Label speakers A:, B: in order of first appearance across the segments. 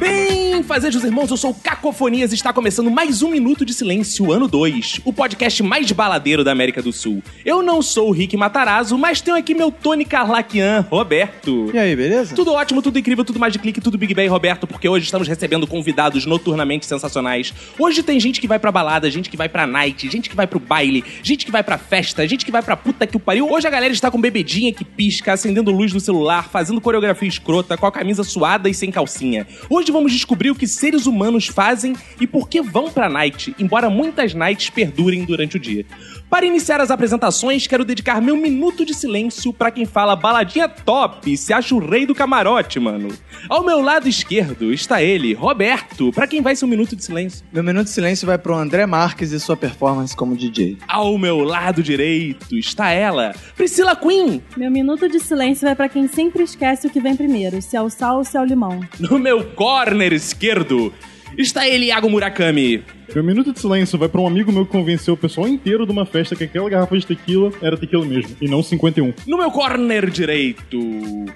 A: Bem, fazejos irmãos, eu sou o Cacofonias e está começando mais um Minuto de Silêncio, ano 2, o podcast mais baladeiro da América do Sul. Eu não sou o Rick Matarazzo, mas tenho aqui meu Tony Carlaquian, Roberto.
B: E aí, beleza?
A: Tudo ótimo, tudo incrível, tudo mais de clique, tudo Big Bang, Roberto, porque hoje estamos recebendo convidados noturnamente sensacionais. Hoje tem gente que vai pra balada, gente que vai pra night, gente que vai pro baile, gente que vai pra festa, gente que vai pra puta que o pariu. Hoje a galera está com bebedinha que pisca, acendendo luz no celular, fazendo coreografia escrota, com a camisa suada e sem calcinha. Hoje vamos descobrir o que seres humanos fazem e por que vão pra night, embora muitas nights perdurem durante o dia. Para iniciar as apresentações, quero dedicar meu minuto de silêncio pra quem fala baladinha top, se acha o rei do camarote, mano. Ao meu lado esquerdo está ele, Roberto, pra quem vai ser um minuto de silêncio.
B: Meu minuto de silêncio vai pro André Marques e sua performance como DJ.
A: Ao meu lado direito está ela, Priscila Queen.
C: Meu minuto de silêncio vai pra quem sempre esquece o que vem primeiro, se é o sal ou se é o limão.
A: No meu corner esquerdo está ele, Iago Murakami.
D: Meu minuto de silêncio vai pra um amigo meu que convenceu o pessoal inteiro de uma festa que aquela garrafa de tequila era tequila mesmo, e um. não 51.
A: No meu corner direito,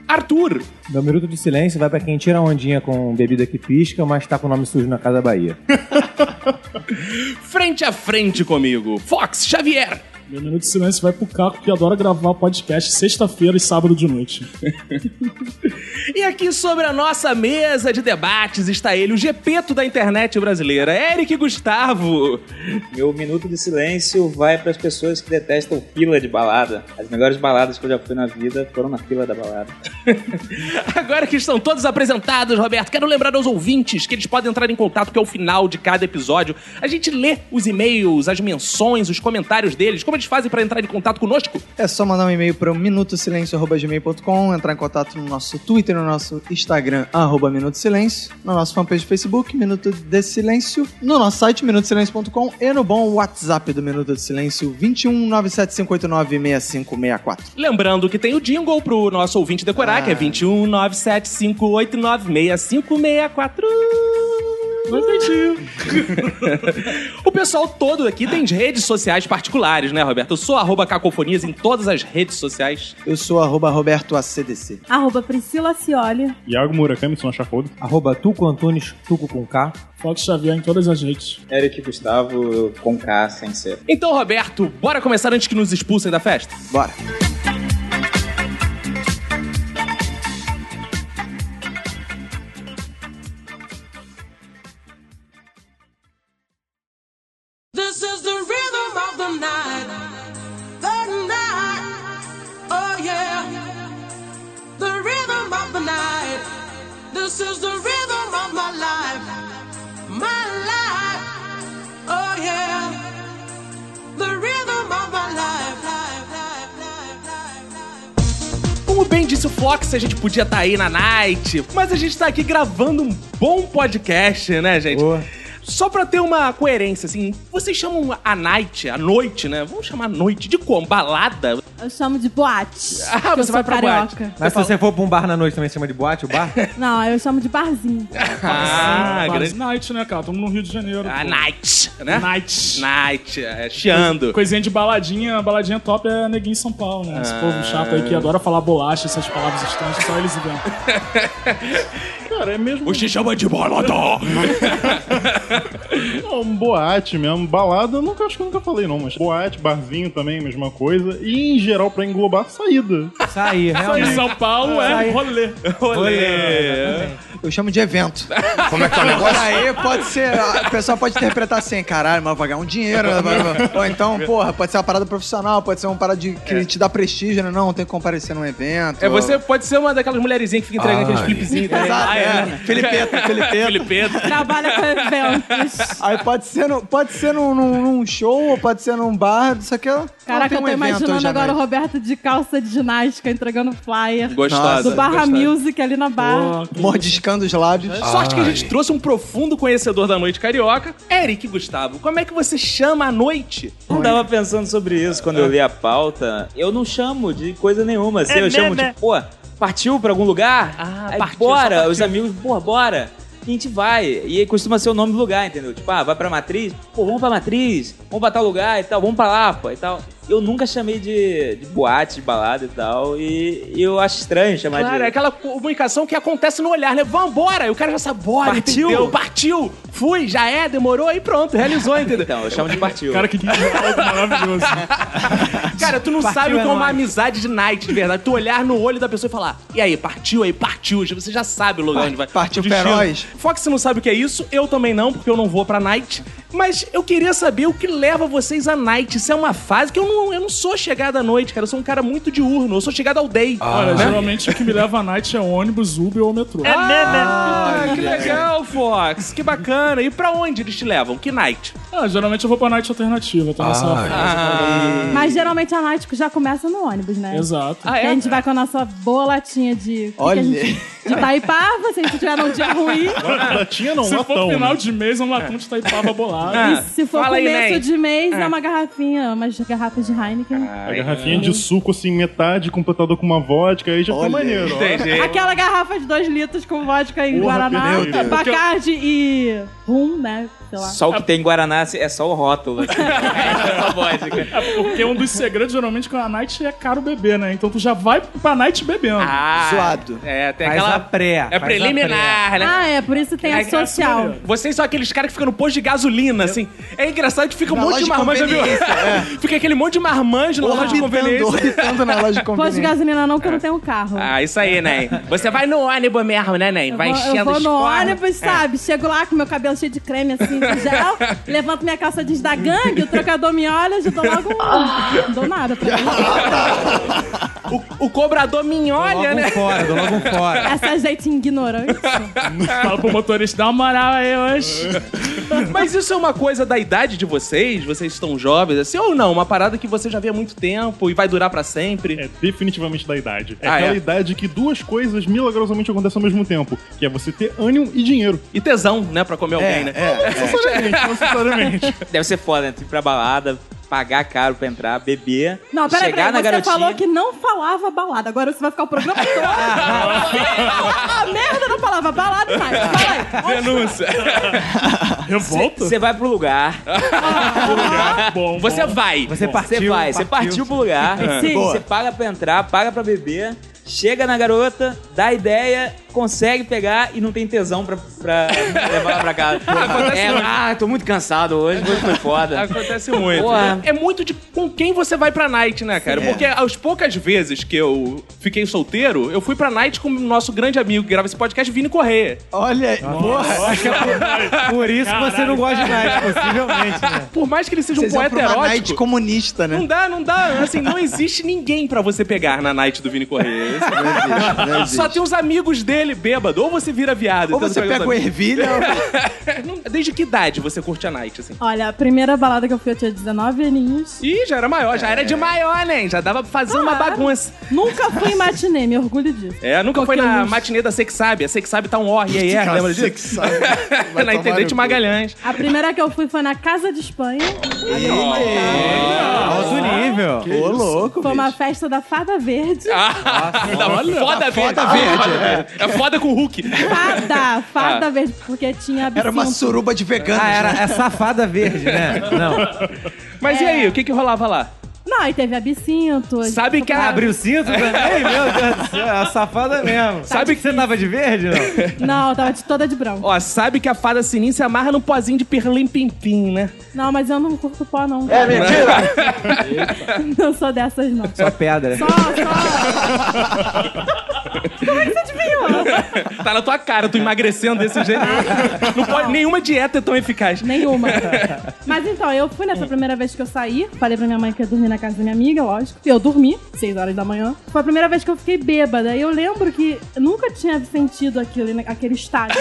A: Arthur.
E: Meu minuto de silêncio vai pra quem tira ondinha com bebida que pisca, mas tá com o nome sujo na Casa Bahia.
A: Frente a frente comigo, Fox Xavier.
F: Meu minuto de silêncio vai pro Caco, que adora gravar podcast sexta-feira e sábado de noite.
A: E aqui sobre a nossa mesa de debates está ele, o gepeto da internet brasileira, Eric Gustavo.
G: Meu minuto de silêncio vai para as pessoas que detestam fila de balada. As melhores baladas que eu já fui na vida foram na fila da balada.
A: Agora que estão todos apresentados, Roberto, quero lembrar aos ouvintes que eles podem entrar em contato, que é o final de cada episódio. A gente lê os e-mails, as menções, os comentários deles. Como eles fazem para entrar em contato conosco?
B: É só mandar um e-mail para minutosilencio.gmail.com, entrar em contato no nosso Twitter, no nosso Instagram, arroba Minuto de Silêncio, na nossa fanpage do Facebook, Minuto de Silêncio, no nosso site, minutosilencio.com e no bom WhatsApp do Minuto de Silêncio, 21 975896564.
A: Lembrando que tem o jingle pro nosso ouvinte decorar,
B: Ah.
A: que é 21975896564. Não entendi. o pessoal todo aqui tem redes sociais particulares, né, Roberto? Eu sou arroba cacofonias em todas as redes sociais.
B: Eu sou arroba Roberto ACDC.
C: Arroba Priscila Cioli.
D: Iago Murakami, se não achar foda.
E: Arroba Tuco Antunes, Tuco com K.
F: Fox Xavier em todas as redes.
G: Eric e Gustavo eu com K sem ser.
A: Então, Roberto, bora começar antes que nos expulsem da festa?
B: Bora.
H: This is the rhythm of the night. The night. Oh, yeah. The rhythm of the night. This is the rhythm of my life. My life. Oh, yeah. The rhythm of my life. life, life, life, life, life.
A: Como bem disse o Fox, a gente podia estar aí na night, mas a gente tá aqui gravando um bom podcast, né, gente?
E: Boa.
A: Só pra ter uma coerência, assim, vocês chamam a night, a noite, né? Vamos chamar a noite de como? Balada?
C: Eu chamo de boate.
A: Ah,
C: porque eu
A: você vai
C: sou
A: pra
C: carioca.
E: Mas se você for pra um bar na noite também se chama de boate, o bar?
C: Não, eu chamo de barzinho.
A: Ah,
F: Bars
A: grande.
F: Night, né, cara? Estamos no Rio de Janeiro.
A: A
F: pô.
A: night, né?
F: Night.
A: Night, é, chiando.
F: Coisinha de baladinha, baladinha top é neguinho em São Paulo, né?
A: Ah.
F: Esse povo chato aí que adora falar bolacha, essas palavras estranhas, só eles inventam.
D: Cara, é mesmo
A: Você chama de balada!
D: um boate mesmo. Balada, eu nunca, acho que eu nunca falei não, mas boate, barzinho também, mesma coisa. E em geral, pra englobar, saída.
E: Sair,
F: Em
E: realmente.
F: São Paulo é rolê.
A: Olê!
B: Eu chamo de evento.
I: Como é que tá o
B: Agora
I: negócio?
B: aí pode ser. A pessoa pode interpretar assim, caralho, mas vai ganhar um dinheiro. né? Vai- vai- Ou então, porra, pode ser uma parada profissional, pode ser uma parada de, que te dá prestígio, né? Não, tem que comparecer num evento.
A: É, você pode ser uma daquelas mulherzinhas que fica entregando aqueles flipzinhos. também.
B: Exato,
A: Ah,
B: é.
A: né?
B: Felipeto, Felipeto.
A: Felipeto.
C: Trabalha com eventos.
B: Aí pode ser, no, pode ser num, num- num show, ou pode ser num bar, isso aqui. é- não
C: Caraca,
B: tem
C: eu
B: um
C: tô imaginando
B: evento
C: agora o
B: hoje à noite.
C: Roberto de calça de ginástica entregando flyer.
A: Gostosa.
C: do Barra
A: gostosa.
C: Music ali na barra.
F: Pô,
B: Mordiscando Secando os lábios.
A: Sorte que a gente trouxe um profundo conhecedor da noite carioca, Eric Gustavo. Como é que você chama a noite?
G: Eu tava pensando sobre isso quando eu li a pauta. Eu não chamo de coisa nenhuma, assim. eu chamo de, pô, partiu pra algum lugar?
A: Ah,
G: aí,
A: partiu,
G: bora,
A: só partiu.
G: os amigos, pô, bora. E a gente vai. E aí costuma ser o nome do lugar, entendeu? Tipo, ah, vai pra Matriz? Pô, vamos pra Matriz, vamos pra tal lugar e tal, vamos pra Lapa e tal. Eu nunca chamei de, de boate, de balada e tal. E, e eu acho estranho chamar
A: Claro, é
G: de.
A: aquela comunicação que acontece no olhar, né? Vambora! E o cara já sabe, bora,
G: Partiu?
A: entendeu? Partiu! Fui, já é, demorou e pronto, realizou, entendeu?
G: Então, eu chamo de partiu.
F: Cara, que diálogo maravilhoso.
A: Cara, tu não sabe o que é
G: é
A: uma
G: nóis.
A: amizade de night, de verdade. Tu olhar no olho da pessoa e falar, e aí, partiu aí, partiu. Você já sabe o lugar onde vai.
B: partiu
A: o destino.
B: feroz.
A: Fox não sabe o que é isso, eu também não, porque eu não vou pra night. Mas eu queria saber o que leva vocês à night. Isso é uma fase que eu não, eu não sou chegada à noite, cara. Eu sou um cara muito diurno, eu sou chegada ao day.
E: Ah,
F: Olha,
E: né?
F: geralmente o que me leva à night é ônibus, Uber ou metrô. É
A: Ah, que legal, Fox. Que bacana. E pra onde eles te levam? Que night?
F: Ah, geralmente eu vou pra night alternativa, tá nessa
C: Mas geralmente a night já começa no ônibus, né?
F: Exato.
A: Ah,
C: Que
A: é?
C: a gente vai com a nossa boa latinha de. o que
B: Olha.
C: Que a gente, de taipava, se a gente tiver num É um dia ruim.
D: Latinha não,
F: Se
D: latão.
F: for
D: né?
F: final de mês, é um latão de taipava bolado.
A: Ah,
C: e se for
A: fala aí,
C: começo
A: Ney.
C: de mês, é uma garrafinha, umas garrafas de Heineken.
D: A garrafinha de suco, assim, metade completada com uma vodka, aí já tá
B: Olha
D: maneiro. ó.
C: Aquela garrafa de 2 litros com vodka e
D: Porra,
C: Guaraná,
D: meu Deus.
C: Bacardi e rum, né? Sei lá.
G: Só o que tem em Guaraná é só o rótulo. Só a vodka.
F: Porque um dos segredos, geralmente, com a night é caro beber, né? Então tu já vai pra night bebendo.
A: Ah,
B: Zoado.
A: É, tem
E: Faz
A: aquela.
E: a pré.
A: É
E: faz a pré.
A: preliminar, né?
C: Ah, é, por isso tem
A: É
C: a
A: que é
C: social.
A: Vocês são aqueles caras que ficam no posto de gasolina, assim. É engraçado que fica um
B: Na loja
A: monte de
B: de
A: marmanjo, viu?
E: é.
B: conveniência,
A: Fica aquele monte de marmanjo na loja de
B: Orbitando,
A: conveniência.
B: orbitando na loja de
C: Posto de
B: conveniência.
C: gasolina não, que eu não tenho um carro.
A: Ah, isso aí, Nen. Você vai no ônibus mesmo, né, Nen?
C: Eu
A: Vai
C: vou-
A: enchendo
C: Eu vou
A: os
C: no
A: cornos. É.
C: ônibus, sabe? Chego lá com meu cabelo cheio de creme, assim, de gel. levanto minha calça jeans da gangue, o trocador me olha, já dou logo um... Não dou nada pra ele.
A: O, o cobrador me olha,
E: Dou logo
A: né?
E: um fora, dou logo um fora.
C: Essa gente ignorante.
F: Fala pro motorista, dá uma moral aí hoje.
A: Mas isso é uma coisa da idade de vocês? Vocês estão jovens, assim, ou não? Uma parada que você já vê há muito tempo e vai durar pra sempre?
D: É definitivamente da idade. É
A: Ah,
D: aquela
A: é?
D: idade que duas coisas milagrosamente acontecem ao mesmo tempo, que é você ter ânimo e dinheiro.
A: E tesão, né, pra comer
B: É,
A: alguém, né?
D: Necessariamente, necessariamente.
G: É, Deve ser foda, né? Tu ir pra balada, pagar caro pra entrar, beber,
C: Não, peraí, peraí.
G: chegar na
C: Você
G: garotinha.
C: falou que não falava balada. Agora você vai ficar o programa todo. a merda não falava balada mais. Fala aí.
A: Denúncia.
F: Revolta?
G: Você vai pro lugar,
F: Bom,
A: Você vai.
E: Você partiu.
G: você vai, você partiu pro lugar,
C: Sim.
G: você paga pra entrar, paga pra beber, chega na garota, dá ideia, consegue pegar e não tem tesão pra, pra levar ela pra casa. É, ah, tô muito cansado hoje, hoje foi foda.
A: Acontece muito.
G: Porra.
F: né?
A: É muito de com quem você vai pra night, né, cara?
B: É.
A: Porque as poucas vezes que eu fiquei solteiro, eu fui pra night com o nosso grande amigo que grava esse podcast, Vini Correia.
B: Olha aí. Porra,
E: é Por isso que você não gosta de night, possivelmente, né?
A: Por mais que ele seja
B: vocês
A: um
B: vão
A: poeta
B: pra uma
A: erótico.
B: night comunista, né?
A: Não dá, não dá. Assim, não existe ninguém pra você pegar na night do Vini Correia. Esse- Só tem os amigos dele bêbado. Ou você vira viado.
B: Ou
A: tentando
B: você
A: pegar os
B: pega o ervilha...
A: amigos. Não- Desde que idade você curte a night, assim?
C: Olha, a primeira balada que eu fui, eu tinha 19 aninhos.
A: Ih, já era maior, já era de maior, né? Já dava pra fazer
B: Ah.
A: uma
C: Claro.
A: bagunça.
C: Nunca fui em matinê, me orgulho disso.
A: É, nunca foi na
C: Coqueluche.
A: matinê da Sex Sabe. A Sex Sabe tá um ó, e aí, é,
B: Cara,
A: lembra disso?
B: você que sabe. Vai
A: na
B: tomar
A: Intendente
B: no cu.
A: Magalhães.
C: A primeira que eu fui foi na Casa de Espanha.
E: Alto nível.
B: Ô, louco,
C: Foi uma
B: bicho.
C: festa da Fada Verde.
A: Dá uma foda verde.
B: foda verde,
A: Foda
E: né?
A: verde. Ah, É foda com o Hulk. Ah.
C: Fada, Fada Verde, porque tinha absinto.
B: Era uma suruba de veganos,
E: Ah,
B: né?
E: era é safada verde, né? Não.
A: Mas e aí, o que que rolava lá?
C: É. Não, e teve absinto. tipo, É. a gente
A: Sabe que
C: foi pra-
A: a...
E: Abriu o cinto também? Meu Deus do céu, é a safada mesmo. Sabe que você tava de verde, não?
C: Não, eu tava de toda de branco.
A: Ó, sabe que a fada sininha se amarra num pozinho de pirlim pim pim, né?
C: Não, mas eu não curto pó, não. É mentira! não sou dessas, não.
E: Só pedra.
C: Só, só. Como é que você adivinhou?
A: Tá na tua cara, tu emagrecendo desse jeito. Não pode, nenhuma dieta é tão eficaz.
C: Nenhuma. Mas então, eu fui
A: É.
C: nessa primeira vez que eu saí. Falei pra minha mãe que ia dormir na casa da minha amiga, lógico. Eu dormi, 6 horas da manhã. Foi a primeira vez que eu fiquei bêbada. E eu lembro que eu nunca tinha sentido aquilo, né, aquele estágio.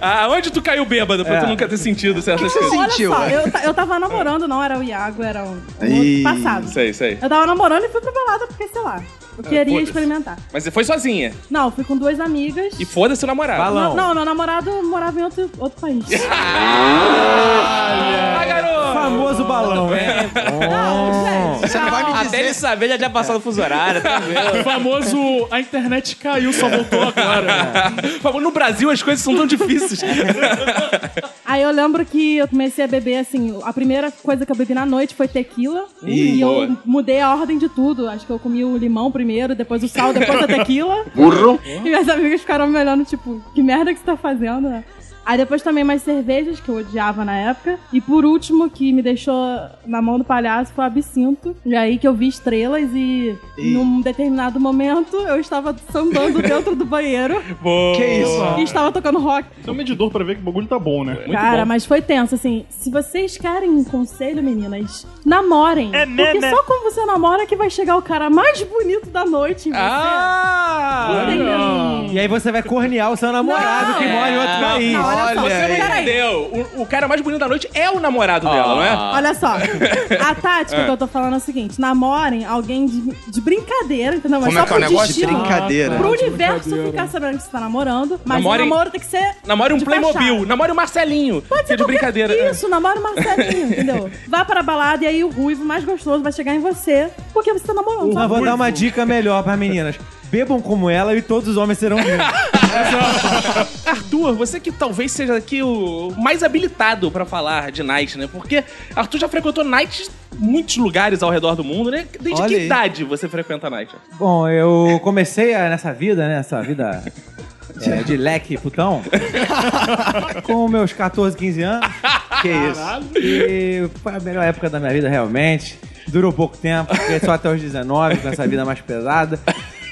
A: Ah, onde tu caiu bêbado pra tu nunca ter sentido certas coisas?
C: Tipo, Olha
B: É. sentiu,
C: só,
A: né?
B: é?
C: eu, ta- eu tava namorando, não era o Iago, era um, um
B: Ih,
C: outro passado.
A: Sei, sei.
C: Eu tava namorando e fui pra balada porque, sei lá, eu queria
A: É, foda-se.
C: experimentar.
A: Mas você foi sozinha.
C: Não, fui com duas amigas.
A: E foda-se o namorado.
C: Não, não, meu namorado morava em outro, outro país.
A: Ah, garoto!
E: Famoso balão, né?
C: Não,
B: Você não vai me
G: Até ele
B: dizer.
G: saber, já tinha passado o fuso horário,
A: tá
G: tranquilo.
F: O famoso a internet caiu, só voltou agora.
A: Pô, É. No Brasil as coisas são tão difíceis.
C: Aí eu lembro que eu comecei a beber, assim, a primeira coisa que eu bebi na noite foi tequila.
A: Ih,
C: e
A: boa.
C: eu mudei a ordem de tudo. Acho que eu comi o limão primeiro, depois o sal, depois a tequila.
J: Burro.
C: E minhas amigas ficaram me olhando, tipo, que merda que você tá fazendo, né? Aí depois também mais cervejas, que eu odiava na época. E por último, que me deixou na mão do palhaço, foi o absinto. E aí que eu vi estrelas e, num determinado momento, eu estava sambando dentro do banheiro.
B: Que isso?
C: E estava tocando rock.
D: Isso é um medidor pra ver que o bagulho tá bom,
A: É
D: né? Muito
C: Cara,
D: bom.
C: mas foi tenso, assim. Se vocês querem um conselho, meninas, namorem. É Porque só quando você namora que vai chegar o cara mais bonito da noite em você.
A: Ah!
C: Entendeu?
E: E aí você vai cornear o seu namorado
C: Não,
E: que mora em outro
C: não,
E: país.
C: não, olha só,
A: Você não
C: peraí.
A: entendeu. O, o cara mais bonito da noite é o namorado dela, não
J: Ah.
A: é?
C: Ah. Olha só, a tática que eu tô falando é o seguinte: namorem alguém de, de brincadeira, entendeu? Mas
J: Como é
C: só
J: que é o
C: pro
J: negócio?
C: destino,
B: Brincadeira.
C: pro
F: De
C: universo
F: brincadeira.
C: ficar sabendo que você tá namorando, mas
A: Namorem-
C: o namoro tem que ser.
A: Namora um
C: de
A: Playmobil,
C: fachada.
A: namora um Marcelinho.
C: Pode
A: que é
C: ser
A: de brincadeira.
C: qualquer- Isso, namora o Marcelinho, entendeu? Vá para a balada e aí o ruivo mais gostoso vai chegar em você, porque você tá namorando.
E: Mas vou dar uma dica melhor pras meninas. Bebam como ela e todos os homens serão lindos.
A: Arthur, você que talvez seja aqui o mais habilitado pra falar de night, né? Porque Arthur já frequentou night em muitos lugares ao redor do mundo, né? Desde
B: Olha
A: que
B: aí.
A: idade você frequenta night?
E: Bom, eu comecei a- nessa vida, né? Essa vida é, de leque putão. com meus 14, 15 anos.
B: Que isso?
E: E foi a melhor época da minha vida, realmente. Durou pouco tempo, fiquei só até os 19, com essa vida mais pesada.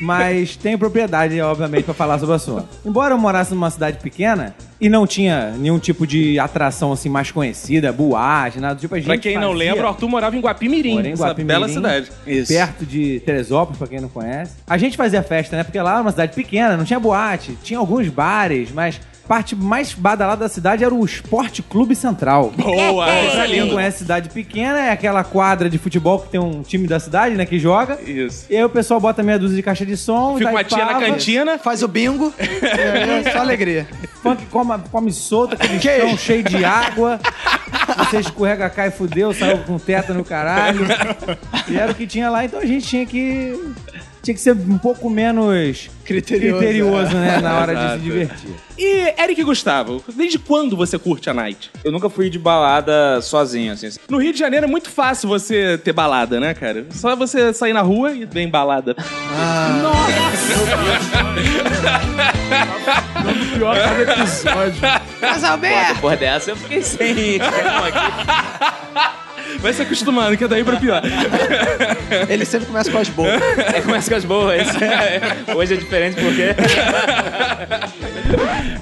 E: Mas tenho propriedade, obviamente, pra falar sobre o assunto. Embora eu morasse numa cidade pequena e não tinha nenhum tipo de atração assim mais conhecida, boate, nada do tipo. A gente
A: Pra quem não
E: fazia-
A: lembra, o Arthur morava em Guapimirim,
E: Morei em
A: essa
E: Guapimirim.
A: bela cidade.
B: Isso.
E: Perto de Teresópolis, pra quem não conhece. A gente fazia festa, né? Porque lá era uma cidade pequena, não tinha boate, tinha alguns bares, mas parte mais badalada da cidade era o Esporte Clube Central.
A: Boa, isso é
E: Pra quem não
A: lindo.
E: conhece cidade pequena, é aquela quadra de futebol que tem um time da cidade, né, que joga.
A: Isso.
E: E aí o pessoal bota meia dúzia de caixa de som,
A: Fica uma
E: uma
A: tia na cantina.
B: Faz o bingo. É, é só alegria.
E: funk come, come solto, aquele
B: Que
E: chão
B: isso?
E: cheio de água. Você escorrega, cai, fudeu, saiu com teta no caralho. E era o que tinha lá, então a gente tinha que... Tinha que ser um pouco menos
B: Criterioso,
E: criterioso, né, na hora de se divertir.
A: E Eric Gustavo, desde quando você curte a night?
G: Eu nunca fui de balada sozinho, assim.
A: No Rio de Janeiro é muito fácil você ter balada, né, cara? Só você sair na rua e vem balada.
F: Pior cada episódio.
G: Pô, depois dessa eu fiquei sem.
A: Vai se acostumando, que é daí pra pior.
B: Ele sempre começa com as boas.
G: É, começa com as boas. Hoje é diferente porque.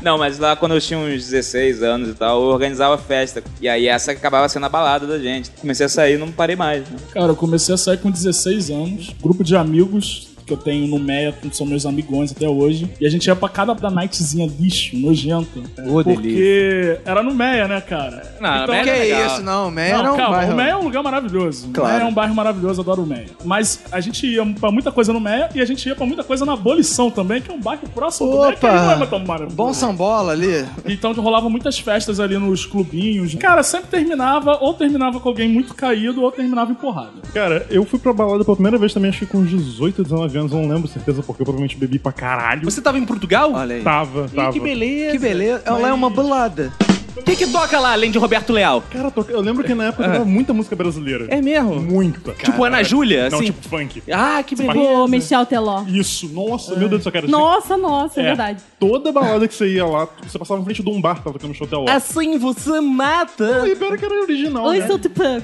G: Não, mas lá quando eu tinha uns 16 anos e tal, eu organizava festa. E aí essa acabava sendo a balada da gente. Comecei a sair e não parei mais. né?
F: Cara, eu comecei a sair com 16 anos. Grupo de amigos que eu tenho no MEA, que são meus amigões até hoje. E a gente ia pra cada da nightzinha lixo, nojento.
E: Ô,
F: porque era no MEA, né, cara?
A: Não,
F: Então,
A: Meia
B: que
A: é legal.
B: isso? Não, Meia
F: Não,
B: não,
F: calma,
B: vai.
F: o Meia é um lugar maravilhoso.
B: Claro.
F: O Meia é um bairro maravilhoso, adoro o Meia. Mas a gente ia pra muita coisa no Meia e a gente ia pra muita coisa na Abolição também, que é um bairro próximo do Meia, que aí não é mais tão
B: Opa!
F: maravilhoso.
B: Bom Sambola ali.
F: Então rolava muitas festas ali nos clubinhos. Cara, sempre terminava, ou terminava com alguém muito caído, ou terminava em porrada.
D: Cara, eu fui pra balada pela primeira vez também, acho que com uns 18, 19 anos, eu não lembro certeza, porque eu provavelmente bebi pra caralho.
A: Você tava em Portugal?
B: Olha aí.
D: Tava, tava.
A: Que beleza.
B: Que beleza. Ela é uma balada.
A: O que, que toca lá, além de Roberto Leal? Ah.
D: Cara, toca- eu lembro que na época tocava muita música brasileira.
A: É mesmo?
D: Muita.
A: Tipo Ana Júlia,
D: Não,
A: assim?
D: tipo funk.
A: Ah, que beleza.
C: Pô, Michel Teló.
D: Isso, nossa,
A: Ah.
D: meu Deus do céu, cara. assim,
C: Nossa, nossa, é,
D: É.
C: verdade.
D: Toda balada que você ia lá, você passava na frente de um bar, tava tocando show até lá.
A: Assim você mata.
D: E pior que era original,
C: Oi,
D: né?
C: seu Tupac.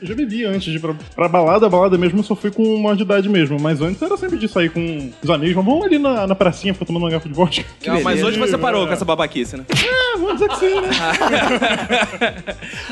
D: Eu já bebi antes de ir pra, pra balada, a balada mesmo eu só fui com uma de idade mesmo. Mas antes era sempre de sair com os amigos, vamos ali na, na pracinha ficar tomando uma garrafa de vodka.
A: Não, mas
B: beleza.
A: hoje você parou com essa babaquice, né?
D: É, vamos dizer que sim, né?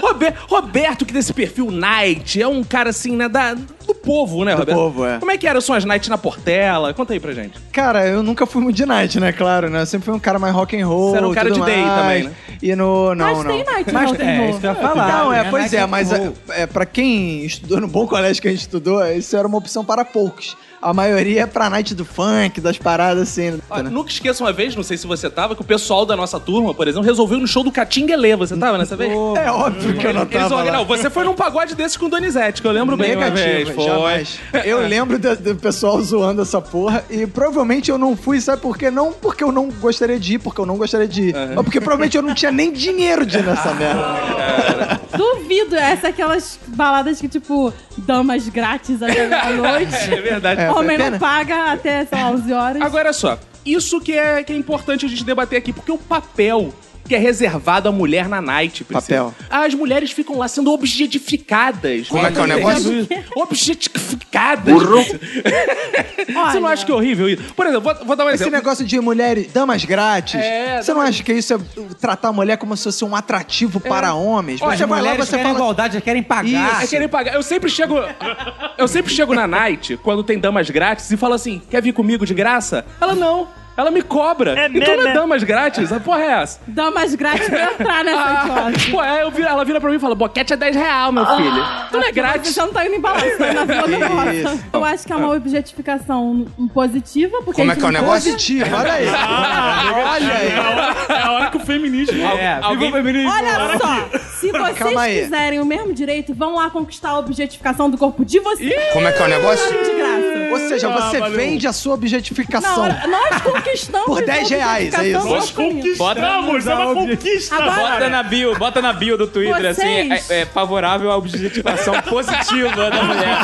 A: Robe- Roberto, que desse perfil Knight, é um cara assim, né, da, do povo, né,
B: Do
A: Roberto?
B: povo, é.
A: Como é que eram suas nights na Portela? Conta aí pra gente.
B: Cara, eu nunca fui muito de night, né? Claro, né? Eu sempre fui um cara mais rock and roll.
A: Você era um cara
B: tudo
A: de day
B: mais.
A: também, né?
B: E no. Não,
C: Mas
B: não.
C: tem night
E: Mas
C: rock and
E: é,
C: roll.
E: isso que eu ia falar.
B: não, é,
E: né?
B: pois
E: Night
B: é,
E: and
B: mas
E: roll.
B: é, é, pra quem estudou no bom colégio que a gente estudou, isso era uma opção para poucos. A maioria é pra night do funk, das paradas assim.
A: Olha,
B: né?
A: Nunca esqueça uma vez, não sei se você tava, que o pessoal da nossa turma, por exemplo, resolveu ir no show do Catinguelê. Você tava nessa vez?
B: É óbvio que eu não
A: Eles
B: tava
A: organ-
B: lá.
A: Não, você foi num pagode desse com o Donizete, que eu lembro bem uma
E: é,
A: vez.
B: Negativo,
A: Foi.
B: jamais. Eu lembro do, do pessoal zoando essa porra e provavelmente eu não fui, sabe por quê? Não porque eu não gostaria de ir, porque eu não gostaria de ir, mas porque provavelmente eu não tinha nem dinheiro de ir nessa merda.
C: Duvido, essa é aquelas baladas que, tipo, damas grátis até meia-noite.
A: É verdade.
B: É, foi
C: Homem
B: pena.
C: não paga até, sei lá, 11 horas.
A: Agora só, isso que é, que é importante a gente debater aqui, porque o papel que é reservado à mulher na night, Priscila.
B: Papel.
A: As mulheres ficam lá sendo objetificadas.
K: Como é que é o negócio?
A: Objetificadas. Você não
C: Olha.
A: acha que é horrível isso? Por exemplo, vou, vou dar um
B: Esse
A: exemplo.
B: negócio de mulheres, damas grátis,
A: É,
B: você não acha que isso é tratar a mulher como se fosse um atrativo para homens?
A: É. Olha,
B: você
E: As
B: vai lá,
E: mulheres
B: você
E: querem
B: fala.
E: igualdade, já querem pagar.
A: É querer pagar. Eu sempre chego. Eu sempre chego na night, quando tem damas grátis, e falo assim: quer vir comigo de graça? Ela não. Ela me cobra.
F: É, né,
A: então não é
F: né?
A: damas grátis. A porra é essa?
C: Damas grátis pra entrar nessa
A: Ah,
C: história.
A: pô, é, eu viro- ela vira pra mim e fala: boquete é 10 real, meu filho. Então não é
C: Ah, Você
A: grátis.
C: já não tá indo em balanço, tá indo na fila do
B: Isso.
C: Rosa. Eu acho que é uma objetificação positiva, porque.
K: Como
C: a
K: é
C: gente
K: que é o
C: não
K: negócio?
C: pode-
B: Positivo, olha aí.
A: Ah,
B: olha aí.
F: Ah, É a hora que o feminismo.
E: É,
A: Alguém-
E: viva o feminismo.
C: Olha só, se vocês
B: Calma aí.
C: quiserem o mesmo direito, vão lá conquistar a objetificação do corpo de vocês.
K: Como é que é o negócio?
C: De graça.
B: Ou seja, você vende a sua
C: Na
B: objetificação.
C: hora, nós conquistamos.
B: Por 10 reais, é isso.
C: Nós
F: Nós conquistamos, é uma
A: tá
F: conquista.
G: Bota na bio, bota na bio do Twitter,
C: Vocês-
G: assim, é, é favorável à objetificação positiva da mulher.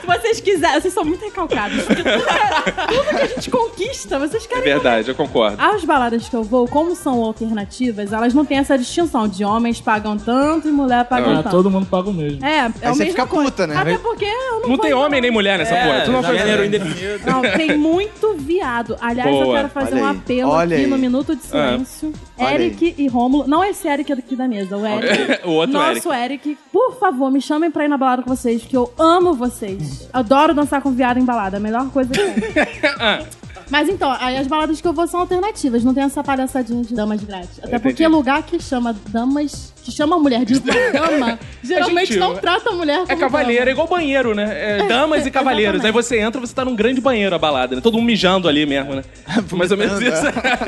C: Se vocês quiserem, vocês são muito recalcados. Porque tudo, é- tudo que a gente conquista, vocês querem.
A: É Verdade, eu concordo.
C: As baladas que eu vou, como são alternativas, elas não têm essa distinção de homens pagam tanto e mulher pagam
F: Ah,
C: tanto.
F: todo mundo paga o mesmo.
C: É, é
B: Aí
C: o
B: você
C: mesmo.
B: fica puta, né?
C: Até porque eu não
A: Não
C: vou
A: tem
C: em
A: homem nem mulher nessa
F: É,
A: porra. Tu não foi
G: gênero indefinido.
C: Não, tem muito viado. Aliás, eu
A: Boa.
C: quero fazer
B: Olha
C: um
B: aí.
C: apelo
B: Olha
C: aqui
B: aí.
C: no Minuto de
A: Ah,
C: Silêncio.
B: Olha
C: Eric e Rômulo. Não esse Eric aqui da mesa, o Eric.
A: O outro Eric.
C: Nosso Eric. Por favor, me chamem pra ir na balada com vocês, que eu amo vocês. Adoro dançar com viado em balada. é A melhor coisa que tem. Mas então, aí as baladas que eu vou são alternativas, não tem essa palhaçadinha de damas grátis.
A: É,
C: Até porque lugar que chama damas, que chama a mulher de dama, geralmente
A: gentil,
C: não
A: é-
C: trata a mulher como
A: É cavaleiro, é igual banheiro, né? É damas e cavaleiros. Aí
C: Exatamente.
A: você entra, você tá num grande banheiro a balada, né? Todo mundo mijando ali mesmo, né? Mais ou
B: é.
A: menos isso.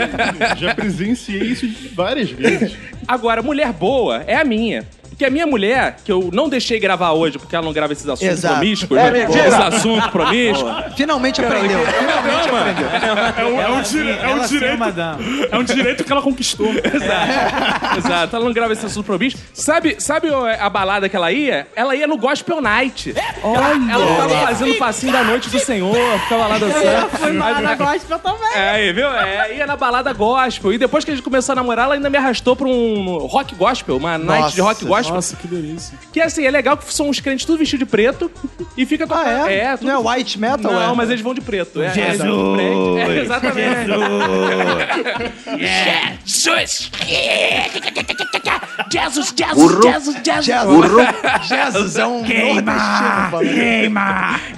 D: Já presenciei isso várias vezes.
A: Agora, mulher boa é a minha. Porque a minha mulher, que eu não deixei gravar hoje, porque ela não grava esses assuntos
B: Exato.
A: promíscuos,
B: É
A: né?
B: mentira.
A: Esses assuntos promíscuos.
B: Finalmente aprendeu. Finalmente aprendeu.
F: É um, é um dire- é um
E: Ela se
F: direito.
E: ama, dama.
F: É um direito que ela conquistou.
A: Exato, ela não grava esse assunto promíscuo. Sabe, sabe ó, a balada que ela ia? Ela ia no Gospel Night. Ela, ela ficava fazendo passinho da noite do Senhor, ficava lá dançando.
C: Foi mal na gospel também.
A: É, aí, viu? É, ia na balada gospel. E depois que a gente começou a namorar, ela ainda me arrastou pra um rock gospel, uma night de rock gospel.
F: Nossa, que delícia.
A: Que assim, é legal que são os crentes tudo vestido de preto e fica com
B: Ah, é?
A: é tudo...
B: Não é white metal?
A: Não,
B: é?
A: mas eles vão de preto. É, Jesus! É, exatamente. Jesus! Jesus, Jesus, Jesus, Jesus!
B: Jesus. Jesus é um nordestino falando.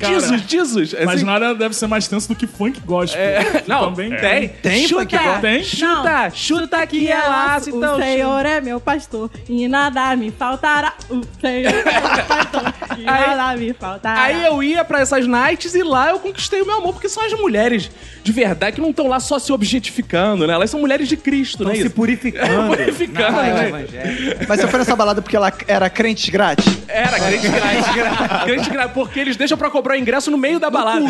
A: Jesus, Jesus! Assim,
F: Mas nada deve ser mais tenso do que funk gospel.
A: É, não,
F: também
A: tem.
B: Tem
A: chuta,
C: futebol?
F: Tem?
A: Chuta, chuta que é laço, então.
C: o
A: chuta.
C: Senhor é meu pastor e nada me faltará. O Senhor é meu pastor e
A: Aí-
C: nada me faltará.
A: Aí eu ia pra essas nights e lá eu conquistei o meu amor, porque são as mulheres de verdade que não estão lá só se objetificando, né? Elas são mulheres de Cristo, né?
E: Estão se
A: Isso?
E: purificando.
A: Purificando,
E: Na
A: né?
E: evangélica.
B: Mas você foi nessa balada porque ela era crente grátis?
A: Era, crente grátis. crente grátis, porque eles deixam pra cobrar ingresso no meio da balada.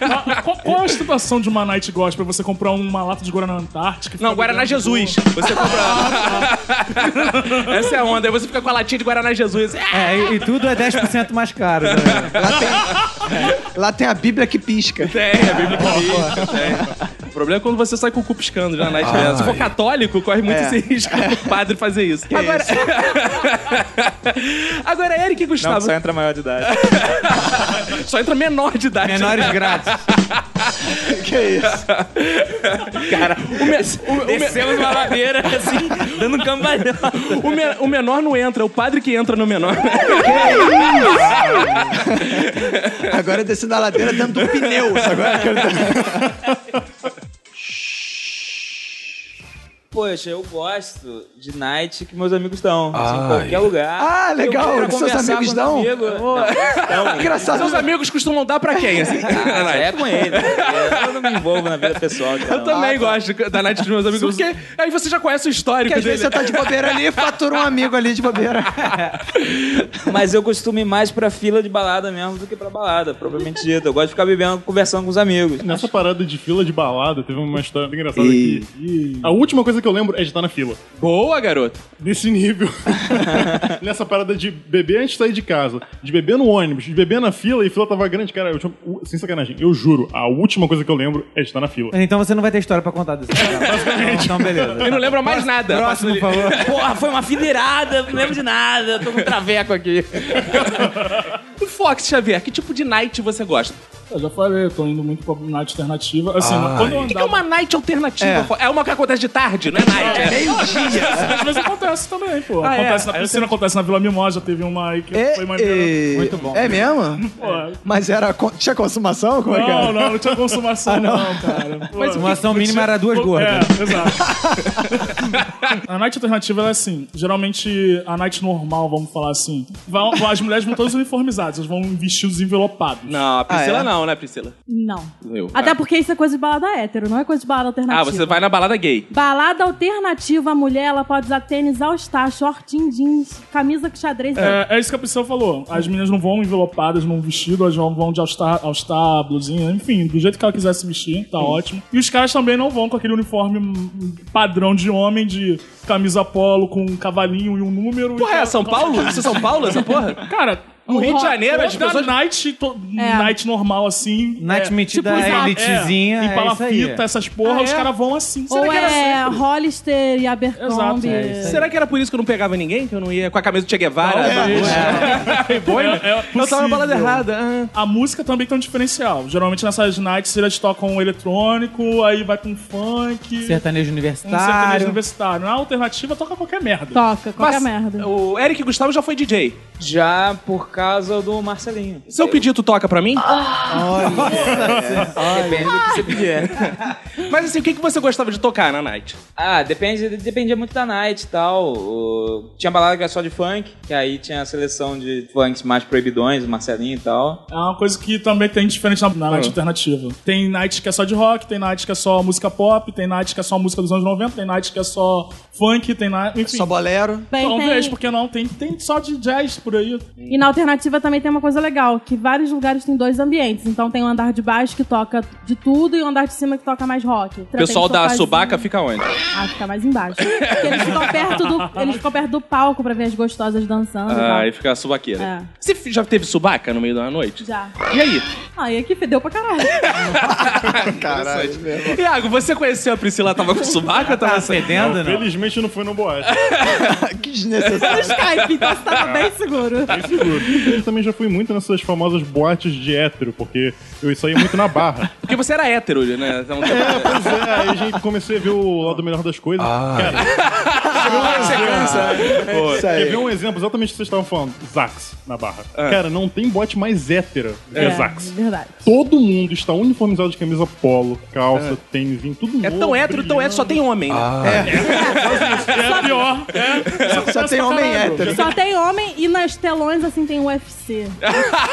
F: Ah, Qual, qual a situação de uma night gospel? Você comprar uma lata de Guaraná Antártica?
A: Não, Guaraná Jesus. Você compra. Essa é a onda. Aí você fica com a latinha de Guaraná Jesus. Ah,
E: É, e, e tudo é 10% mais caro. Né?
B: Lá tem, lá tem a Bíblia que pisca.
A: Tem, é bíblico tem. O problema é quando você sai com o cu piscando já na night dessa. Se for católico, corre muito
B: É.
A: esse risco do padre fazer isso. Agora... Agora, Eric e
G: Não,
A: Gustavo,
G: só entra maior de idade.
A: só entra menor de idade.
E: Menores grátis.
G: Cara, o me... descemos uma ladeira, assim, dando um cambalhão.
I: O, me- o menor não entra, é o padre que entra no menor.
B: Agora descendo a ladeira dentro do pneu. Agora
G: Poxa, eu gosto de night que meus amigos estão. Assim, em
L: Ai.
G: qualquer lugar.
B: Ah, legal,
G: Eu quero
B: que seus
G: conversar
B: amigos
G: com
B: dão?
G: Amigo. Não, eles dão.
B: engraçado.
I: Seus amigos costumam dar pra quem, assim?
G: Ah, só é com ele. Eu não me envolvo na vida pessoal.
I: Eu também gosto da Night dos meus amigos, porque aí você já conhece o histórico
B: Porque às
I: dele.
B: vezes você tá de bobeira ali e fatura um amigo ali de bobeira.
G: Mas eu costumo ir mais pra fila de balada mesmo do que pra balada, propriamente dito. Eu gosto de ficar bebendo, conversando com os amigos.
D: Nessa parada de fila de balada, teve uma história bem engraçada
B: Ih.
D: aqui. A última coisa que eu lembro é de estar na fila.
I: Boa, garoto.
D: Nesse nível. Nessa parada de beber antes de sair de casa, de beber no ônibus, de beber na fila e a fila tava grande. Cara, eu, tinha- u- sem sacanagem, eu juro, a última coisa que eu lembro é de estar na fila.
E: Então você não vai ter história pra contar desse programa. Então,
I: Ele
E: beleza.
I: não lembra mais nada.
E: Próximo, por favor.
G: Porra, foi uma fileirada, não lembro de nada, tô com um traveco aqui.
I: O Fox Xavier, que tipo de night você gosta?
F: Eu já falei, eu tô indo muito pra night alternativa. Assim,
B: Ah,
F: mas quando eu
I: O que é
F: andava.
I: uma night alternativa? Fo- É, uma que acontece de tarde, não é night? É.
F: Às vezes acontece também, pô.
I: Ah, é.
F: acontece na piscina, acontece na Vila Mimosa, teve uma aí que foi maneira.
B: Muito bom. É mesmo? Mas era. co- Tinha consumação? Como é Ah, que
F: Não,
B: era?
F: não, não tinha consumação, não. cara. Pô.
E: Uma ação mínima era duas gordas.
F: É, exato. a night alternativa ela é assim. Geralmente, a night normal, vamos falar assim. vão- vão- as mulheres vão todas uniformizadas, elas vão em vestidos envelopados.
I: Não, a Priscila
B: Ah, é?
I: não, né, Priscila?
C: Não.
I: Eu.
C: Até porque isso é coisa de balada hétero, não é coisa de balada alternativa.
I: Ah, você vai na balada gay.
C: Balada alternativa, a mulher ela pode usar tênis all star, shortinho jeans, camisa com xadrez. né?
F: É, é isso que a pessoa falou. As meninas não vão envelopadas num vestido, elas vão, vão de all-star, all-star, blusinha, enfim, do jeito que ela quiser se vestir, tá ótimo. E os caras também não vão com aquele uniforme hum, padrão de homem, de camisa polo com um cavalinho e um número. e
I: Porra, é
F: tal.
I: São Paulo? Isso é São Paulo, essa porra?
F: Cara,
I: No Rio de Janeiro, as
F: toda
I: pessoas-
F: night, to-
C: É.
F: night normal assim.
E: Night
F: é,
E: metida
F: tipo, exato,
E: elitezinha,
F: É,
E: é
F: e
E: isso aí.
F: palafita, essas porra,
E: Ah,
F: os
E: é?
F: caras vão assim.
C: Ou é Hollister e Abercrombie.
F: Exato, é
I: Será que era por isso que eu não pegava ninguém? Que eu não ia com a camisa do Che Guevara? é.
F: boi?
I: eu tava na balada errada. ah.
F: A música também tem um diferencial. Geralmente nessas nights eles tocam um eletrônico, aí vai com funk,
E: Sertanejo
F: um sertanejo
E: universitário.
F: universitário. Na alternativa toca qualquer merda.
C: Toca, qualquer
I: Mas
C: merda.
I: O Eric Gustavo já foi DJ.
G: Já por causa do Marcelinho.
I: Seu pedido toca pra mim?
C: Ah,
G: Depende do que você pedir.
I: Mas assim, o que que você gostava de tocar na night?
G: Ah, depende, dependia muito da night e tal. O- tinha balada que era só de funk, que aí tinha a seleção de funks mais proibidões, Marcelinho e tal.
F: É uma coisa que também tem diferente na, na night
I: Ah.
F: alternativa. Tem night que é só de rock, tem night que é só música pop, tem night que é só música dos anos 90, tem night que é só funk, tem night. Enfim.
B: Só bolero.
C: Bem,
F: Talvez,
C: tem-
F: porque não? Tem, tem só de jazz por aí.
C: E na alternativa também tem uma coisa legal, que vários lugares têm dois ambientes. Então tem o andar de baixo que toca de tudo e o andar de cima que toca mais rock.
I: O pessoal da
C: sobaca
I: Subaca fica onde?
C: Ah, fica mais embaixo. Porque eles ficam perto do, eles ficam perto do palco pra ver as gostosas dançando
I: Ah,
C: e
I: aí fica a
C: É.
I: subaqueira. Você f- já teve subaca no meio da noite?
C: tal. Já.
I: E aí?
C: Ah, e aqui fedeu pra caralho.
I: Iago, você conheceu a Priscila, tava com subaca? Tava
E: Tá
I: sem...
E: fedendo, não?
D: Felizmente não foi no boate.
B: Que desnecessário.
C: No Skype, então você tava bem seguro.
D: Eu também já fui muito nessas famosas boates de hétero, porque eu saía muito na barra.
I: Porque você era hétero, né? Então,
D: É, pois é, aí a gente comecei a ver o lado melhor das coisas. Cara, um
I: né?
B: Isso
D: quer ver
B: aí.
D: um exemplo exatamente do que vocês estavam falando? Zax, na barra.
I: Ah.
D: Cara, não tem boate mais hétera do que É, Zax.
C: verdade.
D: Todo mundo está uniformizado de camisa polo, calça, tênis, em tudo
I: é tão hétero, tão hétero, só tem homem, né?
D: É pior.
B: Ah. Só tem homem hétero.
C: Só tem homem e nas telões, assim, tem UFC.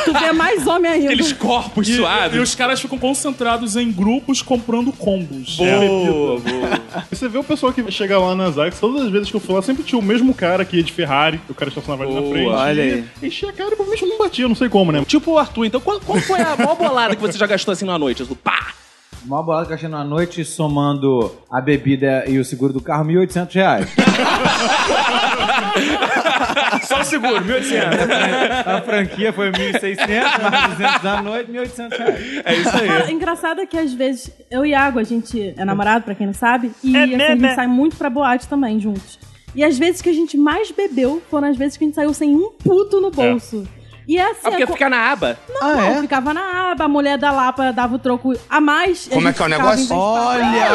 C: tu vê mais homem ainda.
I: Aqueles corpos
F: E, e
I: suaves.
F: os caras ficam concentrados em grupos comprando combos. É.
I: Boa, boa.
D: Você vê o pessoal que chega lá nas Zax, todas as vezes que eu fui lá, sempre tinha o mesmo cara que ia de Ferrari, o cara estacionava ali na
I: Boa,
D: frente.
B: olha aí.
D: E enchia a cara e provavelmente não batia, não sei como, né?
I: Tipo o Arthur, então qual, qual foi a maior bolada que você já gastou assim na noite? Assim, pá!
E: Uma bolada que eu achei na noite, somando a bebida e o seguro do carro, 1.800 reais.
I: Só o seguro, 1.800.
E: A franquia foi 1.600, mais 200 da noite, 1.800 reais.
I: É isso aí.
C: Cara, engraçado é que às vezes eu e Iago, a gente é namorado, pra quem não sabe, e assim, a gente sai muito pra boate também juntos. E as vezes que a gente mais bebeu foram as vezes que a gente saiu sem um puto no bolso. E é assim.
A: Ah, porque
C: a co-
A: ficar na aba?
C: Não,
B: Ah,
C: não,
B: é?
C: ficava na aba, a mulher da Lapa dava o troco a mais.
M: Como é que é o negócio?
C: É.
B: Olha!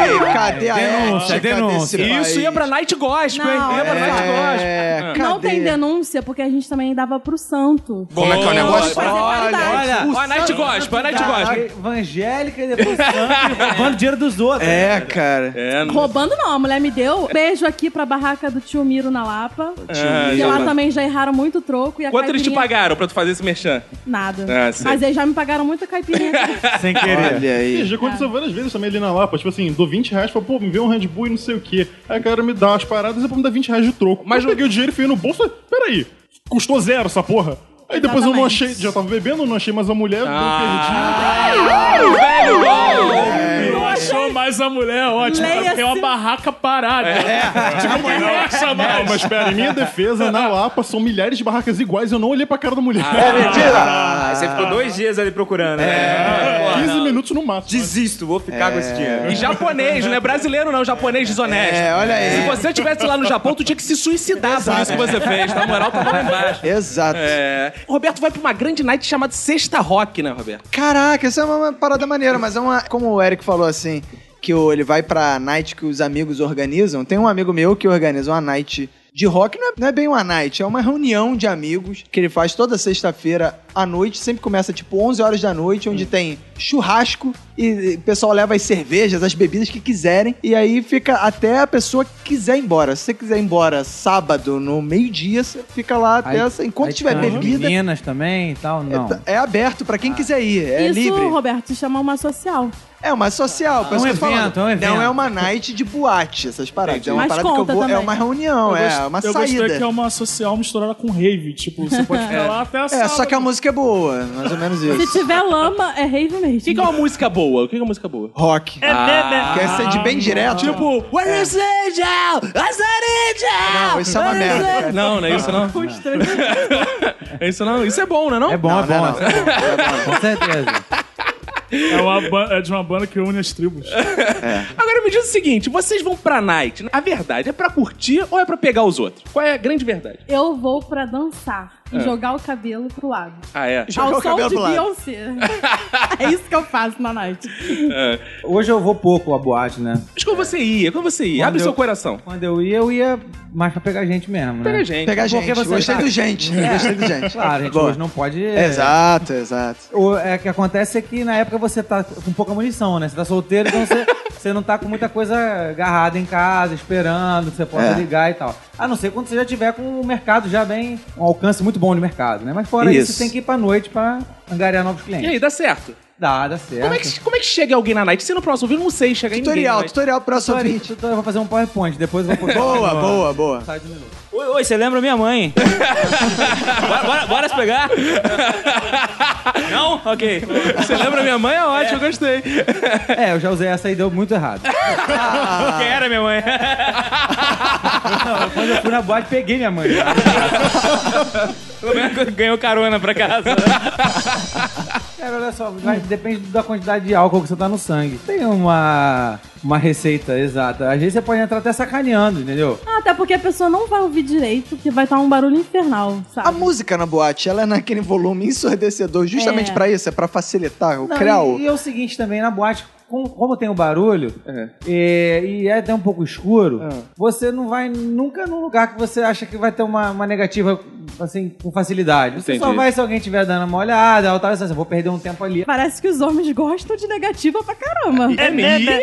B: aí, Cadê a
E: Denúncia,
B: ética
E: denúncia.
B: desse país?
A: Isso ia pra Night Gospel, hein?
C: Não,
A: Ia pra
C: é.
A: Night Gospel.
B: É, cadê?
C: Não tem denúncia, porque a gente também dava pro santo.
M: Como é que é o negócio?
C: Fazer caridade.
E: Olha, tá
A: Ó, a Night Gospel, a Night Gospel.
E: evangélica e depois santo, roubando dinheiro dos outros.
B: É, cara.
A: É, não-
C: Roubando não, a mulher me deu. Beijo aqui pra barraca do tio Miro na Lapa. que lá também já erraram muito troco. E a
A: É, Quanto eles te
C: caipirinha-
A: pagaram pra tu fazer esse merchan?
C: Nada.
A: Ah, sei.
C: Mas eles já me pagaram muita caipirinha.
E: Sem querer.
B: Olha aí.
D: Ih, Já aconteceu várias vezes também ali na Lapa. Tipo assim, dou 20 reais, falo, pô, me vê um Red Bull e não sei o quê. Aí o cara me dá umas paradas e depois me dá 20 reais de troco.
A: Mas
D: Mas eu peguei o dinheiro e fui no bolso e falei, peraí, custou zero essa porra. Aí depois eu não
C: Exatamente.
D: achei, já tava bebendo, não achei mais a mulher, um Ah.
A: Velho, gol!
F: Não achou mais a mulher, é ótimo.
C: Leia-se-
F: Tem uma barraca parada.
A: É.
F: Tipo, não
D: eu
F: acha
D: perdi. É, Não,
F: mais.
D: mas pera, em minha defesa, na Lapa são milhares de barracas iguais, eu não olhei pra cara da mulher.
G: É
I: É
G: Ah,
M: Aí você ficou dois dias ali procurando, né? Porra,
D: 15
M: não.
D: minutos no máximo. né?
M: Desisto, vou ficar com
I: É.
M: esse dinheiro.
A: E japonês, não é brasileiro não, japonês desonesto.
B: É, olha aí.
A: Se você estivesse lá no Japão, tu tinha que se suicidar por isso que você fez. Na moral, tava lá embaixo.
B: Exato.
A: É. O Roberto vai pra uma grande night chamada Sexta Rock, né, Roberto?
B: Caraca, essa é uma parada maneira, mas é uma. Como o Eric falou assim, que o- ele vai pra night que os amigos organizam. Tem um amigo meu que organiza uma night de rock, não é, não é bem uma night, é uma reunião de amigos que ele faz toda sexta-feira à noite, sempre começa tipo 11 horas da noite,
E: Hum.
B: onde tem churrasco e o pessoal leva as cervejas, as bebidas que quiserem, e aí fica até a pessoa que quiser ir embora. Se você quiser ir embora sábado, no meio-dia, você fica lá até
E: Aí-
B: essa, enquanto
E: Aí
B: tiver
E: tem um Ah. umas
B: bebida.
E: Meninas também e tal, não.
B: É aberto pra quem quiser ir, é
C: Isso,
B: livre.
C: Roberto, se chama uma social.
B: É uma social, por isso
E: um
B: que eu tô
E: evento,
B: falando.
E: é um evento.
B: Não é uma night de boate, essas paradas. É uma
C: Mas
B: parada que eu
C: conta
B: vou. É
C: também.
B: uma reunião, é
F: gost-
B: uma
F: eu gostei que é
B: saída.
F: uma social misturada com rave. Tipo, você pode ficar lá até a
B: É, só que a música é boa, mais ou menos
C: Se
B: isso.
C: tiver lama, é rave
A: O que, que é
C: mesmo.
A: uma música boa? O que, que é uma música boa? É.
B: Rock.
C: É, né,
B: Ah. Quer ser de bem direto?
A: Tipo, Where is Angel? Where's that Angel?
B: Não, isso é uma
A: Where is
B: merda,
A: Angel?
B: cara.
A: Não, não é isso não. É isso não. Isso é bom, não é não?
E: É bom, é bom.
B: não, não,
E: é bom. Com certeza.
F: É, uma ba- é de uma banda que une as tribos.
C: É
A: Agora me diz o seguinte, vocês vão pra night. A verdade é pra curtir ou é pra pegar os outros? Qual é a grande verdade?
C: Eu vou pra dançar
A: É.
C: e jogar o cabelo pro lado.
A: Ah, é.
B: Jogar
C: Ao
B: o
C: som
B: cabelo
C: de
B: pro lado.
C: Beyoncé. é isso que eu faço na night.
E: Hoje eu vou pouco à boate, né?
A: É. Mas quando você ia? Quando você ia?
E: Quando
A: Abre
E: eu-
A: seu coração.
E: Quando eu ia, eu ia mais pra pegar gente mesmo, né?
A: Pega a gente.
B: Pegar gente.
E: você
B: Gostei
E: tá-
B: do gente. Gostei do gente.
E: Claro, a gente
B: Boa.
E: hoje não pode...
B: Exato, exato.
E: O é, que acontece é que na época você tá com pouca munição, né? Você tá solteiro, então você, você não tá com muita coisa agarrada em casa, esperando, que você possa
B: É.
E: ligar e tal. A não ser quando você já tiver com o mercado já bem, um alcance muito bom de mercado, né? Mas fora isso,
B: Isso.
E: tem que ir pra noite pra angariar novos
A: E
E: clientes.
A: aí, dá certo.
E: Dá, dá certo.
A: Como é, que, como é que chega alguém na night? Se no próximo vídeo, não sei, chega em
B: Tutorial, tutorial pro próximo
E: Sorry,
B: vídeo.
E: eu tô- eu vou fazer um PowerPoint, depois eu vou postar.
B: Boa, boa, boa.
E: Sai de um minuto.
G: Oi, oi, você lembra minha mãe? bora, bora, bora se pegar? Não? Ok.
A: Você lembra minha mãe? É ótimo, eu gostei.
E: É, eu já usei essa e deu muito errado.
G: Quem era minha mãe?
E: Quando eu fui na boate, peguei minha mãe.
G: Pelo menos Ganhou carona pra casa.
E: Cara, olha só, vai- depende da quantidade de álcool que você tá no sangue. Tem uma, uma receita exata. Às vezes você pode entrar até sacaneando, entendeu?
C: Ah, Até porque a pessoa não vai ouvir direito, porque vai estar um barulho infernal,
B: A
C: sabe?
B: música na boate, ela é naquele volume ensurdecedor justamente
C: É.
B: pra isso, é pra facilitar o
E: Não,
B: creu.
E: E, e é o seguinte também, na boate, como, como tem o barulho é, e é até um pouco escuro, você não vai nunca num lugar que você acha que vai ter uma, uma negativa assim, com facilidade. Você só
A: Entendi.
E: vai se alguém estiver dando uma olhada, ou tal, assim, vou perder um tempo ali.
C: Parece que os homens gostam de negativa pra caramba.
A: É mesmo?
C: né,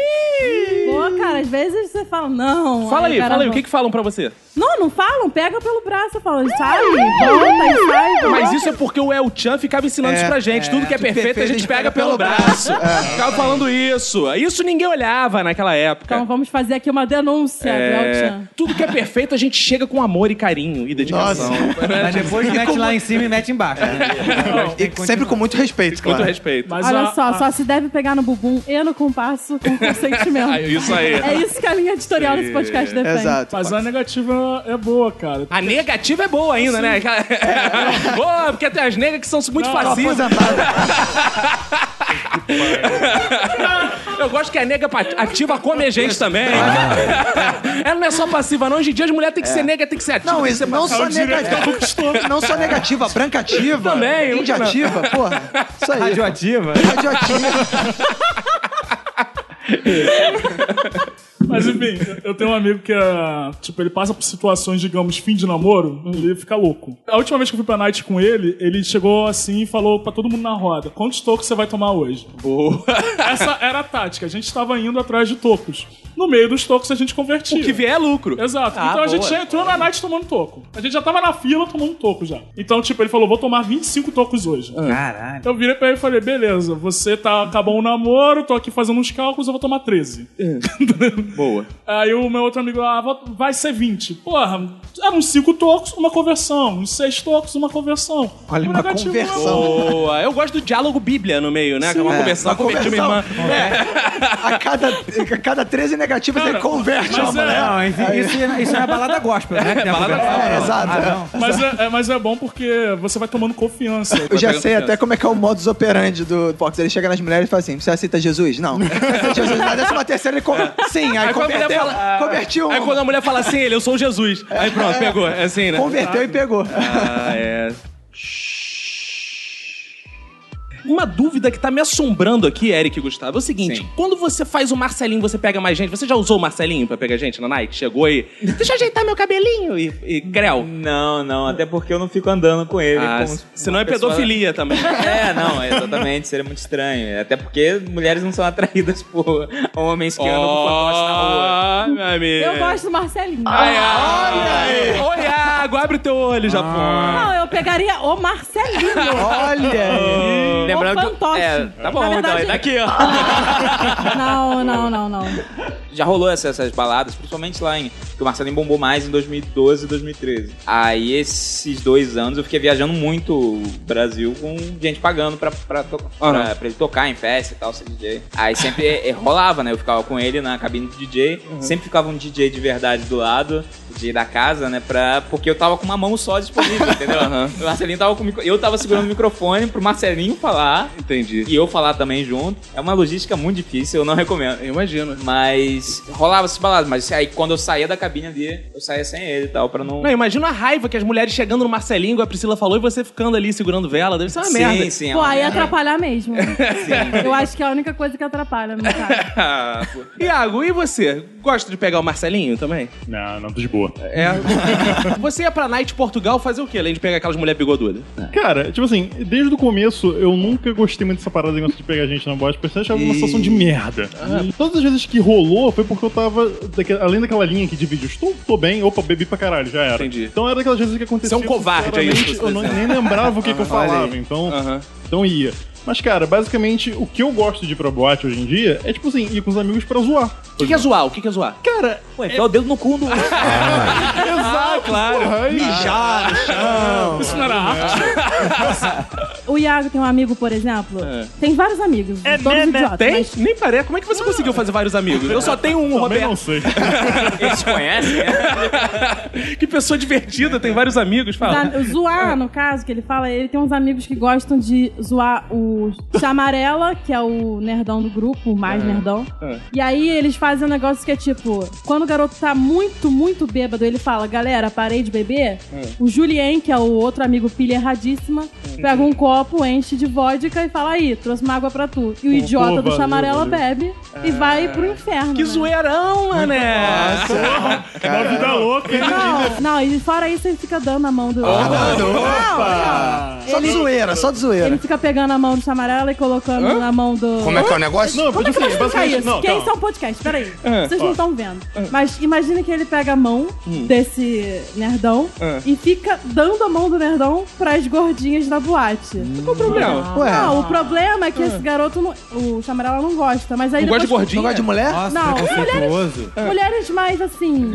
C: Pô, cara, às vezes você fala, não.
A: Fala aí,
C: cara,
A: fala aí. O
C: não.
A: que, que falam pra você?
C: Não, não falam, pega pelo braço, fala, sai, volta e sai.
A: Mas
C: volta.
A: isso é porque o El Chan ficava ensinando isso pra gente. Tudo que é
B: Tudo
A: perfeito, a gente pega pelo braço. é. Ficava falando isso. Isso ninguém olhava naquela época.
C: Então vamos fazer aqui uma denúncia do
A: É,
C: El-chan.
A: tudo que é perfeito, a gente chega com amor e carinho e dedicação. é
E: Mas depois mete lá em cima e mete embaixo.
B: E sempre com muito respeito,
A: Muito
B: claro.
A: respeito.
F: Mas
C: Olha
F: a-
C: só,
F: a-
C: só se deve pegar no bumbum e no compasso com consentimento.
A: Ah, isso aí.
C: É isso que a linha editorial desse podcast defende.
B: Exato.
F: Mas a negativa é boa, cara.
A: A negativa é boa ainda, né? Aquela-
B: Assim?
A: boa, porque tem as negras que são muito
F: Não,
B: é, tá.
A: fascistas. Eu gosto que a nega pa- ativa come a gente também. Ela não é só passiva, não. Hoje em dia as mulheres têm que ser nega, tem que ser ativa.
B: Ah, É. Não,
A: tem que
B: isso
A: ser
B: não
A: passiva.
B: só negativa. Não só negativa, brancativa.
A: Também, eu-
B: Indiativa, porra. Isso aí.
I: Radioativa.
B: Radioativa.
F: Mas enfim, eu tenho um amigo que é. Tipo, ele passa por situações, digamos, fim de namoro, ele fica louco. A última vez que eu fui pra night com ele, ele chegou assim e falou pra todo mundo na roda: quantos tocos você vai tomar hoje?
A: Boa.
F: Essa era a tática, a gente tava indo atrás de tocos. No meio dos tocos a gente convertia.
A: O que vier é lucro.
F: Exato.
A: Ah,
F: então a gente
A: boa.
F: já entrou na night tomando toco. A gente já tava na fila tomando toco já. Então, tipo, ele falou: vou tomar 25 tocos hoje.
A: Ah.
I: Caralho.
F: Eu virei pra ele e falei, beleza, você tá, acabou o namoro, tô aqui fazendo uns cálculos, eu vou tomar 13.
A: Ah. Boa.
F: Aí o meu outro amigo lá, "Vou- vai ser 20. Porra, eram 5 tocos, uma conversão. Uns 6 tocos, uma conversão.
B: Olha,
F: Um
B: uma
F: negativo,
B: é conversão.
A: Boa. Eu gosto do diálogo bíblia no meio, né? Que é uma
B: É,
A: conversão,
B: uma
A: converti minha irmã.
B: conversão. É. A cada, a cada 13 negativas ele converte uma
F: mas é-
B: mulher.
I: Não, enfim, isso, isso é a balada gospel, né? Tem a
A: Balada
I: conversa.
B: É, exato.
I: Ah, não.
F: Mas é, é- mas é bom porque você vai tomando confiança.
B: Eu já sei
A: pegando criança.
B: até como é que é o modus operandi do Fox. Ele chega nas mulheres e fala assim: você aceita Jesus? Não. Você aceita Jesus? Na décima terceira ele con...
D: Ah.
B: Sim, aí,
A: Aí quando a mulher
B: converteu.
A: fala- ah,
B: Convertiu um.
A: Aí quando a mulher fala assim, ele, eu sou Jesus. Aí pronto, pegou. É assim, né?
B: Converteu e pegou.
A: Ah, é. Uma dúvida que tá me assombrando aqui, Eric e Gustavo, é o seguinte: quando você faz o Marcelinho, você pega mais gente. Você já usou o Marcelinho pra pegar gente na Night? Chegou e. Deixa eu ajeitar meu cabelinho e, e creu.
G: Não, não, até porque eu não fico andando com ele.
A: Ah,
G: como
A: senão é
G: uma pessoa-
A: pedofilia também.
G: É, não, exatamente, seria muito estranho. Até porque mulheres não são atraídas por homens que andam com fantoches na rua.
A: Ah, meu amigo.
C: Eu gosto do Marcelinho.
A: Ai, ai, ai. Oi, água, abre o teu olho, Japão.
C: Não, eu pegaria o Marcelinho.
B: Olha aí.
C: o
G: Lembrando que.
C: fantoche.
G: É, tá bom,
C: Na
G: então,
C: verdade,
G: é daqui, ó.
C: Não, não, não, não.
G: Já rolou essa- essas baladas, principalmente lá em. Que o Marcelinho bombou mais em 2012 e 2013. Aí esses dois anos eu fiquei viajando muito o Brasil com gente pagando pra, pra, to-
A: Aham.
G: pra- pra ele tocar em festa e tal, ser DJ. Aí sempre eh, rolava, né? Eu ficava com ele na cabine de DJ, sempre ficava um DJ de verdade do lado. DJ da casa, né? Pra... Porque eu tava com uma mão só disponível, entendeu? O Marcelinho tava com o micro... Eu tava segurando o microfone pro Marcelinho falar
A: Entendi.
G: e eu falar também junto. É uma logística muito difícil, eu não recomendo.
A: Eu imagino.
G: Mas rolava esse balado, mas aí quando eu saía da cabine ali, eu saía sem ele e tal, pra não.
A: Não, imagina a raiva que as mulheres chegando no Marcelinho, igual a Priscila falou, e você ficando ali segurando vela. Deve ser uma
G: sim,
A: merda.
G: sim. é
C: Pô,
G: uma
C: aí ia
G: merda.
C: atrapalhar mesmo. Eu acho que é a única coisa que atrapalha, meu cara.
A: Ah, pô. Iago, e você? Gosta de pegar o Marcelinho também?
D: Não, não, tô de boa.
A: É. você ia pra Night Portugal fazer o quê, além de pegar aquelas mulheres bigodudas?
D: Cara, tipo assim, desde o começo eu nunca gostei muito dessa parada de negócio de pegar gente na boate, porque eu achava uma situação de merda. E todas as vezes que rolou foi porque eu tava, daque- além daquela linha que divide, eu estou tô bem, opa, bebi pra caralho, já era.
A: Entendi.
D: Então era daquelas vezes que acontecia.
A: Você é um covarde, é isso que
D: sinceramente,
A: você
D: Eu não-
A: tá
D: nem lembrava o que, que eu falava, então,
A: Aham.
D: então ia. Mas, cara, basicamente o que eu gosto de ir pra boate hoje em dia é, tipo assim, ir com os amigos pra zoar.
A: O que, que é zoar? O que, que é zoar?
D: Cara,
G: Pô, enfiar o dedo no cu do. outro.
C: Ah.
D: exato, claro.
B: Mijar no chão.
F: Isso não era arte.
C: O Iago tem um amigo, por exemplo. Tem vários amigos. É, todos idiotas.
A: Tem?
C: mas-
A: Nem parece. Como é que você conseguiu fazer vários amigos? Eu só tenho um,
D: Também não
A: Roberto.
D: sei.
G: Eles conhecem, né?
A: Que pessoa divertida, tem vários amigos. Fala. É.
C: Am- Zoar, no caso, que ele fala, ele tem uns amigos que gostam de zoar o Chamarela, que é o nerdão do grupo, o
A: É.
C: mais nerdão. E aí eles fazem um negócio que é tipo: quando o garoto tá muito, muito bêbado, ele fala, galera, parei de beber. O Julien, que é o outro amigo pilha erradíssima, pega um copo, enche de vodka e fala: aí, trouxe uma água pra tu. E o idiota do
D: valeu,
C: Chamarela
D: valeu.
C: bebe e vai pro inferno.
A: É. Que
C: né?
A: zoeirão,
E: né?
A: mané.
D: Uma
J: tá
D: vida louca, hein?
C: Não, não, e fora isso, ele fica dando a mão do.
B: Ah, Só de zoeira, só de zoeira.
C: Ele fica pegando a mão do chamarela e colocando na mão do.
N: Como é que é o negócio?
D: Não,
C: Como
D: porque
C: é que eu
D: assim,
C: vou explicar
D: basicamente.
C: isso?
D: Não,
C: Porque
D: calma.
C: isso é um podcast, peraí. Vocês não estão vendo. Mas imagina que ele pega a mão desse nerdão e fica dando a mão do nerdão pras gordinhas da boate.
A: Qual o problema?
B: Ué,
C: Não, o problema é que esse garoto, não- o chamarela não gosta. Mas aí
A: Não gosta de
C: depois-
B: não
A: gordinho?
B: gosta de mulher?
I: Nossa,
C: Não,
I: preconceituoso.
C: Mulheres mais assim.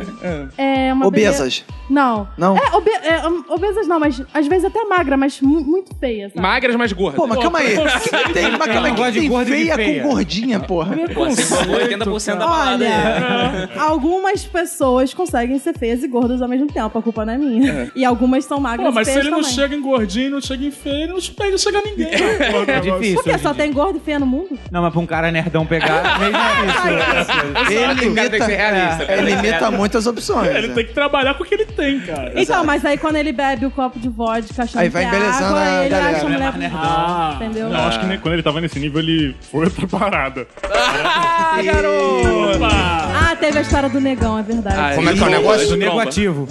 C: É, uma
B: Obesas.
C: beleza- Não.
B: Não?
C: É, obe é, um, obesas não, mas às vezes até magra, mas mu- muito feia, sabe?
A: Magras, mas gordas.
B: Pô, mas calma aí.
A: Pô,
B: Quem tem, mas calma aí. Quem tem feia com gordinha, porra?
G: Pô,
D: assim,
G: você falou 80% da balada
A: né?
G: aí.
C: Olha, algumas pessoas conseguem ser feias e gordas ao mesmo tempo, a culpa não é minha. E algumas são magras
F: Pô, mas
C: e
F: se
C: feias
F: ele não
C: também.
F: chega em gordinho, não chega em feio, ele não chega, chega em ninguém. né, pô, o
E: É
F: negócio.
E: difícil.
C: Porque
E: hoje
C: só
E: em dia.
C: tem gordo e feia no mundo?
E: Não, mas pra um cara nerdão pegar, é meio difícil.
B: Ele
O: O cara tem que ser
B: imita, é,
O: realista.
B: ele imita muitas opções. é.
F: Ele tem que trabalhar com o que ele tem, cara.
C: Então, mas aí quando ele bebe o copo de vodka, achando
B: Aí vai
C: que é
B: embelezando
C: água,
B: a
C: ele
B: galera.
A: é
C: acha a mulher...
F: Ah,
C: Entendeu?
D: Não, acho que nem- quando ele tava nesse nível, ele foi outra parada.
C: Ah, garoto!
F: Opa!
C: Ah, teve a história do negão, é
D: Ah,
C: verdade.
O: Como é que é o negócio?
E: Do nego ativo.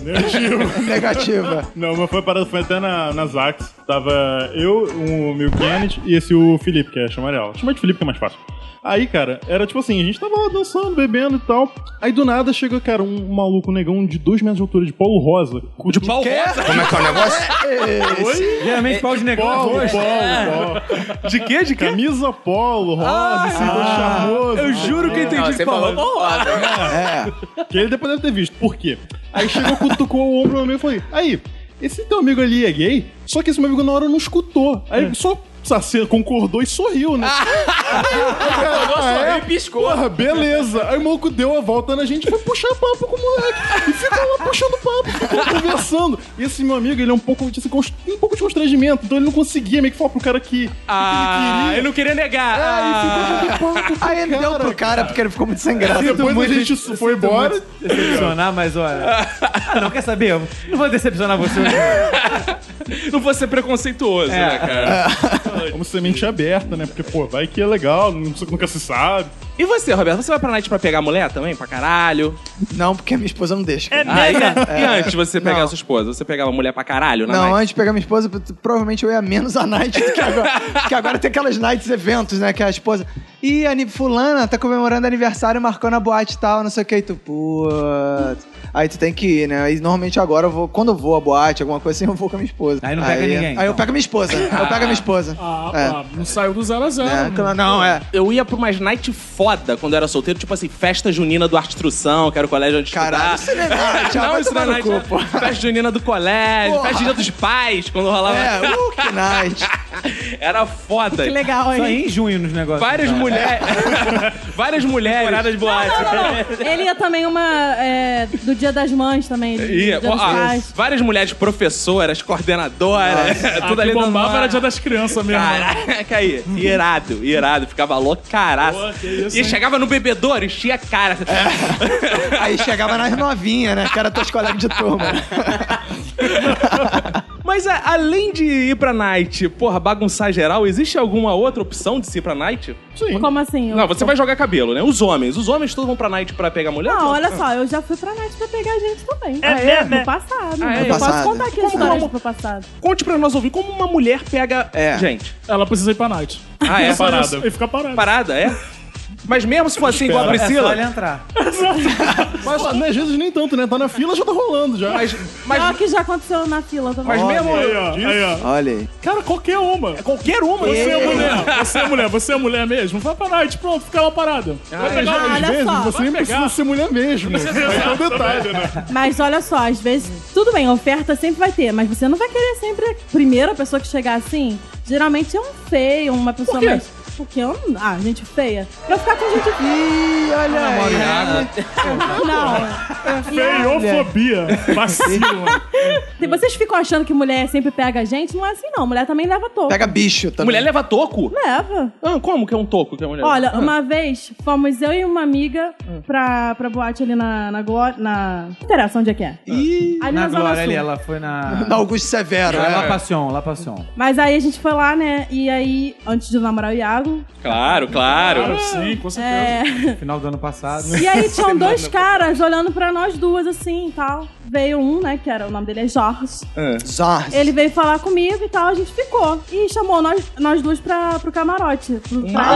B: Negativa.
D: Não, mas foi uma parada, foi até na, na Zax. Tava eu, um meu Kennedy e esse o Felipe, que é chamarel. Chama de Felipe que é mais fácil. Aí, cara, era tipo assim, a gente tava lá dançando, bebendo e tal. Aí do nada chega, cara, um maluco um negão de dois metros de altura, de Paulo Rosa. Tipo,
A: De pau rosa?
O: Como é que é o negócio?
E: Geralmente pau de negão é
D: é Polo,
E: roxo.
D: polo, polo. De quê? De Camisa polo, rosa, assim, todo charmoso.
E: Eu juro que eu
O: Não,
E: entendi
O: você
E: de pau.
O: falou porrada.
B: É.
D: Que ele depois deve ter visto. Por quê? Aí chegou, cutucou o ombro no meu e falei, aí, esse teu amigo ali é gay? Só que esse meu amigo na hora não escutou. Aí
B: É.
D: ele só sacer concordou e sorriu, né?
B: Ah.
D: "É,
O: Nossa, ele piscou.
D: Porra, beleza. Aí o maluco deu a volta na gente e foi puxar papo com o moleque. E ficou lá puxando papo, ficou conversando. E esse meu amigo, ele é um pouco, de- tem um pouco de constrangimento, então ele não conseguia meio que falar pro cara que.
A: Ah, eu não queria negar. Ah,
D: Aí ficou jogando papo.
B: Aí ele deu pro cara porque ele ficou muito sem graça.
D: Depois a gente foi embora.
E: Decepcionar, mas olha. Ah, não, quer saber? Eu Não vou decepcionar você hoje.
A: não vou ser preconceituoso, né, cara?
D: É. Como semente aberta, né? Porque, pô, vai que é legal, não- nunca se sabe.
A: E você, Roberto? Você vai pra night pra pegar mulher também? Pra caralho?
B: Não, porque a minha esposa não deixa.
D: É
B: cara.
A: Ah, e, e antes de você pegar
B: é. Não.
A: a sua esposa? Você pegava mulher pra caralho é na
B: Não,
A: night?
B: antes de pegar minha esposa, provavelmente eu ia menos a night do que agora. Porque agora tem aquelas nights eventos, né? Que a esposa. Ih, a ni- fulana tá comemorando aniversário, marcou na boate e tal, não sei o que. E tu, putz. Aí tu tem que ir, né? Aí normalmente agora eu vou. Quando eu vou à boate, alguma coisa assim, eu vou com a minha esposa.
E: Aí não pega ninguém,
B: Aí
E: então.
B: eu pego a minha esposa. Eu pego a minha esposa.
F: Ah,
B: É.
F: ah, não saiu do zero a zero.
B: É,
F: mano.
B: claro, não, é.
A: Eu ia pra umas night foda quando eu era solteiro, tipo assim, festa junina do Arte Instrução, que era o colégio onde
B: Caralho,
A: estudar.
B: isso não é night, ah,
A: Não,
B: vai
A: isso não
B: tomar
A: é
B: no
A: night.
B: cu,
A: né?
B: pô.
A: Festa junina do colégio,
B: Porra.
A: festa junina dos pais, quando rolava.
B: É, uh, que night.
A: Era foda.
C: Que legal,
E: Só
C: hein?
E: ia em junho nos negócios.
B: É.
E: então.
A: Várias mulheres. Várias mulheres. Temporada de boate.
C: Ele ia também uma... é, do Dia das Mães também. do Dia
A: Ia,
C: dos
A: ó, ah,
C: Pais.
A: várias mulheres professoras, coordenadoras, é,
F: Ah,
A: tudo
F: que
A: ali dando
F: bombava
A: uma-
F: era dia das crianças mesmo. né?
A: Caraca, aí, irado, irado, ficava louco, caraço.
F: Pô, que isso,
A: e
F: hein? É.
A: chegava no bebedouro, enchia a cara.
E: ah.
B: Aí chegava nas novinhas, né? Que era teus colegas de turma.
A: Mas a- além de ir pra night, porra, bagunçar geral, existe alguma outra opção de se ir pra night?
C: Como assim?
A: Não, você vai jogar cabelo, né? Os homens. Os homens todos vão pra night pra pegar mulher?
C: Não, olha só, eu já fui pra Night pra pegar gente também.
F: É mesmo,
C: No
F: é?
C: passado.
A: Ah, é?
C: eu
B: Passado.
C: posso contar aqui a história
A: como?
C: do meu passado.
A: Conte pra nós ouvir como uma mulher pega
B: É.
A: gente.
F: Ela precisa ir pra night.
A: Ah, é?
F: Só isso,
D: Parada.
F: E fica parada.
A: Parada, é? Mas mesmo se for assim, igual a
E: É só ele
A: Priscila.
E: entrar.
D: Mas, né, às vezes nem tanto, né? Tá na fila, já tá rolando já.
A: Mas, mas,
C: Pior que já aconteceu na fila também.
A: mas mesmo. É
F: Aí, ó, aí, ó.
B: Olha aí.
F: Cara, qualquer uma.
A: Qualquer uma,
F: Você
A: né?
F: é mulher, você é mulher, você é mulher mesmo. Vai pra night, pronto, fica lá parada.
D: Vai pegar
C: Ah,
D: às
C: olha
D: vezes,
C: só,
D: você nem precisa ser mulher mesmo. Mas é um detalhe, né?
C: Mas olha só, às vezes, tudo bem, oferta sempre vai ter, mas você não vai querer sempre a primeira pessoa que chegar assim. Geralmente é um feio, uma pessoa
A: quê?
C: mais. Porque eu. não- Ah, gente feia. Pra ficar com gente Ah,
B: Ih, olha aí.
C: feia. Não.
F: É Feiofobia. Vacilo.
C: Se vocês ficam achando que mulher sempre pega gente, não é assim não. Mulher também leva todo.
B: Pega bicho também.
A: Mulher leva toco?
C: Leva.
A: Ah, como que é um toco que a mulher
C: Olha,
E: Hum.
A: leva? Ah.
C: uma vez fomos eu e uma amiga pra, pra boate ali na, na Glória. Na. Não interessa onde é que é.
B: Ih,
C: Ali
E: Na
C: na Zona
E: glória
C: Sul.
E: ali, ela foi na...
B: na Augusto Severo.
E: Ah, La
B: É.
E: Passion, La Passion.
C: Mas aí a gente foi lá, né? E aí, antes de eu namorar o Iago.
A: Claro, claro.
F: Claro, sim, com certeza.
C: É...
E: Final do ano passado.
C: E aí tinham dois caras olhando pra nós duas, assim, e tal. Veio um, né, que era, o nome dele é Jorge.
B: Zars.
C: Ele veio falar comigo e tal, a gente ficou. E chamou nós, nós duas pra, pro camarote. Pro, pra...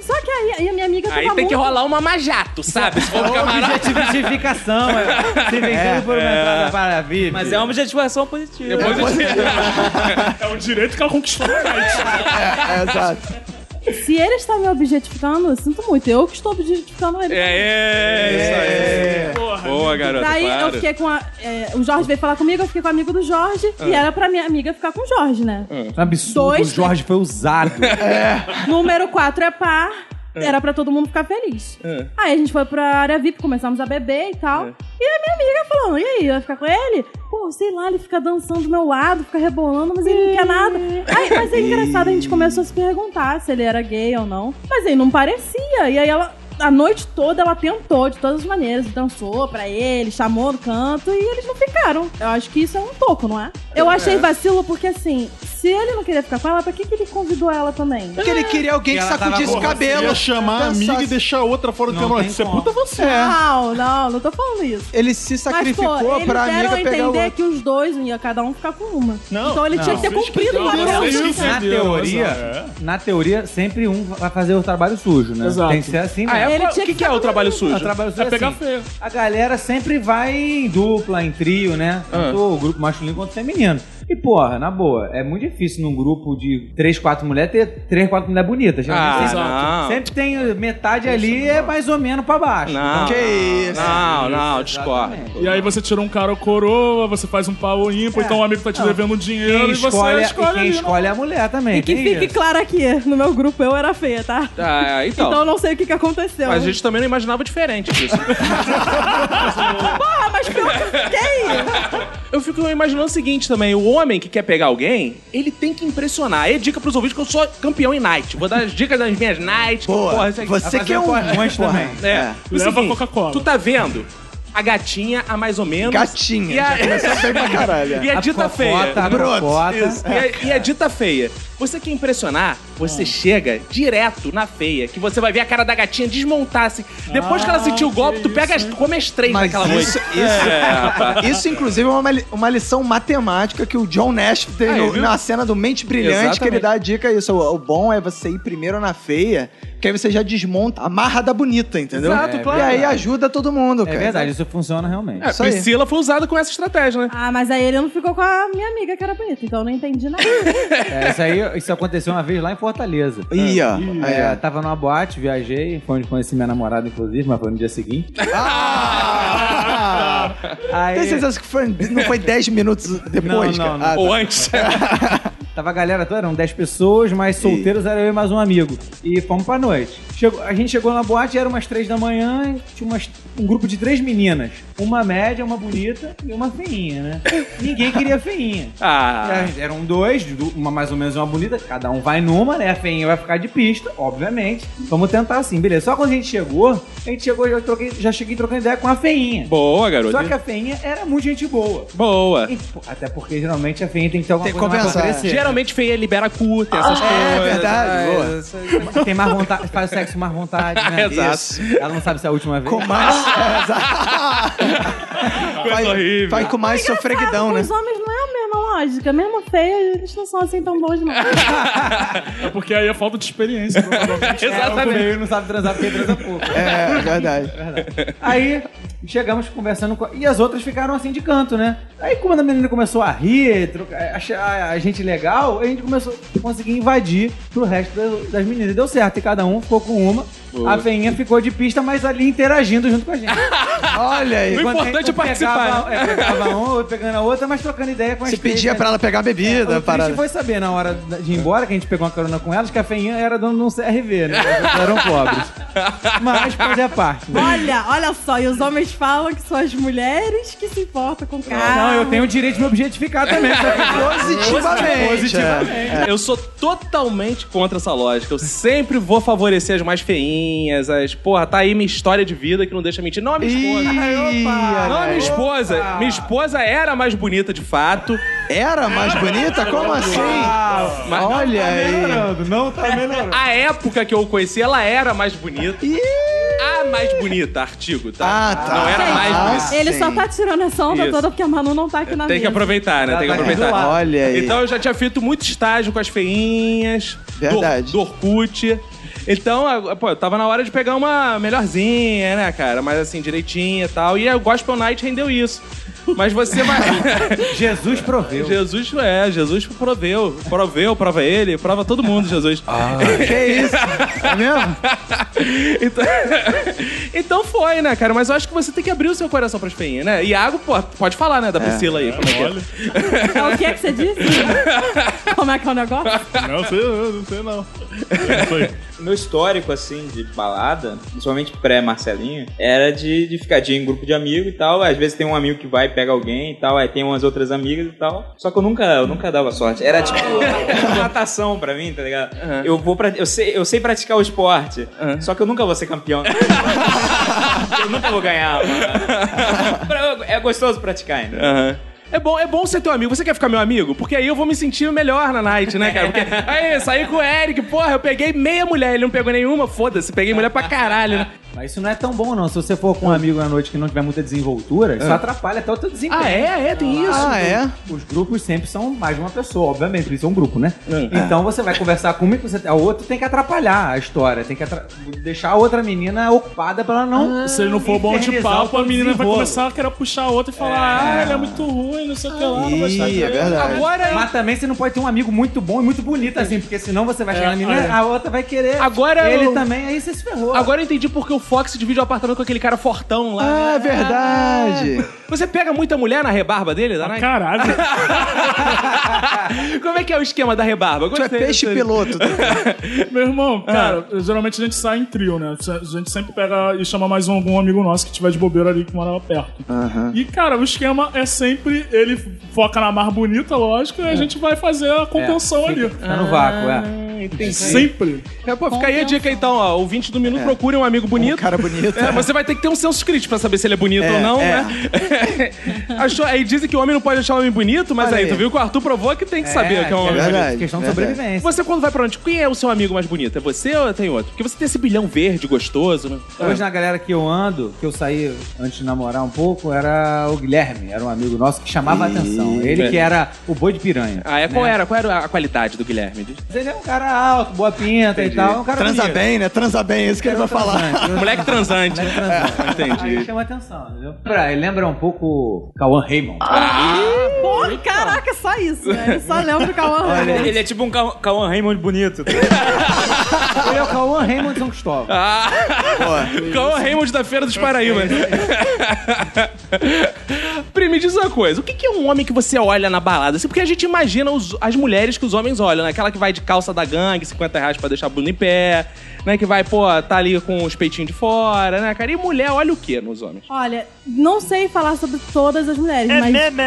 C: Só que aí, aí a minha amiga tava
A: Aí tem
C: muito...
A: que rolar uma majato, sabe? Se for um no camarote.
E: Objetificação, é. Se vencendo por uma entrada para a vida.
G: é. Mas é uma objetivação positiva.
A: Depois eu te...
F: É um direito que ela conquistou na night.
B: É, exato.
C: Se ele
F: É,
C: está me objetificando, eu sinto muito. Eu que estou objetificando ele.
A: É, é, é, isso aí.
F: Pô, porra.
E: né?
A: Boa, garota,
C: Daí
A: claro.
C: eu fiquei com a. é, o Jorge veio falar comigo, eu fiquei com o amigo do Jorge. E era pra minha amiga ficar com o Jorge, né?
E: Tá Absurdo,
C: Dois,
E: o Jorge foi usado.
B: É.
C: Número 4 é par. Era pra todo mundo ficar feliz. Aí a gente foi pra área VIP, começamos a beber e tal. E a minha amiga falou: e aí, vai ficar com ele? Pô, sei lá, ele fica dançando do meu lado, fica rebolando, mas ele não quer nada. Aí, mas é engraçado, a gente começou a se perguntar se ele era gay ou não. Mas aí não parecia. E aí ela. A noite toda ela tentou, de todas as maneiras, dançou pra ele, chamou no canto e eles não ficaram. Eu acho que isso é um toco, não é? Eu achei vacilo porque, assim, se ele não queria ficar com ela, pra que, que ele convidou ela também?
B: Porque
A: É.
B: ele queria alguém que
A: ela tava
B: sacudisse o
A: borracha,
B: cabelo.
D: Ia chamar a
B: dançasse.
D: amiga e deixar a outra fora do
E: Não
D: camarote.
E: tem
D: Isso é
E: como.
D: puta você.
C: Não, não, não tô falando isso.
B: Ele se
C: Mas, pô,
B: sacrificou
C: eles
B: pra
C: deram
B: amiga
C: a
B: pegar o
C: entender
B: outro.
C: que os dois iam cada um ficar com uma.
D: Não,
C: então ele tinha que ter
D: Vocês que
C: cumprido o
D: entendeu,
C: papel.
D: vocês que
C: dele.
E: na
D: entenderam,
E: teoria,
A: É.
D: exato.
E: na teoria, sempre um vai fazer o trabalho sujo, né?
F: Exato.
E: Tem que ser assim,
A: Ah,
E: né?
A: é?
C: Ele
A: Qual-
C: tinha
A: o que,
C: que
A: que é o
C: ficar
A: trabalho
E: O
A: sujo?
E: trabalho sujo
F: É
E: é
F: pegar
E: assim.
F: feio.
E: A galera sempre vai em dupla, em trio, né?
A: Ah.
E: Tanto o grupo masculino quanto o feminino. E, porra, na boa, é muito difícil num grupo de três, quatro mulheres ter três, quatro mulheres bonitas.
A: Ah,
E: Geralmente
A: não.
E: sempre, sempre tem metade ali, é mais ou menos pra baixo.
A: Não,
B: Que isso?
A: não, não, discordo.
E: Exatamente.
F: E aí você tira um cara ou coroa, você faz um pau ímpar, então um amigo tá te devendo um dinheiro
E: Quem
F: e você
E: escolhe,
F: escolhe,
E: e quem
F: ali. né? não-
E: escolhe é a mulher também.
C: E que
E: tem
C: fique
E: isso.
C: claro aqui, no meu grupo eu era feia, tá?
A: Ah, então.
C: Então eu não sei o que, que aconteceu.
A: mas a gente tá- também não imaginava diferente disso.
C: Porra, mas pior que eu fiquei!
A: Eu fico imaginando o seguinte também: o homem que quer pegar alguém, ele tem que impressionar. É dica pros ouvintes que eu sou campeão em night. Vou dar as dicas das minhas nights.
B: Boa.
A: Porra, é isso aqui.
B: Você
E: Fazer
B: quer um.
E: corrimões
B: porra.
E: também.
A: É. O
F: Leva
A: seguinte,
F: Coca-Cola.
A: Tu tá vendo a gatinha, a mais ou menos.
B: Gatinha.
A: E a,
B: Já começou bem pra caralho.
A: e a dita feia.
E: Cota, a
B: Brotos.
E: cota.
A: E a, e a dita feia. Você quer impressionar, você chega direto na feia, que você vai ver a cara da gatinha desmontar assim. Depois que ela sentiu o golpe, tu pega, as, come as três
B: Mas
A: naquela
B: isso-
A: noite. É, rapaz.
B: Isso, inclusive, é uma, li- uma lição matemática que o John Nash tem
A: Aí,
B: no-
A: viu?
B: na cena do Mente Brilhante,
A: Exatamente.
B: que ele dá a dica isso. O, o bom é você ir primeiro na feia, porque aí você já desmonta a marra da bonita, entendeu? É,
A: Exato, claro.
B: E aí ajuda todo mundo,
E: É
B: cara.
E: verdade, isso funciona realmente.
A: É,
B: Isso aí.
A: Priscila foi usada com essa estratégia, né?
C: Ah, mas aí ele não ficou com a minha amiga que era bonita, então eu não entendi nada.
E: É, isso aí isso aconteceu uma vez lá em Fortaleza.
B: Ih, ó. Aí,
E: É,
B: ó.
E: tava numa boate, viajei, foi onde conheci minha namorada, inclusive, mas foi no dia seguinte.
A: Ah.
E: Ah. Aí,
B: Ah. Tem certeza que foi- um não foi 10 minutos depois,
E: Não, não,
B: cara? Ah, tá.
A: Ou antes.
E: tava a galera toda, eram 10 pessoas, mas solteiros era eu e mais um amigo. E fomos pra noite. Chegou- a gente chegou na boate, era umas 3 da manhã, e tinha umas- um grupo de três meninas. Uma média, uma bonita e uma feinha, né? Ninguém queria feinha.
A: Ah.
E: É, Eram dois, du- uma mais ou menos uma bonita, cada um vai numa, né? A feinha vai ficar de pista, obviamente. Vamos tentar assim, beleza. Só quando a gente chegou, a gente chegou e já, troquei- já cheguei trocando ideia com a feinha.
A: Boa,
E: Só que
A: garoto.
E: a feinha era muito gente boa.
A: Boa.
E: E, tipo, até porque geralmente a feinha tem que é. Ah, ter alguma
B: Tem que é.
E: coisa mais pra
B: compensar.
E: oferecer.
A: é. Geralmente feia libera cu, tem essas
B: É
A: coisas.
B: verdade, boa.
E: Tem mais vontade, faz o sexo com mais vontade, né?
A: Exato.
E: Isso. Ela não sabe se é a última vez.
B: Com mais. é, exato.
A: Coisa
B: vai,
A: horrível.
B: vai com mais sofreguidão,
C: Com
B: né?
C: os homens não é a mesma lógica, mesmo feia, eles não são assim tão bons, não.
F: É porque aí é falta de experiência. provavelmente.
A: Exatamente.
E: Ele não sabe transar porque transa pouco.
B: É, verdade.
E: Aí chegamos conversando com. E as outras ficaram assim de canto, né? Aí, quando a menina começou a rir, troca- achar a gente legal, a gente começou a conseguir invadir pro resto das, das meninas. E Deu certo, e cada um ficou com uma. A feinha ficou de pista, mas ali interagindo junto com a gente.
B: Olha aí.
A: O
E: Enquanto a gente-
A: importante é
E: eu pegava-
A: participar,
E: É, pegava uma, eu pegando a outra, mas trocando ideia com as
B: Você pedia
E: três, né?
B: pra ela pegar a
E: O
B: bebida,
E: triste
B: parada.
E: foi saber na hora de ir embora, que a gente pegou uma carona com elas, que a feinha era dona de um CRV, né? Elas eram pobres. Mas fazia parte. Né?
C: Olha, olha só, e os homens falam que são as mulheres que se importam com carro.
E: Não, eu tenho o direito de me objetificar também. só que
B: Positivamente. é.
A: Eu sou totalmente contra essa lógica. Eu sempre vou favorecer as mais feinhas, as. Porra, tá aí minha história de vida que não deixa mentir. Não, a minha esposa.
B: Ih, olha
A: Não, a minha
B: aí.
A: esposa. Minha esposa era a mais bonita, de fato.
B: Era mais bonita? Como assim?
A: Mas tá
B: Olha aí. É.
E: não tá melhorando.
A: a época que eu a conheci, ela era a mais bonita.
B: Ih.
A: A mais bonita, artigo, tá?
B: Ah, tá.
A: Não era mais
B: Ah,
A: bonita.
C: Ele só
B: sim.
C: tá tirando essa onda
A: Isso.
C: toda porque a Manu não tá aqui na
A: Tem que
C: mesa.
A: aproveitar, né? Tem que
E: Tá
A: aproveitar.
E: indo lá.
B: Olha aí.
A: Então eu já tinha feito muito estágio com as feinhas.
B: Verdade.
A: Do, do Orkut. Então, a- pô, eu tava na hora de pegar uma melhorzinha, né, cara? Mas assim, direitinha e tal. E o Gospel Night rendeu isso. Mas você vai.
E: Jesus proveu.
A: Jesus é, Jesus proveu. Proveu, prova ele, prova todo
F: Ah.
A: mundo, Jesus.
B: Que isso? É mesmo?
A: Então, Então foi, né, cara? Mas eu acho que você tem que abrir o seu coração pras feinhas, né? Iago, pô, pode falar, né, da Priscila aí. como é que é?
C: É o que é que você disse? Como é que é o negócio?
D: Não sei, eu não sei não. Eu não sei.
G: Meu histórico, assim, de balada, principalmente pré-Marcelinho, era de, de ficar dia em grupo de amigo e tal. Às vezes tem um amigo que vai e pega alguém e tal, aí tem umas outras amigas e tal. Só que eu nunca, eu nunca dava sorte. Era tipo uma natação pra mim, tá ligado? Eu vou pra, eu, sei, eu sei praticar o esporte, só que eu nunca vou ser campeão. eu nunca vou ganhar, mano. Pra- É gostoso praticar ainda.
A: Aham. É bom, é bom ser teu amigo. Você quer ficar meu amigo? Porque aí eu vou me sentir melhor na night, né, cara? Porque aí saí com o Eric, porra, eu peguei meia mulher, ele não pegou nenhuma, foda-se, peguei mulher pra caralho, né?
E: Mas isso não é tão bom, não. Se você for com um amigo na noite que não tiver muita desenvoltura,
F: É.
E: isso atrapalha até o teu desempenho.
A: Ah, é? É, tem isso.
B: Ah, é?
E: Os grupos sempre são mais de uma pessoa, obviamente, porque isso é um grupo, né? Então você vai conversar com um, você, a outra tem que atrapalhar a história, tem que atra- deixar a outra menina ocupada pra ela não.
A: Ah.
F: Se ele não for bom de
E: infernizar o
F: papo,
E: teu
F: a menina vai
E: desenrolo.
F: começar a querer puxar a outra e falar: Ah, ele é muito ruim, não sei o que lá, não vai estar
B: Ih, é verdade.
A: Agora, É.
E: Mas também você não pode ter um amigo muito bom e muito bonito assim, porque senão você vai chegar na menina, a outra vai querer.
A: Agora
E: ele
A: eu-
E: também, aí você se ferrou.
A: agora eu entendi porque o Fox divide o apartamento com aquele cara fortão lá. Ah.
B: Ah, é verdade.
A: Você pega muita mulher na rebarba dele, da night?
F: Caralho,
A: Como é que é o esquema da rebarba?
E: Tipo,
B: Tu é
A: Gostei,
B: peixe
A: gostei.
B: piloto.
F: meu irmão, cara, geralmente a gente sai em trio, né? A gente sempre pega e chama mais um- algum amigo nosso que tiver de bobeira ali que morava perto.
E: É.
F: E, cara, o esquema é sempre ele foca na mar bonita, lógico, e a gente vai fazer a contenção ali.
E: Tá no vácuo, é.
F: Sempre.
A: É, pô, fica aí a dica então, ó. Ouvinte do Minuto, procure um amigo bonito.
B: Um cara bonito.
A: É, você vai ter que ter um senso crítico pra saber se ele é bonito ou não,
B: é.
A: né? Achou, aí dizem que o homem não pode achar o homem bonito, mas
B: Olha
A: aí,
B: aí.
A: tu viu que o Arthur provou que tem que saber que é um
E: é
A: homem bonito.
B: verdade,
E: Questão de
B: verdade.
E: sobrevivência.
A: Você quando vai pra onde, quem é o seu amigo mais bonito? É você ou tem outro? Porque você tem esse bilhão verde gostoso, né?
E: Hoje, na galera que eu ando, que eu saí antes de namorar um pouco, era o Guilherme, era um amigo nosso que chamava a atenção. Ele que era o boi de piranha.
A: Ah, é, qual era? Qual era a qualidade do Guilherme?
E: Ele é um cara alto, boa pinta e tal. Um cara
B: Transa
E: bonito.
B: bem, né? Transa bem, é isso que ele vai falar. É,
E: Transante.
A: Moleque transante.
E: Moleque transante. Aí
A: Entendi.
E: chama atenção, entendeu? Pra, ele lembra um pouco Cauã Raymond.
B: Ah,
C: Porra, caraca, só isso, né? Eu só lembro que a Warren.
G: Ele é tipo um Ca- Cauã Raymond bonito.
E: Ele é o Cauã Raymond de São Cristóvão.
G: Ah.
A: Qual é o Raymond da Feira dos Paraíba? Pri, me diz uma coisa. O que que é um homem que você olha na balada? Assim, Porque a gente imagina os- as mulheres que os homens olham, né? Aquela que vai de calça da gangue, 50 reais pra deixar a bunda em pé, né? Que vai, pô, tá ali com os peitinhos de fora, né, cara? E mulher olha o que nos homens?
C: Olha, não sei falar sobre todas as mulheres, mas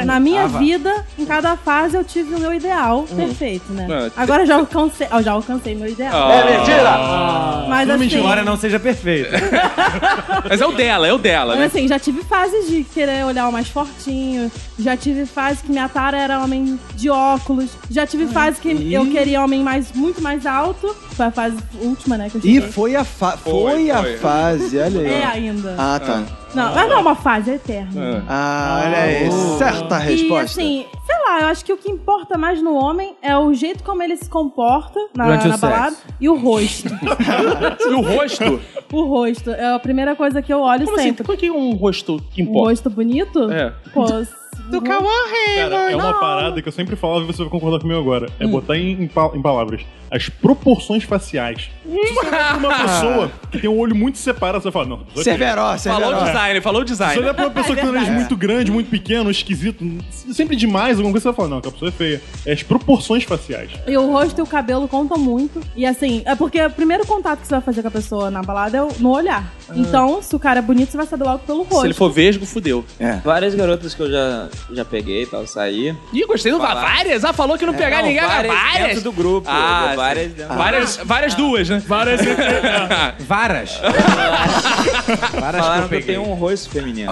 C: na
D: Ah,
C: minha vida, em cada fase, eu tive o meu ideal
D: Hum.
C: perfeito, né?
A: Ah, te-
C: Agora já alcancei, eu já alcancei meu
B: É,
C: ideal.
A: Ah.
C: mas assim,
E: Embora não seja perfeito.
A: Mas é o dela, é o dela,
C: mas
A: né?
C: assim, já tive fases de querer olhar o mais fortinho, já tive fase que minha tara era homem de óculos, já tive fase que eu queria homem mais muito mais alto, foi a fase última, né, que eu
B: E
C: tive.
B: foi a, fa
A: Foi,
B: foi a
A: foi.
B: fase, olha
C: É
B: aí.
C: ainda.
B: Ah, tá.
C: Não, mas não é uma fase, é eterna.
B: Ah, olha aí. Certa
C: E
B: resposta.
C: assim, sei lá, eu acho que o que importa mais no homem é o jeito como ele se comporta na,
E: Durante o
C: na balada
E: sexo.
C: e o rosto.
A: E o rosto?
C: o rosto é a primeira coisa que eu olho
A: Como assim?
C: sempre.
A: Por que é um rosto que
C: Um
A: importa?
C: rosto bonito?
A: É.
C: Pô, um do
D: Cara, é uma
C: Não.
D: parada que eu sempre falava e você vai concordar comigo agora. É botar em, em pa- em palavras as proporções faciais. Se você olhar pra um uma pessoa que tem um olho muito separado, você fala, não, é você
B: Cerveró,
A: Falou o
B: Cerveró.
A: design, falou o
D: Se
A: design.
D: olhar pra uma pessoa que tem um nariz muito grande, muito pequeno, esquisito, sempre demais, alguma coisa, você vai falar, não, aquela pessoa é feia. É as proporções faciais.
C: E o rosto e o cabelo contam muito. E assim, é porque o primeiro contato que você vai fazer com a pessoa na balada é o- no olhar. Então, se o cara é bonito, você vai saber logo pelo rosto.
A: Ah. Se ele for vesgo, fudeu.
G: Várias garotas que eu já, já peguei e tal, saí.
A: Ih, gostei do Várias? Ah, falou que
E: É,
A: não pegar
G: Não,
A: ninguém. Várias?
G: dentro do grupo.
A: Ah,
G: várias
A: sim.
G: dentro
A: Várias, várias duas, né? Várias.
E: Varas. Varas que
G: Falaram
E: eu
G: que eu
E: peguei.
G: tenho um rosto feminino.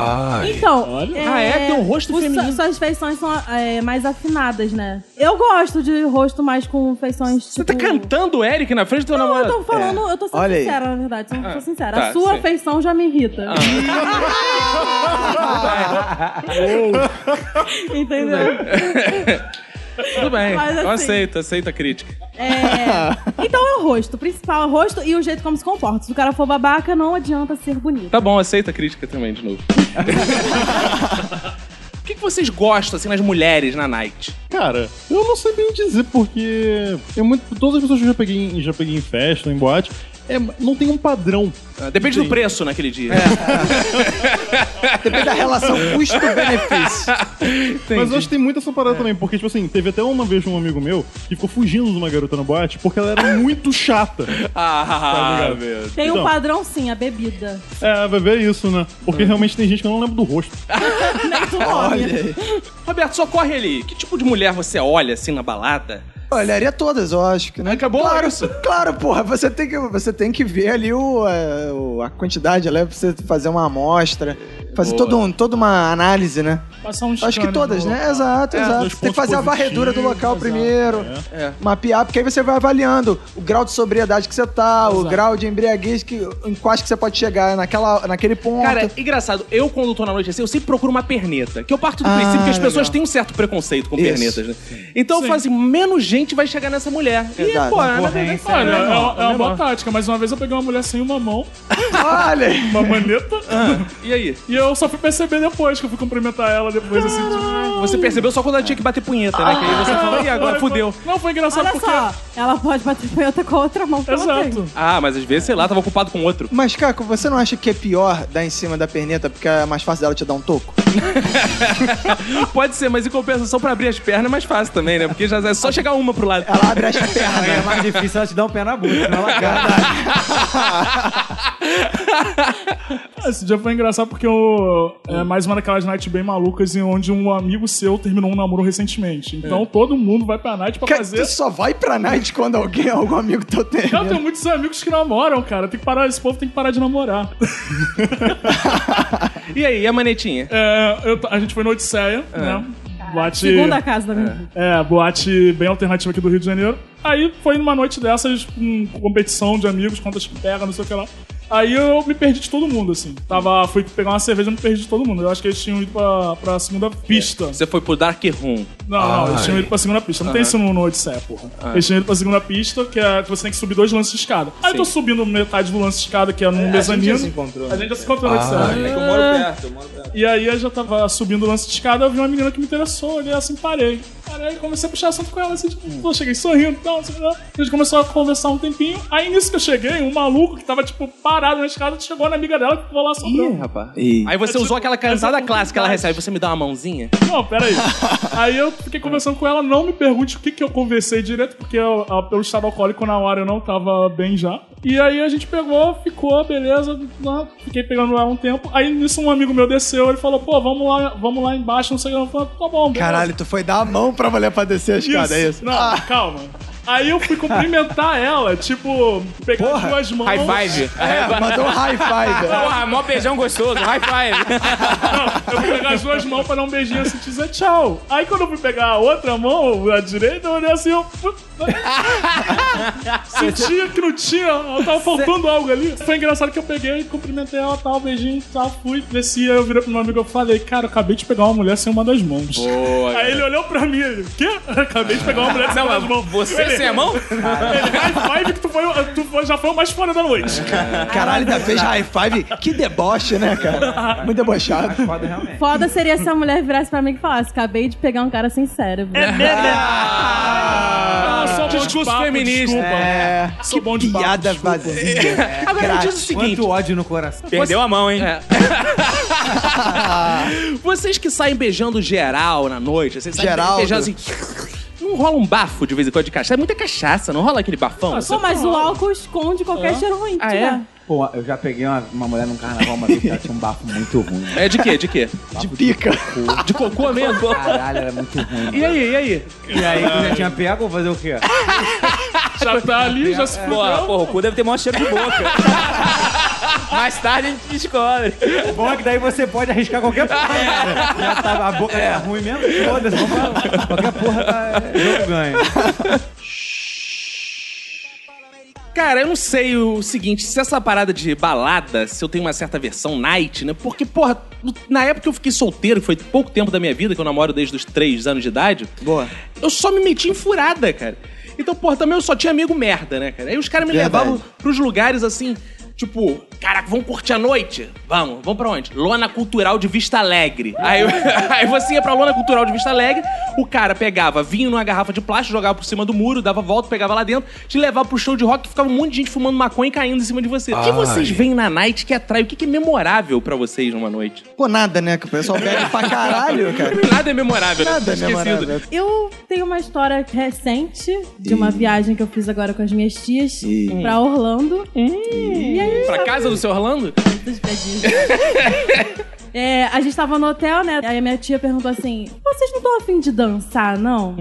C: Então,
A: Ah, é? Tem um rosto
C: os-
A: feminino.
C: Suas feições são é, mais afinadas, né? Eu gosto de rosto mais com feições. tipo,
A: Você tá cantando É. o Eric na frente do teu
C: Não, eu
A: namorado?
C: tô falando, eu tô sendo
B: Olha aí.
C: sincera, na verdade. Eu tô sincera.
A: tá,
C: a sua
A: sim. Ah.
C: feição já me irrita. Entendeu?
A: Tudo bem.
C: Mas
A: Eu
C: assim-
A: aceito, aceito a crítica.
C: É, Então é o rosto. O principal é o rosto e o jeito como se comporta. Se o cara for babaca, não adianta ser bonito.
A: Tá bom, aceita a crítica também, de novo. O que, que vocês gostam, assim, nas mulheres na night?
D: Cara, é eu não sei bem dizer, porque eu muito, todas as pessoas que eu já peguei, em- já peguei em festa, em boate, é, não tem um padrão.
A: Ah, Depende do preço naquele dia.
C: É.
B: Depende da relação custo-benefício.
D: Mas eu acho que tem muito essa parada também, porque, tipo assim, teve até uma vez um amigo meu que ficou fugindo de uma garota na boate porque ela era muito chata.
A: Ah,
D: Tá ligado?
A: meu.
C: Tem um
D: Então.
C: padrão sim, a bebida.
D: É, vai ver isso, né? Porque realmente tem gente que eu não lembro do rosto.
C: Nem tu nome.
A: Roberto, socorre ali. Que tipo de mulher você olha assim na balada?
B: Eu Olharia todas, eu acho que, né?
A: Acabou
B: claro,
A: isso.
B: Claro, porra. Você tem que, você tem que ver ali o, é, o- a quantidade, ela é pra você fazer uma amostra, fazer
A: Boa.
B: todo um- toda uma análise, né?
F: Passar um
B: Acho que
F: scanner
B: todas,
F: no-
B: né? Exato,
D: É,
B: exato.
D: dois
B: Tem que
D: pontos
B: fazer a varredura do
D: positivos,
B: local
D: exato,
B: primeiro, é. mapear, porque aí você vai avaliando o grau de sobriedade que você tá, o grau de embriaguez que, em quais que você pode chegar naquela, naquele ponto.
A: Cara, engraçado, eu quando tô na noite assim, eu sempre procuro uma perneta. Que eu parto do
B: Ah,
A: princípio que as
B: legal.
A: pessoas têm um certo preconceito com
B: Isso.
A: pernetas, né? Então eu falo assim, menos gente vai chegar nessa mulher.
B: Exato.
A: E, pô, na verdade,
E: Concorrência,
F: Olha,
E: né,
F: é,
E: irmão?
F: uma- é uma boa
E: Menor.
F: tática, mas uma vez eu peguei uma mulher sem uma mão,
B: Olha!
F: uma maneta,
A: e aí?
F: e eu só fui perceber depois, que eu fui cumprimentar ela depois, assim, tipo...
A: Você percebeu só quando ela tinha que bater punheta,
F: Ah,
A: né? Que aí você falou, e agora fudeu.
F: Não, foi engraçado
C: Olha
F: porque...
C: só, ela pode bater punheta com a outra mão. que ela tem.
F: Exato.
A: Ah, mas às vezes, sei lá, tava ocupado com outro.
B: Mas, Caco, você não acha que é pior dar em cima da perneta porque é mais fácil dela te dar um toco?
A: Pode ser, mas em compensação, pra abrir as pernas é mais fácil também, né? Porque já é só chegar uma pro lado.
B: Ela abre as pernas.
E: É mais difícil ela te dar um pé na bunda,
A: né?
E: senão ela cai.
F: Ah, Esse dia foi engraçado porque eu, é mais uma daquelas nights bem malucas em onde um amigo seu terminou um namoro recentemente. Então todo mundo vai pra night pra
B: Cara,
F: fazer.
B: Tu só vai pra night quando alguém, algum amigo teu tem.
F: Eu tenho muitos amigos que namoram, cara. Tem que parar, esse povo tem que parar de namorar.
A: E aí, e a manetinha? Ah.
F: É, eu- a gente foi no Odisseia, né? Boate,
C: Segunda casa da minha vida.
F: é, boate bem alternativa aqui do Rio de Janeiro. Aí foi numa noite dessas, com competição de amigos, contas que pega, não sei o que lá. Aí eu me perdi de todo mundo, assim. Tava, fui pegar uma cerveja e me perdi de todo mundo. Eu acho que eles tinham ido pra, pra segunda pista.
A: Você foi pro Dark Room.
F: Não,
B: Ah,
F: não, eles tinham ido pra segunda pista. Não tem isso no, no Odisseia, porra. Eles tinham ido pra segunda pista, que é que você tem que subir dois lances de escada. Aí eu tô subindo metade do lance de escada, que é no mezanino.
B: já se encontrou, né? Ah.
F: A gente já se encontrou no Odisseia.
G: É que eu moro perto, eu moro perto.
F: E aí eu já tava subindo o lance de escada, eu vi uma menina que me interessou, olhei assim, parei. Parei, comecei a puxar assunto com ela, assim, tipo, pô, cheguei sorrindo e tal, assim, né? A gente começou a conversar um tempinho. Aí nisso que eu cheguei, um maluco que tava, tipo, parado na escada, chegou na amiga dela que ficou lá assombrando.
A: Aí você
F: É tipo-
A: usou aquela
F: é
A: cansada
F: tipo
A: clássica que ela
F: vontade.
A: recebe, você me dá uma mãozinha?
F: Não, peraí. Aí eu fiquei conversando com ela, não me pergunte o que, que eu conversei direto, porque eu- a- pelo estado alcoólico na hora eu não tava bem já. E aí a gente pegou, ficou, beleza. né? Fiquei pegando lá um tempo. Aí nisso um amigo meu desceu, ele falou, pô, vamos lá, vamos lá embaixo, não sei o que. Eu falei, tá bom, beleza.
B: Caralho, tu foi dar a mão pra mulher pra descer a escada, é isso?
F: Não, calma. Aí eu fui cumprimentar ela, tipo, pegar
B: Porra,
F: duas mãos.
P: High five.
B: É, mandou um high five.
P: Porra, mó beijão gostoso. High five.
F: Não, eu fui pegar as duas mãos pra dar um beijinho assim, dizer tchau. Aí quando eu fui pegar a outra mão, a direita, eu olhei assim, eu... Sentia que não tinha, eu tava faltando algo ali. Foi engraçado que eu peguei, cumprimentei ela, tal, beijinho, tal, fui, desci, aí eu virei pro meu amigo e falei, cara, eu acabei de pegar uma mulher sem uma das mãos. aí ele olhou pra mim, ele, quê? Acabei de pegar uma mulher sem uma das mãos. Eu
P: Você
F: olhei,
P: sem a mão?
F: Ele, vai, vai, que tu, foi, tu foi- já foi o mais fora da noite.
A: É.
B: Caralho, ainda fez high five. Que deboche, né, cara? Muito debochado.
E: Foda, realmente.
C: Foda seria se a mulher virasse pra mim e falasse: acabei de pegar um cara sem cérebro.
F: É Ah, sou bom de
A: discurso
F: papo,
A: feminista.
F: Desculpa.
B: É.
F: Sou bom de
B: que
F: papo,
B: piada
F: desculpa.
B: vazia.
A: Agora me diz o seguinte.
E: né? Quanto ódio no coração.
P: Perdeu a mão, hein?
A: é. Ah. Vocês que saem beijando geral na noite, vocês saem
B: Geraldo.
A: beijando assim. Não rola um bafo de vez em quando de cachaça? É muita cachaça, não rola aquele bafão?
C: Pô, mas o álcool esconde qualquer cheiro ruim.
A: Ah,
C: que tiver.
E: Pô, eu já peguei uma, uma mulher num carnaval uma vez que ela tinha um bafo muito ruim. Um
A: É de quê? De quê?
B: De pica.
A: De cocô mesmo?
E: Caralho, era muito ruim.
A: E aí, e aí?
E: E aí, tu já tinha pego, vou fazer o quê?
F: Já tá ali, já se
G: Porra,
F: fudeu.
G: porra, o cu deve ter maior cheiro de boca. Mais tarde a gente descobre.
E: O bom é que daí você pode arriscar qualquer porra. né? Já tá, a boca tá ruim mesmo? Foda-se, vamos lá. Qualquer porra tá. Eu ganho.
A: Cara, eu não sei o seguinte, se essa parada de balada, se eu tenho uma certa versão night, né? Porque, porra, no- na época que eu fiquei solteiro, que foi pouco tempo da minha vida, que eu namoro desde os 3 anos de idade.
B: Boa.
A: Eu só me meti em furada, cara. Então, porra, também eu só tinha amigo merda, né, cara? Aí os caras me
B: Verdade.
A: levavam pros lugares assim. Tipo, caraca, vamos curtir a noite? Vamos, vamos pra onde? Lona Cultural de Vista Alegre. Aí, aí você ia pra Lona Cultural de Vista Alegre, o cara pegava vinho numa garrafa de plástico, jogava por cima do muro, dava volta, pegava lá dentro, te levava pro show de rock, ficava um monte de gente fumando maconha e caindo em cima de você. O
B: Ah,
Q: Ai.
A: que
B: é.
A: vocês veem na night que atrai? O que, que é memorável pra vocês numa noite?
B: Pô, nada, né? Que o pessoal bebe pra caralho, cara.
A: Nada é memorável, né?
B: Nada é
A: Esquecido.
B: memorável.
C: Eu tenho uma história recente de uma viagem que eu fiz agora com as minhas tias pra Orlando. E aí,
A: Pra casa do seu Orlando?
C: dos pedinhos. É, a gente tava no hotel, né? Aí a minha tia perguntou assim: vocês não estão afim de dançar, não?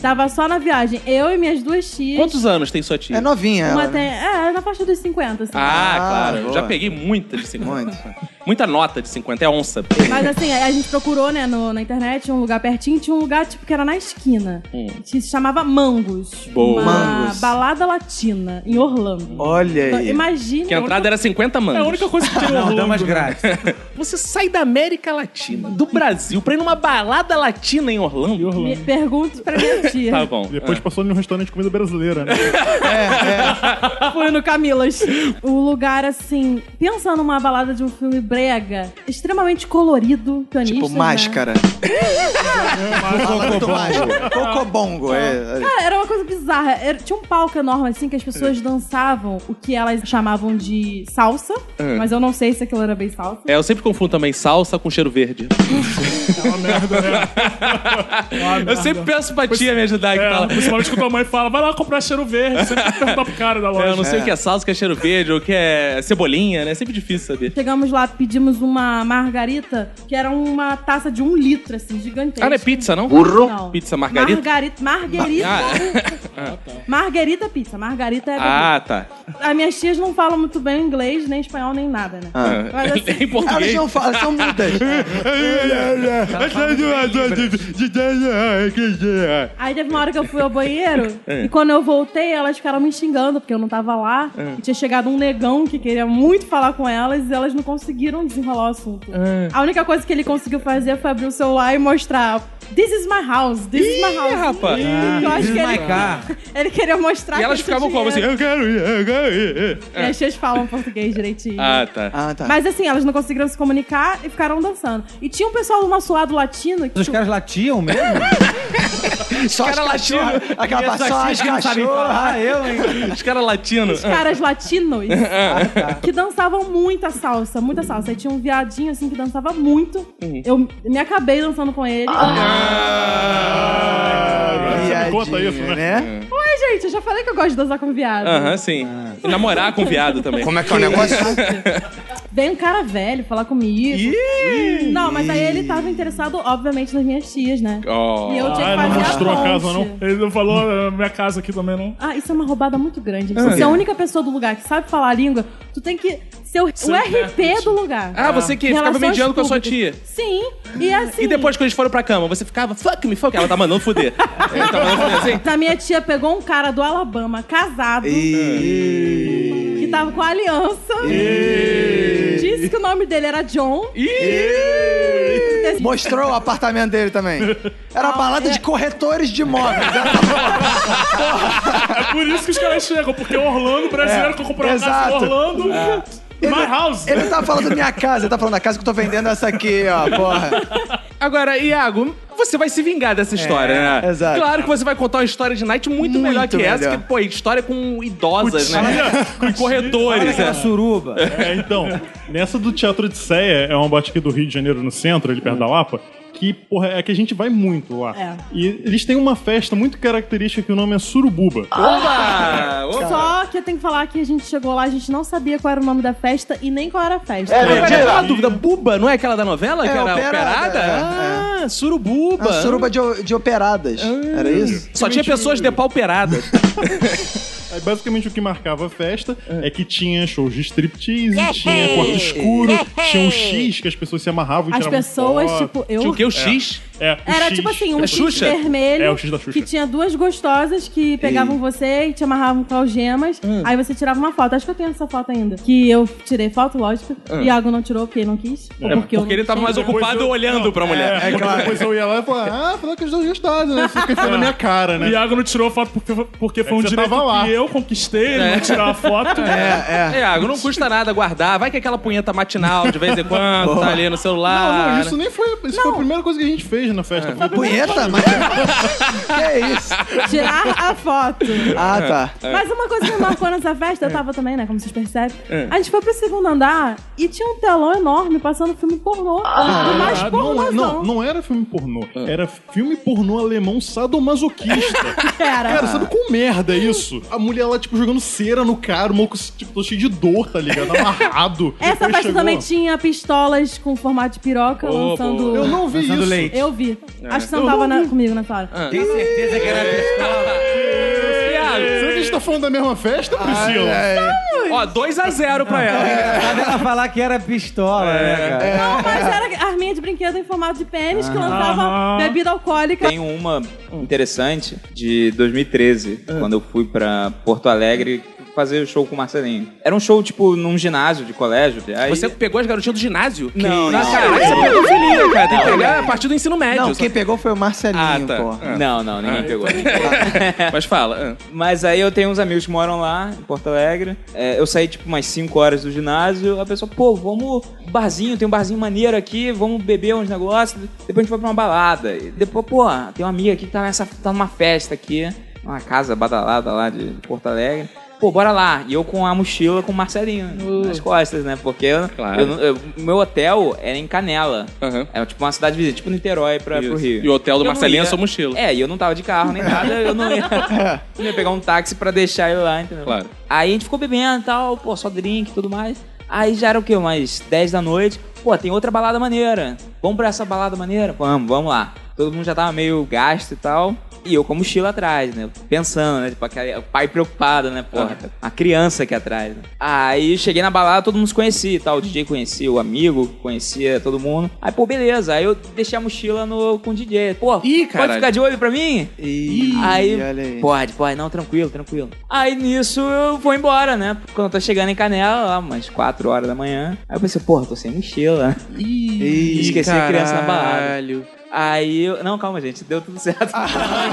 C: Tava só na viagem. Eu e minhas duas tias.
A: Hum. Quantos anos tem sua
B: É
A: tia?
B: novinha
C: Uma
B: ela, né?
C: tem, é, na faixa dos 50, assim.
A: Ah, claro.
B: boa.
A: Já peguei muita de 50.
B: Muito.
A: Muita nota de 50, é onça.
C: Mas assim, a gente procurou, né, no- na internet, um lugar pertinho, tinha um lugar, tipo, que era na esquina. Que se chamava Mangos.
A: Hum. Boa.
C: Uma
B: Mangos.
C: balada latina, em Orlando.
B: Olha
C: Então,
B: aí.
C: imagine.
A: Que a entrada era 50
F: É a
A: mangos.
F: única coisa que tem
E: Não,
F: Orlando.
E: damas grátis.
A: né? Você sai da América Latina, do Brasil, pra ir numa balada latina em Orlando.
C: Me pergunto pra minha tia.
A: Tá bom.
D: Depois
G: é.
D: passou num restaurante de comida brasileira, né?
C: Fui no Camilas. O lugar, assim, pensa numa balada de um filme brega, extremamente colorido, pianista.
B: Tipo,
C: né?
B: máscara. Cocobongo. Cocobongo, é.
C: Cara, era uma coisa bizarra. Era- tinha um palco enorme, assim, que as pessoas dançavam o que elas chamavam de salsa.
B: É.
C: Mas eu não sei se aquilo era bem salsa.
A: É, eu sempre confundo também salsa com cheiro verde.
F: É uma merda, né?
A: eu sempre peço pra tia me ajudar aqui.
F: É,
A: fala,
F: principalmente quando tua mãe fala, vai lá comprar cheiro verde, sempre tem que perguntar pro cara da
A: "É, eu
F: loja.
A: não sei o que é salsa, o que é cheiro verde, ou o que é cebolinha, né? É sempre difícil saber.
C: Chegamos lá, pedimos uma margarita, que era uma taça de um litro, assim, gigantesca.
A: Ah, não é pizza, não? Ah,
R: Burro.
C: Não.
A: Pizza margarita?
C: Margarita. Margarita. Margarita pizza. Margarita é
A: Ah, tá.
C: a As minhas tias não falam muito bem inglês, nem espanhol, nem nada, né?
B: Ah.
C: Mas assim,
A: em
B: Elas
A: português.
B: não falam, são mudas.
C: Aí teve uma hora que eu fui ao banheiro
A: É.
C: e quando eu voltei, elas ficaram me xingando, porque eu não tava lá.
A: É.
C: E tinha chegado um negão que queria muito falar com elas e elas não conseguiram desenrolar o assunto.
A: É.
C: A única coisa que ele conseguiu fazer foi abrir o celular e mostrar. This is my house, this is my house.
A: rapaz. Ah,
C: Ih, eu
E: Ah,
C: acho que ele, ele queria mostrar
A: E elas
C: que
A: ficavam como
C: como
A: assim? Eu quero ir, eu quero ir.
C: Minhas tias falam português direitinho.
A: Ah, tá.
B: Ah, tá.
C: Mas assim, elas não conseguiram se comunicar e ficaram dançando. E tinha um pessoal do nosso lado latino que
E: Os caras latiam mesmo?
B: só as
A: cara
B: cachorras. Acaba só as cachorras.
E: Ah, eu, hein?
A: Os caras latinos. Ah,
C: caras latinos que dançavam muita salsa, muita salsa. Aí tinha um viadinho assim que dançava muito.
A: Uhum.
C: Eu me acabei dançando com ele.
B: Ah!
D: Você me conta
B: Viadinho,
D: isso, né?
B: né?
C: Ai, gente, eu já falei que eu gosto de dançar com viado.
A: Aham, sim. E namorar com viado também.
R: Como é que é o negócio?
C: Vem um cara velho falar comigo. Não, mas aí ele tava interessado, obviamente, nas minhas tias, né?
A: Oh.
C: E eu tinha
F: Ah,
C: que
F: não
C: fazer
F: mostrou
C: a,
F: a
C: ponte.
F: casa, não? Ele não falou "Ah, minha casa aqui também, não?
C: Ah, isso é uma roubada muito grande. Se você é a única pessoa do lugar que sabe falar a língua, tu tem que ser o, o RP do lugar.
A: Ah, você que ficava
C: Relações
A: mediando com a sua
C: públicas.
A: tia.
C: Sim, e assim...
A: E depois que eles foram pra cama, você ficava, fuck me, fuck. Ela tá mandando fuder. Ela tá mandando fuder assim.
C: A minha tia pegou um cara do Alabama, casado, que tava com a aliança. Disse que o nome dele era John.
B: Mostrou o apartamento dele também.
C: Ah,
B: Era uma balada
C: é.
B: de corretores de imóveis. Era
F: É Por isso que os caras chegam, porque Orlando, brasileiro, que comprou uma casa em
B: É, exato. É.
F: Orlando, my house.
B: Ele não tá falando da minha casa, ele tá falando da casa que eu tô vendendo essa aqui, ó, porra.
A: Agora, Iago, você vai se vingar dessa história, né?
B: exato.
A: Claro que você vai contar uma história de Night muito,
B: Muito
A: melhor que essa,
B: melhor.
A: que, pô, história com idosas, né? Com corredores.
E: Aquela
A: né?
E: suruba.
D: É, então, nessa do Teatro Odisseia, é uma boate aqui do Rio de Janeiro, no centro, ali perto da Lapa, que, porra, é que a gente vai muito lá.
C: É.
D: E eles têm uma festa muito característica que o nome é Surububa.
A: Oba! Oba!
C: é Só que eu tenho que falar que a gente chegou lá, a gente não sabia qual era o nome da festa e nem qual era a festa.
D: É,
A: Agora, aquela dúvida, Buba, não é aquela da novela? que
B: É,
A: era operada?
B: operada,
A: Ah, Surububa.
B: Uma suruba de, de operadas.
F: Ah,
B: Era isso?
A: Só tinha pessoas depauperadas.
D: Aí, É, basicamente, o que marcava a festa é que tinha shows de striptease, tinha quarto escuro, tinha um X que as pessoas se amarravam e
C: As
D: tiravam
C: pessoas,
D: foto.
C: tipo, eu...
A: Tinha o quê? O X?
D: É, o
C: Era
D: X.
C: tipo assim, um
I: É
C: X
I: Xuxa?
C: vermelho
D: É, o X da Xuxa.
C: que tinha duas gostosas que pegavam você e te amarravam com algemas.
D: Hum.
C: Aí você tirava uma foto. Acho que eu tenho essa foto ainda. Que eu tirei foto, lógico.
D: Hum.
C: Iago não tirou porque ele não quis. ou
I: É,
C: porque eu
I: porque ele
C: não
I: tava
C: tinha
I: mais
C: idade.
I: ocupado
D: eu-
I: olhando pra mulher.
D: É, claro. Depois eu ia lá e falava, ah, falou que os dois gostaram, né? Você fica enfiando na minha cara, né?
F: É.
D: É
F: Iago não tirou foto porque, porque foi um
D: você
F: direito
D: tava lá.
F: que eu conquistei, ele não tirar a foto.
I: É, Iago, não custa nada guardar. Vai que é aquela punheta matinal de vez em quando, tá ali no celular.
D: Não, não,
I: né?
D: isso nem foi. Isso foi a primeira coisa que a gente fez na
C: É.
D: festa. Foi
B: Punheta? Mas... que é isso?
C: Tirar a foto.
B: Ah, tá.
C: Mas uma coisa que me marcou nessa festa, eu tava também, né? Como vocês percebem. A gente foi pro segundo andar e tinha um telão enorme passando filme pornô. do mais
D: Ah, não,
C: pornozão.
D: não, não era filme pornô.
A: É.
D: Era filme pornô alemão sadomasoquista.
C: Era.
D: Cara, sabe quão merda é isso? A mulher lá, tipo, jogando cera no cara, o maluco, tipo, todo cheio de dor, tá ligado? Amarrado.
C: Essa
D: Depois
C: festa
D: chegou-
C: também tinha pistolas com formato de piroca lançando.
D: Eu não vi isso.
E: leite.
C: Eu vi. Acho que você não tava na- comigo nessa hora.
E: Ah, Tem certeza que
B: É.
E: era pistola?
D: Será que a gente tá falando da mesma festa,
A: Ah,
D: Priscila?
A: é,
I: Ó, 2x0 pra ela.
E: Sabe ela tá falar que era pistola,
B: É.
E: né, cara?
C: Não, mas era arminha de brinquedo em formato de pênis que lançava
F: Aham.
C: bebida alcoólica.
G: Tem um uma interessante de 2013,
E: Ah.
G: quando eu fui pra Porto Alegre fazer o show com o Marcelinho. Era um show, tipo, num ginásio de colégio. Aí...
I: Você pegou as garotinhas do ginásio?
G: Não,
I: Não,
G: não.
I: caralho, você pegou filhinha, cara. Tem que pegar a partir do ensino médio.
B: Não,
I: só-
B: quem pegou foi o Marcelinho,
I: Ah, tá.
B: porra.
G: Não, não, ninguém pegou.
I: Mas fala. ah.
G: Mas aí eu tenho uns amigos que moram lá, em Porto Alegre. É, eu saí, tipo, umas 5 horas do ginásio. A pessoa, pô, vamos barzinho, tem um barzinho maneiro aqui, vamos beber uns negócios. Depois a gente vai pra uma balada. E depois, pô, tem uma amiga aqui que tá, nessa, tá numa festa aqui, numa casa badalada lá de Porto Alegre. Pô, bora lá. E eu com a mochila com o Marcelinho nas costas, né? Porque eu-
I: Claro.
G: eu não- eu- meu hotel era em Canela.
I: Aham.
G: Era tipo uma cidade vizinha, tipo Niterói pra, pro Rio.
I: E o hotel do
G: Eu não
I: Marcelinho é
G: ia-
I: sua mochila.
G: é, e eu não tava de carro nem nada, eu não ia, não ia pegar um táxi pra deixar ele lá, entendeu?
I: Claro.
G: Aí a gente ficou bebendo e tal, pô, só drink e tudo mais. Aí já era o quê? Umas 10 da noite. Pô, tem outra balada maneira. Vamos pra essa balada maneira? Vamos, vamos lá. Todo mundo já tava meio gasto e tal. E eu com a mochila atrás, né? Pensando, né? Tipo, aquele- o pai preocupado, né? Porra, a criança aqui atrás. Né? Aí cheguei na balada, todo mundo se conhecia e tal. O DJ conhecia, o amigo conhecia todo mundo. Aí, pô, beleza. Aí eu deixei a mochila no, com o DJ. Pô,
I: Ih,
G: pode
I: caralho.
G: ficar de olho pra mim?
B: Ih,
G: aí,
B: olha aí.
G: pode, pode, não, tranquilo, tranquilo. Aí nisso eu vou embora, né? Quando eu tô chegando em Canela, lá, umas 4 horas da manhã. Aí eu pensei, porra, tô sem mochila.
B: Ih,
G: Esqueci a criança na balada.
B: caralho. Ah,
G: Aí eu. Não, calma, gente, deu tudo certo.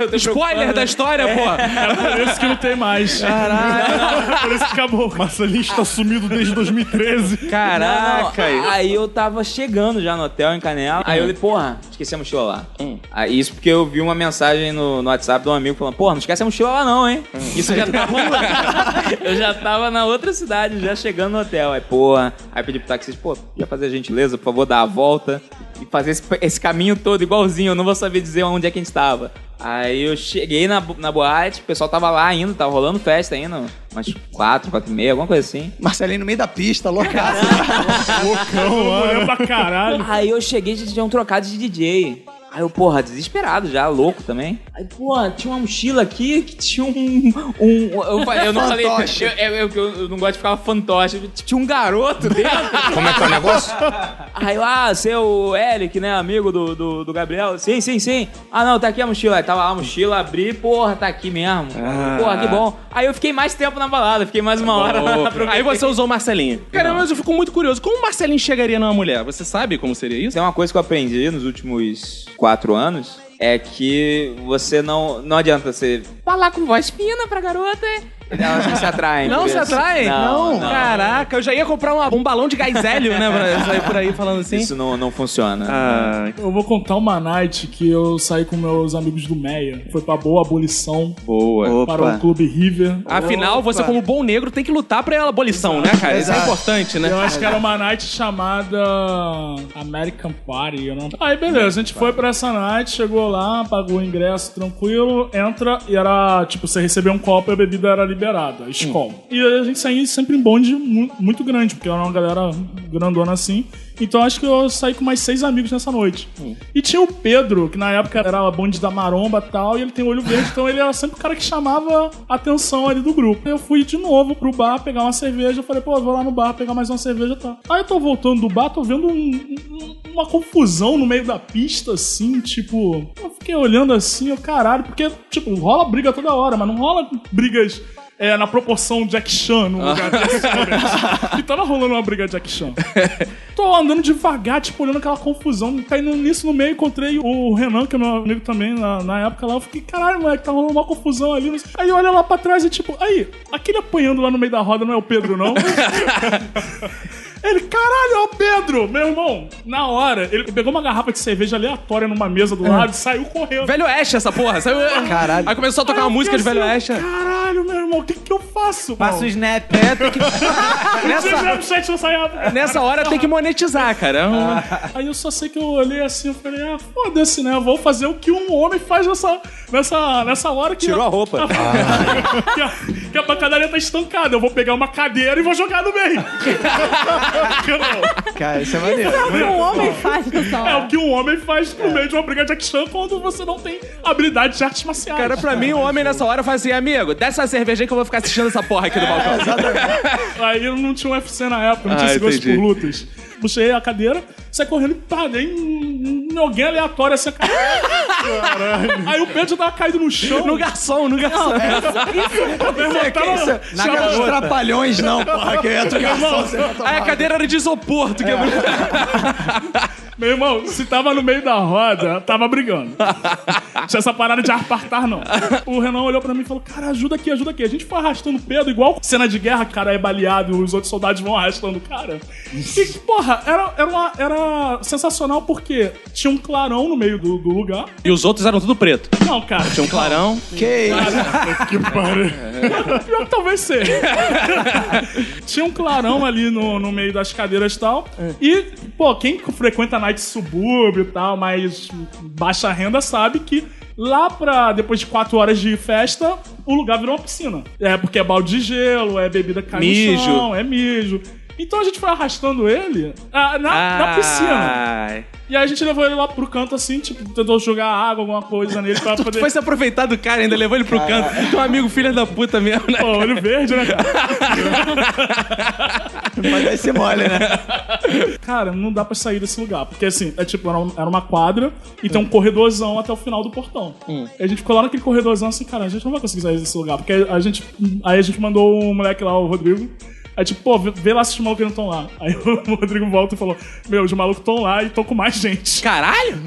G: Eu tô
I: Spoiler
G: preocupado.
I: da história, pô!
F: É por isso que não tem mais. Caralho. Por isso que acabou.
D: Marcelinho está sumido desde 2013.
G: Caraca!
I: Caraca!
G: Aí eu tava chegando já no hotel em Canela. Aí eu falei, porra, esqueci a mochila lá. Aí, isso porque eu vi uma mensagem no, no WhatsApp de um amigo falando, porra, não esquece a mochila lá não, hein? Isso eu já tava Eu já tava na outra cidade, já chegando no hotel. Aí, porra, aí pedi pro taxista, pô, já fazer a gentileza, por favor, dar a volta e fazer esse, esse caminho todo igualzinho. Eu não vou saber dizer onde é que a gente tava. Aí eu cheguei na, bo- na boate, o pessoal tava lá ainda, tava rolando festa ainda, umas quatro, quatro e meia, alguma coisa assim.
B: Marcelinho no meio da pista, loucaço.
F: Todo mundo olhando pra caralho.
G: Aí eu cheguei já tinha um trocado de DJ. Aí eu, porra, desesperado já, louco também. Aí, porra, tinha uma mochila aqui que tinha um. um eu, falei, eu não falei.
B: Fantoche.
G: Eu, eu- eu- eu não gosto de ficar fantoche. Tinha um garoto dentro.
S: Como é que é o negócio?
G: Aí eu, ah, seu Eric, né, amigo do, do, do Gabriel. Sim, sim, sim. Ah, não, tá aqui a mochila. Aí tava lá a mochila, abri, porra, tá aqui mesmo.
S: Ah.
G: Porra, que bom. Aí eu fiquei mais tempo na balada, fiquei mais uma hora. lá
I: Ô, Aí você usou o Marcelinho. Cara, mas eu fico muito curioso. Como o Marcelinho chegaria numa mulher? Você sabe como seria isso?
G: Tem uma coisa que eu aprendi nos últimos quatro anos. É que você não. Não adianta você falar Tá com voz fina pra garota. Elas não se atraem.
I: Não
G: por
I: se
G: isso.
I: atrai?
G: Não. não.
I: Caraca, eu já ia comprar uma- um balão de gás hélio, né? Pra sair por aí falando assim.
G: Isso não, não funciona.
I: Ah,
F: Eu vou contar uma night que eu saí com meus amigos do Meia. Foi pra Boa Abolição,
I: boa.
F: para o Clube River.
I: Afinal, você, como bom negro, tem que lutar pra abolição, né, cara? Isso é
B: Exato.
I: importante, né?
F: Eu acho que era uma night chamada American Party, eu não... Aí beleza, a gente foi pra essa night, chegou lá, pagou o ingresso tranquilo, entra e era, tipo, você recebeu um copo e a bebida era liberado, a escola.
I: Hum.
F: E a gente saía sempre em bonde mu- muito grande, porque era uma galera grandona assim. Então acho que eu saí com mais seis amigos nessa noite. E tinha o Pedro, que na época era bonde da maromba e tal, e ele tem olho verde, então ele era sempre o cara que chamava a atenção ali do grupo. Eu fui de novo pro bar pegar uma cerveja, eu falei, pô, vou lá no bar pegar mais uma cerveja e tal. Aí eu tô voltando do bar, tô vendo um- um- uma confusão no meio da pista, assim, tipo. Eu fiquei olhando assim, eu caralho, porque, tipo, rola briga toda hora, mas não rola brigas. é, na proporção Jack Chan no lugar desse, sabe? E tava rolando uma briga Jack Chan. Tô andando devagar, tipo, olhando aquela confusão. Caindo nisso no meio, encontrei o Renan, que é meu amigo também na, na época lá. Eu fiquei, caralho, moleque, tá rolando uma confusão ali. Aí olha lá pra trás e tipo, aí, aquele apanhando lá no meio da roda não é o Pedro, não? Ele, caralho, é o Pedro! Meu irmão, na hora, ele pegou uma garrafa de cerveja aleatória numa mesa do lado e saiu correndo.
I: Velho Oeste essa porra. Saiu...
E: Caralho.
I: Aí começou a tocar
F: Aí eu
I: uma música de
F: fiquei
I: Velho Oeste.
F: assim, Caralho, meu irmão, o que, que eu faço?
E: Passa o
F: mano?
E: snap.
I: é,
F: O Snapchat não sai rápido.
I: Nessa hora tem que monetizar, cara. É um-
F: né?
T: Ah.
F: Aí eu só sei que eu olhei assim e falei, ah, foda-se, né? Eu vou fazer o que um homem faz nessa, nessa, nessa hora que.
T: Tirou a roupa.
F: que, a, que a pancadaria tá estancada. Eu vou pegar uma cadeira e vou jogar no meio.
B: Cara, isso é maneiro.
C: É o que um homem faz, pessoal.
F: é o que um homem faz no meio de uma briga de action quando você não tem habilidade de artes marciais.
I: Cara, pra mim, o homem nessa hora faz assim, amigo, desce essa cerveja aí que eu vou ficar assistindo essa porra
F: É,
I: aqui do balcão.
F: Aí eu não tinha UFC na época, não
I: Ah,
F: tinha esse gosto
I: entendi.
F: por lutas. Puxei a cadeira, saí correndo e pá, dei em em alguém aleatório assim. Caralho. Aí o Pedro tava caído no chão.
I: No garçom, no garçom.
B: é
F: Meu irmão, tava-
B: Na cara, os é trapalhões, não, porra, que entra o garçom, você vai
I: Aí
B: tomar.
I: a cadeira era de isopor, tu quebrou.
F: É. Meu irmão, se tava no meio da roda, tava brigando. Tinha essa parada de apartar, não. O Renan olhou pra mim e falou: Cara, ajuda aqui, ajuda aqui. A gente foi arrastando o Pedro, igual cena de guerra, que o cara é baleado, os outros soldados vão arrastando o cara. E, porra, era, era, uma- era sensacional porque tinha um clarão no meio do, do lugar.
I: E os outros eram tudo preto.
F: Não, cara, tinha um clarão.
I: Clarão.
B: Que isso?
F: Pior que talvez seja. Tinha um clarão ali no, no meio das cadeiras e tal. E, pô, quem frequenta night subúrbio e tal, mas baixa renda, sabe que lá pra depois de quatro horas de festa, o lugar virou uma piscina. É porque é balde de gelo, é bebida caindo
I: Mijo.
F: é mijo. Então a gente foi arrastando ele ah, na, na piscina.
I: Ai.
F: E aí a gente levou ele lá pro canto assim, tipo, tentou jogar água, alguma coisa nele pra poder.
I: Foi se aproveitar do cara, ainda levou ele pro canto. Teu amigo filho da puta mesmo, né?
F: Pô, olho verde, né, cara?
B: Mas aí você mole, né?
F: Cara, não dá pra sair desse lugar. Porque assim, é tipo, era, um- era uma quadra e tem um corredorzão até o final do portão.
C: Hum.
F: E a gente ficou lá naquele corredorzão assim, cara, a gente não vai conseguir sair desse lugar. Porque a gente. Aí a gente mandou um moleque lá, o Rodrigo. Aí, tipo, pô, vê, vê lá se os malucos não estão lá. Aí o Rodrigo volta e falou: Meu, os malucos estão lá e estão com mais gente.
I: Caralho!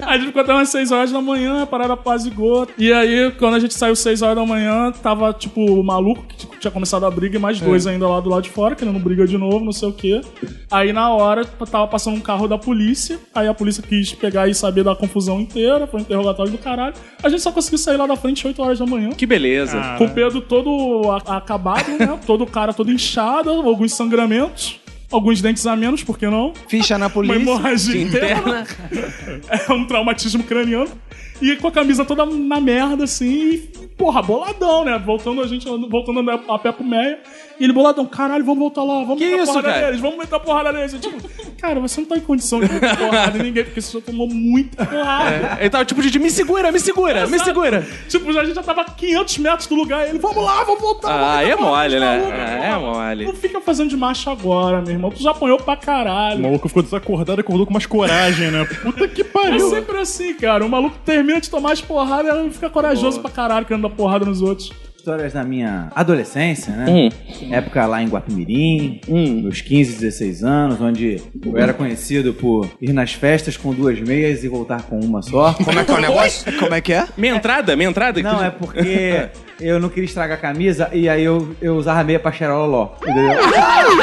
F: Aí a gente ficou até umas 6 horas da manhã, a parada apazigou. E aí, quando a gente saiu 6 horas da manhã, tava, tipo, o maluco que tipo, tinha começado a briga e
B: É.
F: mais dois ainda lá do lado de fora, querendo briga de novo, não sei o quê. Aí, na hora, tipo, tava passando um carro da polícia. Aí a polícia quis pegar e saber da confusão inteira, foi um interrogatório do caralho. A gente só conseguiu sair lá da frente 8 horas da manhã.
I: Que beleza.
F: Com o Pedro todo a- acabado, né? todo o cara todo inchado, alguns sangramentos, alguns dentes a menos, por que não?
B: Ficha na
F: Uma
B: polícia.
F: hemorragia interna. É um traumatismo craniano. E com a camisa toda na merda, assim, e, porra, boladão, né? Voltando a gente, voltando andando a pé pro meia. E ele boladão, caralho, vamos voltar lá, vamos
I: Que
F: meter
I: isso,
F: a porrada
I: cara?
F: neles, vamos meter a porrada neles. Eu, tipo, cara, você não tá em condição de meter porrada em ninguém, porque você já tomou muita porrada.
I: Ele tava tipo de me segura, me segura, me segura.
F: Tipo, a gente já tava a 500 metros do lugar, e ele, vamos lá, vamos voltar. vamos
I: Ah,
F: meter
I: é
F: porrada
I: mole,
F: nesse
I: né?
F: maluco,
I: Ah,
F: porra."
I: É mole.
F: Não fica fazendo de macho agora, meu irmão. Tu já apanhou pra caralho.
D: O maluco ficou desacordado e acordou com mais coragem, né? Puta que
F: É
D: pariu.
F: sempre assim, cara. O maluco termina de tomar as porradas e ele fica corajoso pra caralho, querendo dar porrada nos outros.
E: Histórias da minha adolescência, né?
I: Hum.
E: Época lá em Guapimirim, meus 15, 16 anos, onde eu era conhecido por ir nas festas com duas meias e voltar com uma só.
B: Como é que é o negócio? Como é que é?
I: Minha entrada, minha entrada?
E: Não, é porque eu não queria estragar a camisa e aí eu, eu usava meia pra cheirar loló. Entendeu?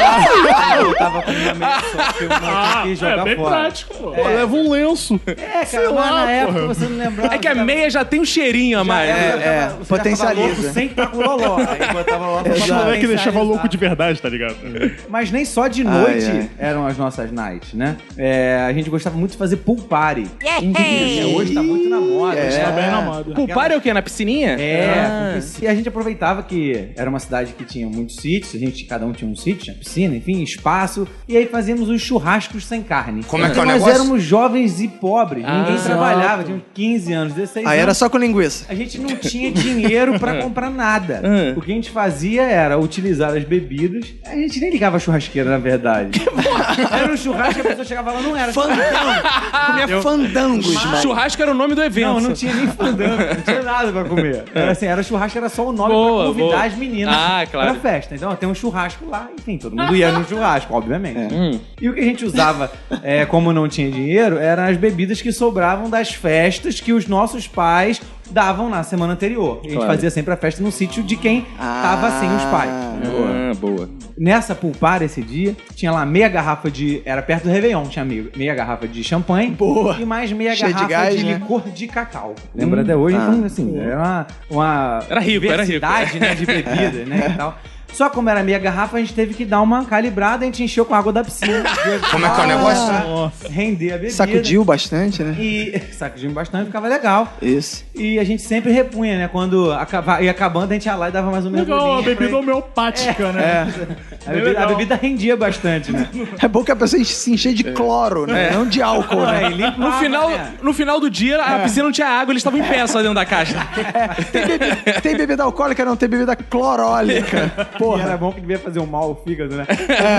E: eu tava com uma meia só que eu não
F: Ah,
E: queria
F: é
E: jogar
F: bem
E: fora.
F: prático, pô.
D: Pô, leva um lenço.
E: É, cara, mas na época você não lembrava.
I: É que a meia já tem um cheirinho a mais. né?
E: É, é,
B: potencializa.
E: Sem estar com loló. Aí botava loló pra
D: O moleque que deixava
E: potencializar.
D: louco de verdade, tá ligado?
E: Mas nem só de noite
B: Ai, ai.
E: eram as nossas nights, né? É, a gente gostava muito de fazer pool party. É, hoje tá muito na moda.
B: É.
E: né?
F: Tá bem na moda.
I: Pulpar é o quê? Na piscininha?
E: É, com E a gente aproveitava que era uma cidade que tinha muitos sítios, a gente, cada um tinha um sítio, tinha piscina, enfim, espaço. E aí fazíamos os churrascos sem carne.
A: Como é que é
E: Então
A: o
E: nós
A: negócio?
E: éramos jovens e pobres,
A: Ah,
E: ninguém
A: exato.
E: trabalhava, tinha 15 anos, 16
B: Aí
E: anos.
B: Ah, era só com linguiça.
E: A gente não tinha dinheiro pra comprar nada. O que a gente fazia era utilizar as bebidas. A gente nem ligava a churrasqueira, na verdade. era um churrasco que a pessoa chegava lá, não era.
A: Fandango.
E: Comia
A: fandangos,
E: Mas-
A: Churrasco é era o nome do evento.
E: Não, não tinha nem fandango, não tinha nada pra comer.
I: É.
A: É.
E: Era assim, era churrasco, era só o nome
A: Boa,
E: pra convidar
A: boa.
E: as meninas
A: Ah, claro.
E: pra festa. Então, ó, tem um churrasco lá, enfim, todo mundo ia no churrasco, obviamente.
A: É.
E: Hum. E o que a gente usava, é, como não tinha dinheiro, eram as bebidas que sobravam das festas que os nossos pais davam na semana anterior. E a gente
I: Claro.
E: fazia sempre a festa no sítio de quem tava sem os pais.
I: Ah, boa.
E: Nessa pulpar esse dia, tinha lá meia garrafa de. Era perto do Réveillon, tinha meia, meia garrafa de champanhe.
A: Boa.
E: E mais meia
A: Cheio de
E: garrafa de,
A: gás, né?
E: licor de cacau.
A: Lembra até
E: hoje,
A: então,
E: assim, era uma. uma
A: Era rico, era rico.
E: diversidade, né, de bebidas,
B: É.
E: né, e tal. Só como era meia garrafa, a gente teve que dar uma calibrada, a gente encheu com a água da piscina.
B: Como é que é o negócio?
E: negócio? Render a bebida.
B: Sacudiu bastante, né?
E: E sacudimos bastante, ficava legal.
B: Isso.
E: E a gente sempre repunha, né? Quando acaba, ia acabando, a gente ia lá e dava mais um mergulhinho.
F: Legal, a
E: pra
F: bebida
E: ir-
F: homeopática,
E: É,
F: né?
E: é. A,
F: Bem
E: bebida, a
F: legal.
E: bebida rendia bastante, né?
B: É bom que a pessoa se encher de cloro, né?
E: É. né? É.
B: Não de álcool, né?
I: No final, no final do dia, a piscina não tinha água, eles estavam em pé só dentro da caixa.
B: Tem bebida alcoólica, não tem bebida clorólica.
E: Porra. era bom que devia fazer um mal ao fígado,
B: É.
E: né?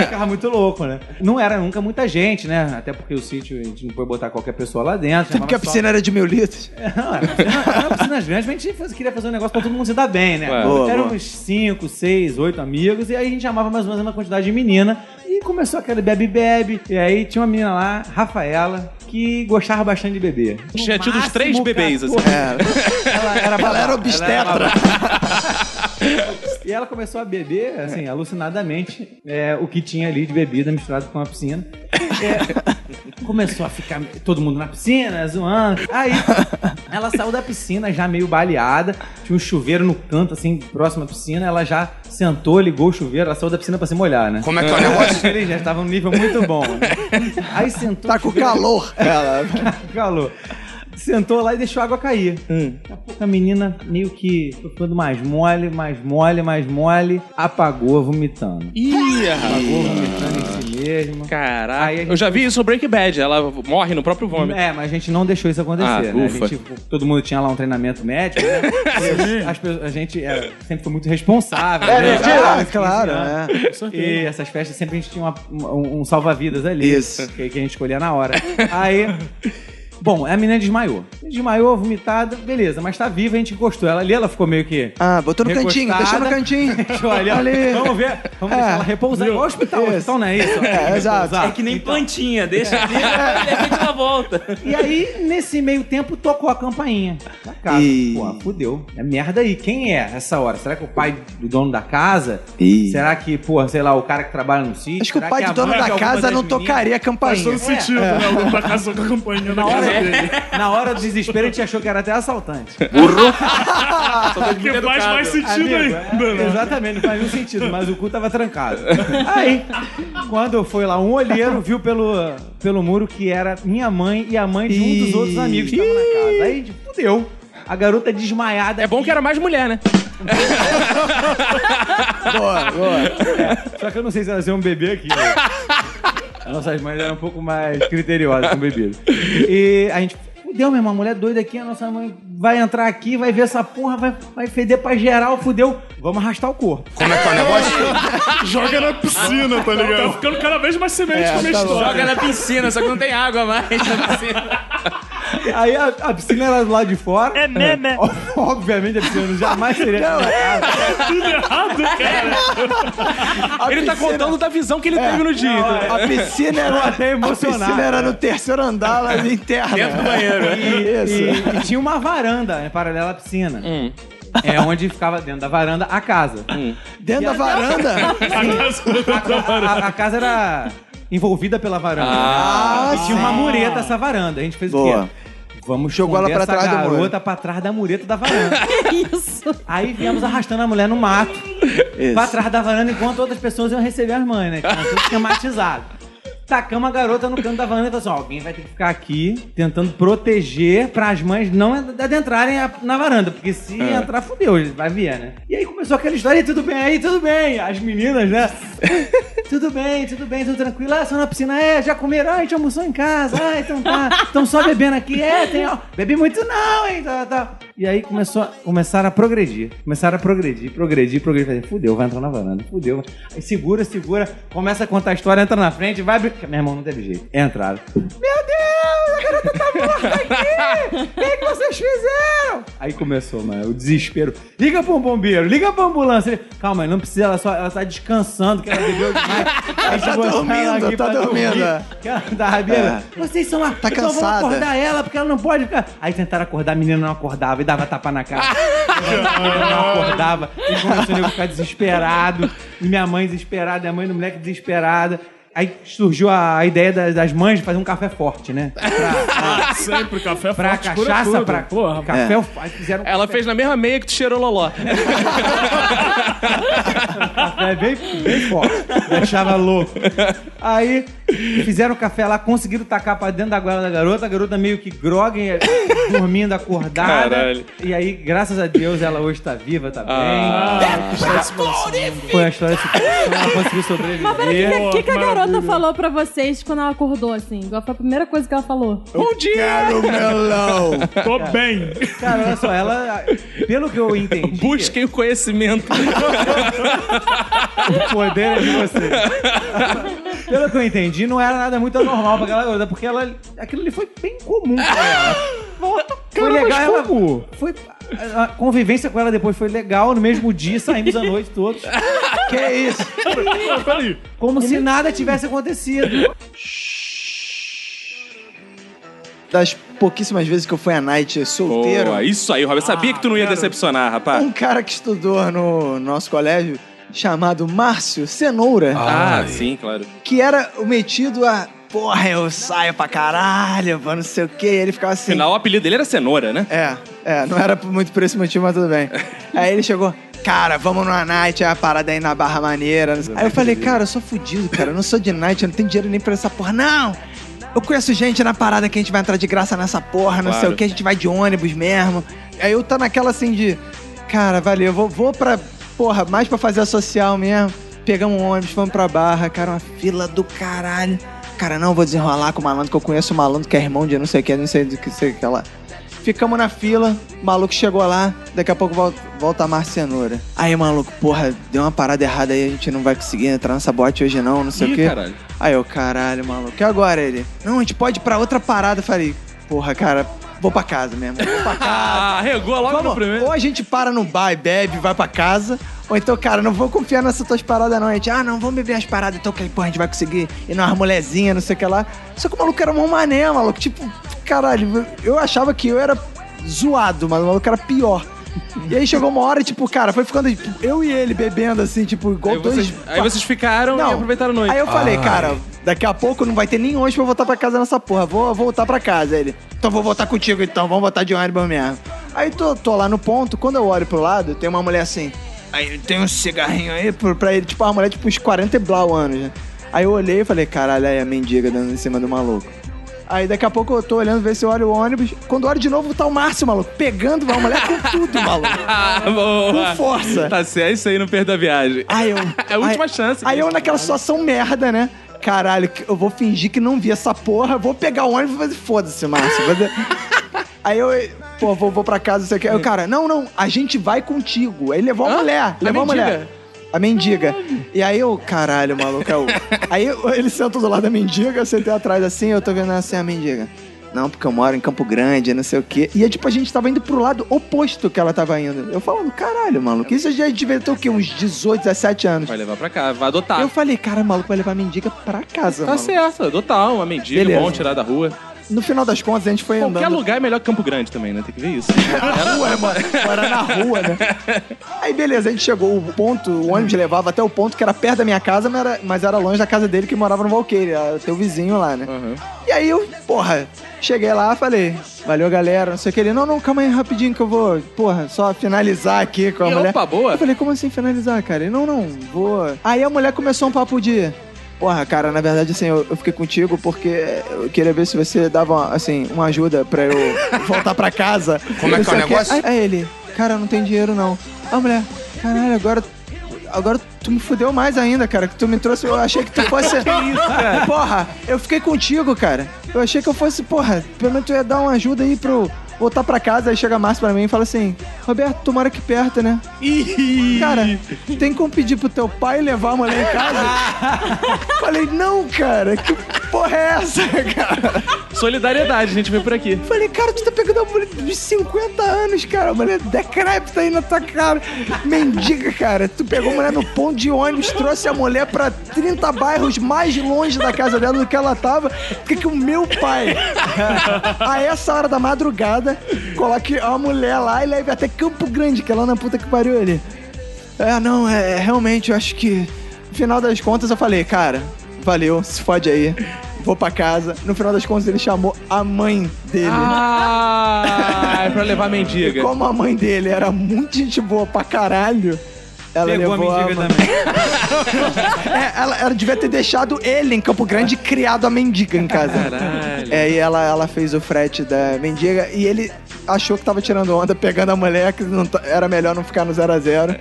E: Ficava muito louco, né? Não era nunca muita gente, né? Até porque o sítio a gente não pôde botar qualquer pessoa lá dentro.
B: Até porque a
E: chamava só- É,
B: piscina era de mil litros.
E: Não, piscinas grandes, mas a gente faz- queria fazer um negócio pra todo mundo se dar bem, né?
B: Ué. Boa,
E: Eram
B: boa.
E: uns 5, 6, 8 amigos, e aí a gente chamava mais ou menos uma quantidade de menina. E começou aquele bebe-bebe. E aí tinha uma menina lá, Rafaela, que gostava bastante de beber.
I: Tinha tido uns três bebês, assim.
E: Ela era,
B: Ela era obstetra.
E: E ela começou a beber, assim, alucinadamente, é, o que tinha ali de bebida misturado com a piscina. É, começou a ficar todo mundo na piscina, zoando. Aí ela saiu da piscina já meio baleada, tinha um chuveiro no canto, assim, próximo à piscina. Ela já sentou, ligou o chuveiro, ela saiu da piscina pra se molhar, né?
A: Como é que é o negócio?
E: Eles já estavam num nível muito bom, né? Aí sentou.
B: Tá com calor.
E: Ela. calor. Sentou lá e deixou a água cair.
I: Hum.
E: Daqui a pouco a menina meio que ficando mais mole, mais mole, mais mole, apagou vomitando.
I: Ih,
E: Apagou vomitando em si mesmo.
I: Caraca. Eu já vi isso no Break Bad, ela morre no próprio vômito.
E: É, mas a gente não deixou isso acontecer.
I: Ah,
E: né? A
I: ufa.
E: gente, todo mundo tinha lá um treinamento médico, né? E as pessoas- a gente era- sempre foi muito responsável.
B: É,
E: né?
B: mentira!
E: Ah,
B: Claro, é.
E: Com certeza. E essas festas sempre a gente tinha uma- um, um salva-vidas ali.
B: Isso.
E: Que, que a gente escolhia na hora. Aí. Bom, a menina desmaiou. Desmaiou, vomitada, beleza, mas tá viva, a gente encostou ela ali, ela ficou meio que.
B: Ah, botou no cantinho, deixou no
E: recostada.
B: cantinho.
E: Deixou ali, ó.
B: Ali.
E: Vamos ver, vamos
B: É.
E: deixar ela repousar igual o hospital. O
G: Então
E: hospital não é isso? ó.
B: É, exato.
E: Repousar.
G: É que nem plantinha, deixa ali, de repente ela volta.
E: E aí, nesse meio tempo, tocou a campainha da casa. Pô, fudeu. É merda aí. Quem é essa hora? Será que o pai do dono da casa? Será que, porra, sei lá, o cara que trabalha no sítio?
B: Acho que o
E: Será
B: pai
E: a
B: do dono
E: mãe de
B: da
E: alguma
B: casa
E: das
B: não
E: meninas? É,
B: tocaria a
F: Faz
B: campainha.
F: todo sentido, né? Alguém tá casou com a campainha na
E: Na
F: casa
E: hora, é.
F: dele.
E: na hora do desespero, a gente achou que era até assaltante.
F: Que faz mais sentido
E: Amigo,
F: ainda,
E: é,
F: né?
E: Exatamente, não faz nenhum sentido, mas o cu tava trancado. Aí, quando foi lá, um olheiro viu pelo, pelo muro que era minha mãe e a mãe de um dos outros amigos que estavam na casa. Aí, tipo, fudeu. A garota desmaiada.
I: É bom que era mais mulher, né?
B: Boa, boa.
E: Só que eu não sei se ela ia ser um bebê aqui. Né? As nossas mães eram um pouco mais criteriosas com bebida. E a gente. Fudeu, meu irmão, mulher é doida aqui, a nossa mãe vai entrar aqui, vai ver essa porra, vai, vai feder pra geral, fudeu. Vamos arrastar o corpo.
A: Como é que é o negócio?
F: Joga na piscina, tá ligado? Tá ficando cada vez mais
E: É,
F: semelhante com a minha
E: tá
F: história.
A: Joga na piscina, só que não tem água mais na piscina.
E: Aí a, a piscina era do lado de fora.
F: É né, né?
E: Obviamente a piscina jamais seria. assim. é
F: Tudo errado, cara.
I: ele tá
E: né?
I: contando da visão que ele
E: É.
I: teve no dia. então. entendeu?
B: A piscina era
E: até
B: A
E: emocionado.
B: piscina era no terceiro andar, lá em terra. Dentro do banheiro.
F: né?
B: Isso.
E: E, e tinha uma varanda né, paralela à piscina.
B: Hum.
E: É onde ficava dentro da varanda a casa.
B: Dentro da varanda?
F: A casa da
E: A,
F: varanda.
E: a casa era envolvida pela varanda.
B: Ah,
E: né? e tinha
B: sim.
E: uma mureta essa varanda. A gente fez o
B: Boa.
E: quê? Vamos
B: Jogou ela
E: esconder
B: pra
E: essa
B: trás do muro.
E: garota pra trás da mureta da varanda.
C: Isso.
E: Aí viemos arrastando a mulher no mato,
B: Isso.
E: pra trás da varanda, enquanto outras pessoas iam receber as mães, né? Tinha tudo esquematizado. Tacamos a garota no canto da varanda e falamos assim: ó, alguém vai ter que ficar aqui tentando proteger para as mães não ad- adentrarem a- na varanda, porque se
J: É.
E: entrar, fudeu, vai vir, né? E aí começou aquela história, e tudo bem, aí tudo bem, as meninas, né? tudo bem, tudo bem, tudo tranquilo, ah, só na piscina, é, já comeram, ah, a gente almoçou em casa, ah, então tá, estão só bebendo aqui, é, tem, ó, bebi muito não, hein, tá, tá. E aí começou, a- começaram a progredir, começaram a progredir, progredir, progredir, falei, fudeu, vai entrar na varanda, fudeu. Aí segura, segura, começa a contar a história, entra na frente, vai abrir, meu irmão, não teve jeito, entraram. O é que, que vocês fizeram? Aí começou, mano, o desespero. Liga pra um bombeiro, liga pra ambulância. Ele, Calma, não precisa, ela só ela tá descansando, que ela bebeu demais. Deixa eu botar ela
B: dormindo,
E: aqui
B: tá
E: pra dormir.
B: dormindo, é.
E: Que ela tá bêbada.
B: É.
E: Vocês são lá,
B: Tá
E: então vamos
B: cansada.
E: acordar ela, porque ela não pode ficar. Aí tentaram acordar, a menina não acordava e dava tapa na cara. A menina não acordava e começou o nego a ficar desesperado. E minha mãe desesperada, e a mãe do moleque desesperada. Aí surgiu a a ideia das, das mães de fazer um café forte, né?
A: Ah,
F: Sempre café
E: Pra
F: forte cura
E: cachaça,
F: tudo.
E: pra
F: Porra,
E: café,
F: é.
E: aí fizeram
A: Ela fez na mesma meia que tu cheirou loló.
E: café bem, bem forte. Deixava louco. Aí fizeram o café lá, conseguiram tacar pra dentro da goela da garota. A garota meio que grogue, dormindo, acordada.
A: Caralho.
E: E aí, graças a Deus, ela hoje tá viva, tá bem.
A: Ah,
C: que história se
E: Foi a história de superação, ela conseguiu sobreviver.
C: Mas peraí, o que, que, que a garota falou pra vocês quando ela acordou, assim? Qual foi a primeira coisa que ela falou?
A: Bom dia!
E: Quero melão.
F: Tô bem.
E: Cara, olha só, ela, pelo que eu entendi.
A: Busquem o conhecimento.
E: O poder é de você. Pelo que eu entendi, não era nada muito anormal pra aquela garota, porque ela, aquilo ali foi bem comum pra ela.
B: É.
E: Foi legal, ela, foi, a a convivência com ela depois foi legal, no mesmo dia saímos à noite todos. Que isso? Como se nada tivesse acontecido.
B: Das pouquíssimas vezes que eu fui à night solteiro,
A: Boa, isso é- aí, Robert. Sabia que tu não ia decepcionar, rapaz.
B: um cara que estudou no nosso colégio, chamado Márcio Cenoura,
A: Ah, sim, claro.
B: que era o metido a... Porra, eu saio pra caralho, pô, não sei o quê. E ele ficava assim...
A: Afinal, o apelido dele era Cenoura, né?
B: É, é, não era muito por esse motivo, mas tudo bem. Aí ele chegou, cara, vamos numa night, é a parada aí na Barra Maneira. não sei- Aí eu falei, cara, eu sou fudido, cara, eu não sou de night, eu não tenho dinheiro nem pra essa porra, não! Eu conheço gente na parada que a gente vai entrar de graça nessa porra, não sei
J: Claro.
B: o que, a gente vai de ônibus mesmo. Aí eu tá naquela assim de, cara, valeu, vou, vou pra, porra, mais pra fazer a social mesmo. Pegamos um ônibus, fomos pra Barra, cara, uma fila do caralho. Cara, não, vou desenrolar com o malandro, que eu conheço o malandro que é irmão de não sei o que, não sei do que, sei o que lá. Ficamos na fila, o maluco chegou lá, daqui a pouco volta, volta a marcenura. Aí, maluco, porra, deu uma parada errada aí, a gente não vai conseguir entrar nessa boate hoje não, não sei
A: Ih,
B: o quê.
A: caralho.
B: Aí eu, caralho, maluco, e agora ele? Não, a gente pode ir pra outra parada. Eu falei, porra, cara, vou pra casa mesmo. Vou pra
A: Ah, regou logo no primeiro.
B: ou a gente para no bar e bebe, vai pra casa. Ou então, cara, não vou confiar nessas tuas paradas, não. A gente, ah, não, vamos beber as paradas, então, que, porra, a gente vai conseguir ir numa molezinha, não sei o que lá. Só que o maluco era um mané, maluco. Tipo, caralho, eu achava que eu era zoado, mas o maluco era pior. E aí chegou uma hora, tipo, cara, foi ficando tipo, eu e ele bebendo, assim, tipo, igual
A: Aí
B: dois.
A: vocês, aí vocês ficaram
B: Não.
A: e aproveitaram a noite.
B: Aí eu falei,
A: Ai.
B: cara, daqui a pouco não vai ter nem ônibus pra eu voltar pra casa nessa porra. Vou voltar pra casa. Aí Ele, então vou voltar contigo então, vamos voltar de ônibus mesmo. Aí tô, tô lá no ponto, quando eu olho pro lado, tem uma mulher assim. Aí tem um cigarrinho aí pro- pra ele, tipo, uma mulher tipo uns 40 e blau anos, né? Aí eu olhei e falei, caralho, aí a mendiga dando em cima do maluco. Aí daqui a pouco eu tô olhando, ver se eu olho o ônibus. Quando eu olho de novo, tá o Márcio, maluco, pegando uma mulher com tudo, maluco.
A: Ah, boa.
B: Com força.
A: Tá certo, é isso aí, não perda a viagem.
B: Aí eu.
A: É a última chance.
B: Aí eu naquela situação merda, né? Caralho, eu vou fingir que não vi essa porra, vou pegar o ônibus e fazer foda-se, Márcio. Fazer- Aí eu, pô, vou, vou pra casa, não sei o que. Aí o cara, não, não, a gente vai contigo. Aí levou a mulher, levou a,
A: mendiga?
B: mulher. A mendiga. E aí eu, caralho, maluco. Eu, aí eu- ele sentou do lado da mendiga, eu sentei atrás assim, eu tô vendo assim a mendiga. Não, porque eu moro em Campo Grande, não sei o quê. E é tipo, a gente tava indo pro lado oposto que ela tava indo. Eu falando, caralho, maluco, isso eu já devia ter o quê? Uns 18, 17 anos.
A: Vai levar pra cá, vai adotar.
B: Eu falei, cara, maluco vai levar mendiga pra casa,
A: Tá
B: mano.
A: certo, adotar uma mendiga,
B: Beleza.
A: bom tirar da rua.
B: No final das contas, a gente foi
A: Qualquer
B: andando.
A: lugar é melhor que Campo Grande também, né? Tem que ver isso.
B: Ué, mano, morar na rua, né? Aí, beleza, a gente chegou, o ponto, o ônibus levava até o ponto que era perto da minha casa, mas era, mas era longe da casa dele que morava no Valqueire, era teu vizinho lá, né? E aí eu, porra, cheguei lá, falei, valeu galera, não sei o que. Ele, não, não, calma aí rapidinho que eu vou, porra, só finalizar aqui com a
A: E,
B: mulher.
A: opa, boa.
B: Eu falei, como assim finalizar, cara? Ele, não, não, vou. Aí a mulher começou um papo de. Porra, cara, na verdade, assim, eu, eu fiquei contigo porque eu queria ver se você dava, uma, assim, uma ajuda pra eu voltar pra casa.
J: Como é que
B: Não sei
J: é o
B: quê.
J: negócio?
B: Aí, aí ele, cara, eu não tem dinheiro não. A mulher, caralho, agora... Agora tu me fudeu mais ainda, cara. Que tu me trouxe, eu achei que tu fosse.
H: Que isso, cara?
B: Porra, eu fiquei contigo, cara. Eu achei que eu fosse, porra, pelo menos tu ia dar uma ajuda aí pro voltar pra casa. Aí chega a Márcia pra mim e fala assim: Roberto, tu mora aqui perto, né? cara, tem como pedir pro teu pai levar a mulher em casa? Falei, não, cara, que porra é essa, cara?
A: Solidariedade, a gente veio por aqui.
B: Falei, cara, tu tá pegando uma mulher de 50 anos, cara. Uma mulher decrépita aí na tua cara. Mendiga, cara. Tu pegou a mulher no ponto de ônibus, trouxe a mulher pra 30 bairros mais longe da casa dela do que ela tava. Por que que o meu pai, a essa hora da madrugada, coloque a mulher lá e leve até Campo Grande, que é lá na puta que pariu ali. É, não, é, é, realmente, eu acho que. No final das contas, eu falei, cara, valeu, se fode aí. Vou pra casa. No final das contas, ele chamou a mãe dele.
A: Ah, é pra levar a mendiga.
B: E como a mãe dele era muito gente boa pra caralho, ela
A: Pegou a
B: levou a
A: mendiga
B: mãe. É, ela, ela devia ter deixado ele em Campo Grande e criado a mendiga em casa.
A: Caralho.
B: É, e ela, ela fez o frete da mendiga e ele achou que tava tirando onda, pegando a mulher, que não tá- era melhor não ficar no 0 a 0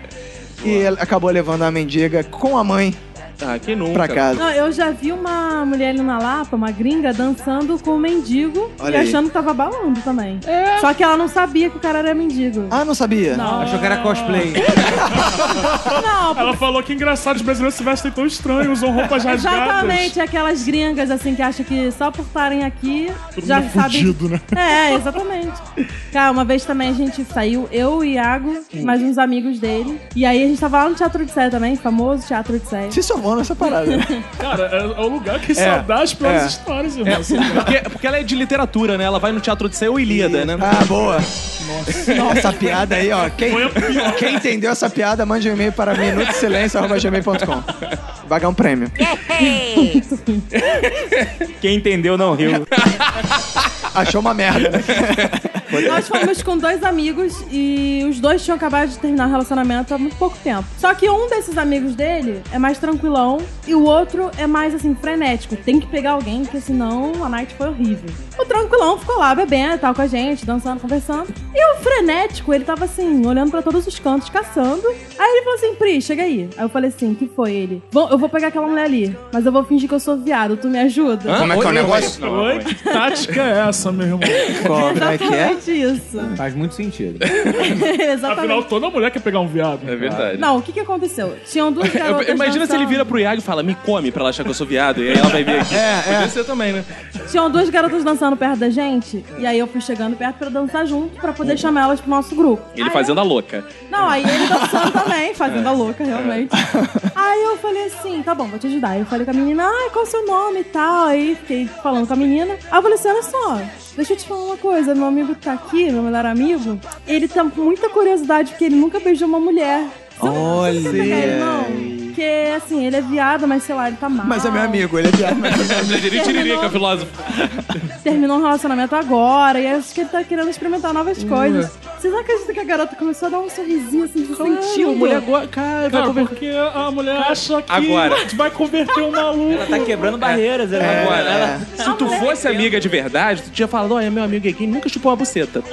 B: E ele acabou levando a mendiga com a mãe
A: ah, que nunca.
B: pra casa.
C: Não, eu já vi uma mulher ali na Lapa, uma gringa, dançando com um mendigo
B: Olha
C: e
B: aí.
C: achando que tava balando também.
F: É.
C: Só que ela não sabia que o cara era mendigo.
B: Ah, não sabia?
C: Não.
E: Achou que era cosplay.
F: Ela falou que engraçado, os brasileiros se vestem tão estranho, usam roupas rasgadas.
C: Exatamente, aquelas gringas assim que acham que só por estarem aqui já
F: mundo
C: sabem.
F: fudido, né?
C: É, exatamente. Cara, uma vez também a gente saiu, eu e Iago,
F: Hum.
C: mais uns amigos dele. E aí a gente tava lá no Teatro de Sé também, famoso Teatro de Sé.
B: Se somou nessa parada.
F: Cara, é, é o lugar que só dá as piores histórias,
A: É,
F: irmão.
A: porque, porque ela é de literatura, né? Ela vai no teatro de Seu ou Ilíada, né?
B: Ah, boa. Nossa, essa piada aí, ó. Quem,
A: Foi a pior.
B: quem entendeu essa piada, mande um e-mail para minutosilencio.com. Vai ganhar um prêmio.
T: Quem entendeu não riu.
B: Achou uma merda, né?
C: Nós fomos com dois amigos e os dois tinham acabado de terminar o relacionamento há muito pouco tempo. Só que um desses amigos dele é mais tranquilão e o outro é mais assim, frenético. Tem que pegar alguém, porque senão a night foi horrível. O tranquilão ficou lá bebendo e tal com a gente, dançando, conversando. E o frenético, ele tava assim, olhando pra todos os cantos, caçando. Aí ele falou assim: Pri, chega aí. Aí eu falei assim: que foi ele? Bom, eu vou pegar aquela mulher ali, mas eu vou fingir que eu sou viado, tu me ajuda?
J: Como é que é o negócio?
F: Oi? Que tática é essa, meu irmão?
C: Exatamente isso.
E: é Faz muito sentido.
C: Exatamente.
F: Afinal, toda mulher quer pegar um viado.
A: É verdade.
C: Não, o que que aconteceu? Tinham duas
A: Eu-
C: garotas
A: Imagina se ele
C: dançando.
A: vira pro Iago e fala, me come pra ela achar que eu sou viado. E aí ela vai vir aqui.
B: É,
A: Podia
B: é.
A: ser também, né?
C: Tinham duas garotas dançando perto da gente, e aí eu fui chegando perto pra dançar junto, pra poder chamar elas pro nosso grupo.
A: Ele fazendo a louca.
C: Não, aí ele dançando também,
F: Tá
C: fazendo a louca, realmente. Aí eu falei assim, tá bom, vou te ajudar. Aí eu falei com a menina, ah, qual é o seu nome e tal. Aí fiquei falando com a menina. Aí eu falei assim, olha só, deixa eu te falar uma coisa. Meu amigo tá aqui, meu melhor amigo, ele tá com muita curiosidade porque ele nunca beijou uma mulher.
B: Olha.
C: Ele, não, porque assim, ele é viado, mas sei lá, ele tá mal.
B: Mas é meu amigo, ele é viado.
A: Ele tiririca, filósofo.
C: terminou um relacionamento agora e acho que ele tá querendo experimentar novas coisas. Vocês não acreditam que a garota começou a dar um sorrisinho assim, de
A: Tio, mulher agora... Cara, vai
F: Cara,
A: conver-
F: porque a mulher acha que
A: Agora.
F: vai converter um maluco.
G: Ela tá quebrando barreiras, ela
B: É.
A: Agora,
G: agora. Ela-
A: É. ela- se tu fosse amiga de verdade, tu tinha falado, olha, meu amigo aqui nunca chupou uma buceta.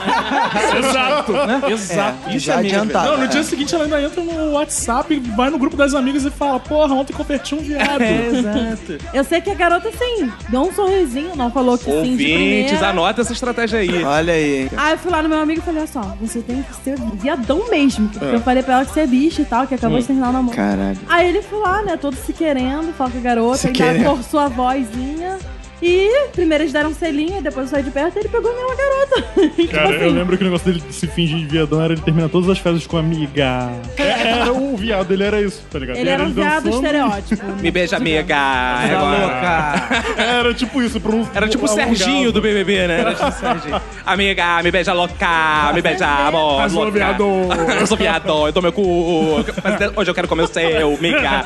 F: Exato, né?
A: Exato. Isso
B: já
A: é amiga.
B: adiantava.
F: Não, no dia seguinte ela ainda entra no WhatsApp, vai no grupo das amigas e fala: Porra, ontem converti um viado.
A: É, exato.
C: Eu sei que a garota, assim, deu um sorrisinho, não falou que sim de
A: Ouvintes,
C: primeira.
A: anota essa estratégia aí.
B: Olha aí.
C: Aí eu fui lá no meu amigo e falei, olha só, você tem que ser viadão mesmo. Porque eu falei pra ela que você é bicha e tal, que acabou de terminar o namoro.
B: Caralho.
C: Aí ele foi lá, né, todo se querendo, fala com a garota,
B: Se
C: ainda
B: querendo.
C: forçou a vozinha. E primeiro eles deram um selinho, depois eu saí de perto e ele pegou a minha garota.
D: Cara,
C: assim,
D: eu lembro que o negócio dele se fingir de viadão era ele terminar todas as festas com amiga. É, Era o viado, ele era isso, tá ligado?
C: Ele era um viado
D: dançando.
C: estereótipo.
A: Me beija, amiga.
E: louca.
D: Era tipo isso, pra um.
A: Era tipo o Serginho do BBB, né? Era tipo o Serginho. Amiga, me beija louca, me beija, amor.
F: Mas sou
A: louca.
F: viado.
A: Eu sou viado, eu dou meu cu. Mas hoje eu quero comer o seu, amiga.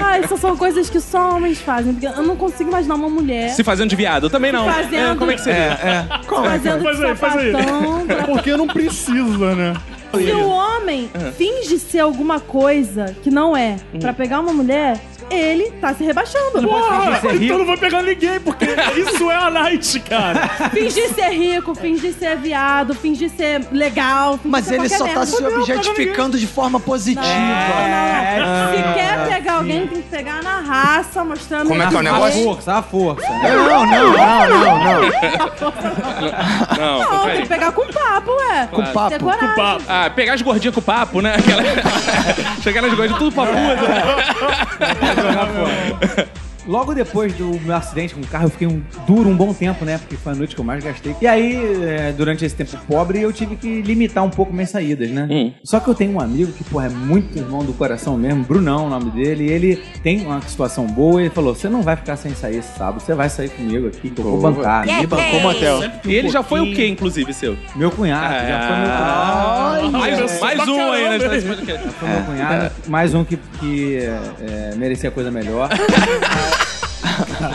C: Ah, isso são coisas que só homens fazem. Porque eu não consigo imaginar uma mulher
A: Se fazendo de viado, eu também não.
C: Fazendo.
A: É, como é que seria?
C: fazendo
D: Faz aí, faz aí.
C: sapatão.
F: É
C: pra-
D: Porque não precisa, né?
C: Se o homem finge ser alguma coisa que não é pra pegar uma mulher, ele tá se rebaixando.
F: Porra, então não vou pegar ninguém, porque isso é a night, cara.
C: Fingir ser rico, fingir ser viado, fingir ser legal. fingir
B: Mas
C: ser
B: ele
C: qualquer
B: só tá
C: merda.
B: se objetificando de forma positiva.
C: Não, não, não.
B: Ah,
C: Se quer pegar alguém, tem que pegar na raça, mostrando...
E: Como é que é o
C: Ei,
E: negócio? força, a força.
B: Não, não, não, não, não.
A: Não,
C: Não,
A: peraí.
C: tem que pegar com papo, ué.
A: Com
B: papo,
C: Ter coragem.
A: Com papo. Ah, pegar as gordinhas com papo, né? Aquela... Chegar nas gordinhas tudo
E: É.
A: papuda.
E: Logo depois do meu acidente com o carro, eu fiquei um duro um bom tempo, né? Porque foi a noite que eu mais gastei. E aí, é, durante esse tempo pobre, eu tive que limitar um pouco minhas saídas, né?
A: Hum.
E: Só que eu tenho um amigo que, porra, é muito irmão do coração mesmo, Brunão, o nome dele. E ele tem uma situação boa. Ele falou: Você não vai ficar sem sair esse sábado, você vai sair comigo aqui, que eu vou bancar.
C: é
H: Me bancou, Matheus.
E: um
A: E ele já foi o quê, inclusive, seu? É.
E: Meu cunhado, já foi meu cunhado.
A: Mais, mais um aí na história desse podcast.
E: Foi meu cunhado, mais um que, que é, é, merecia coisa melhor.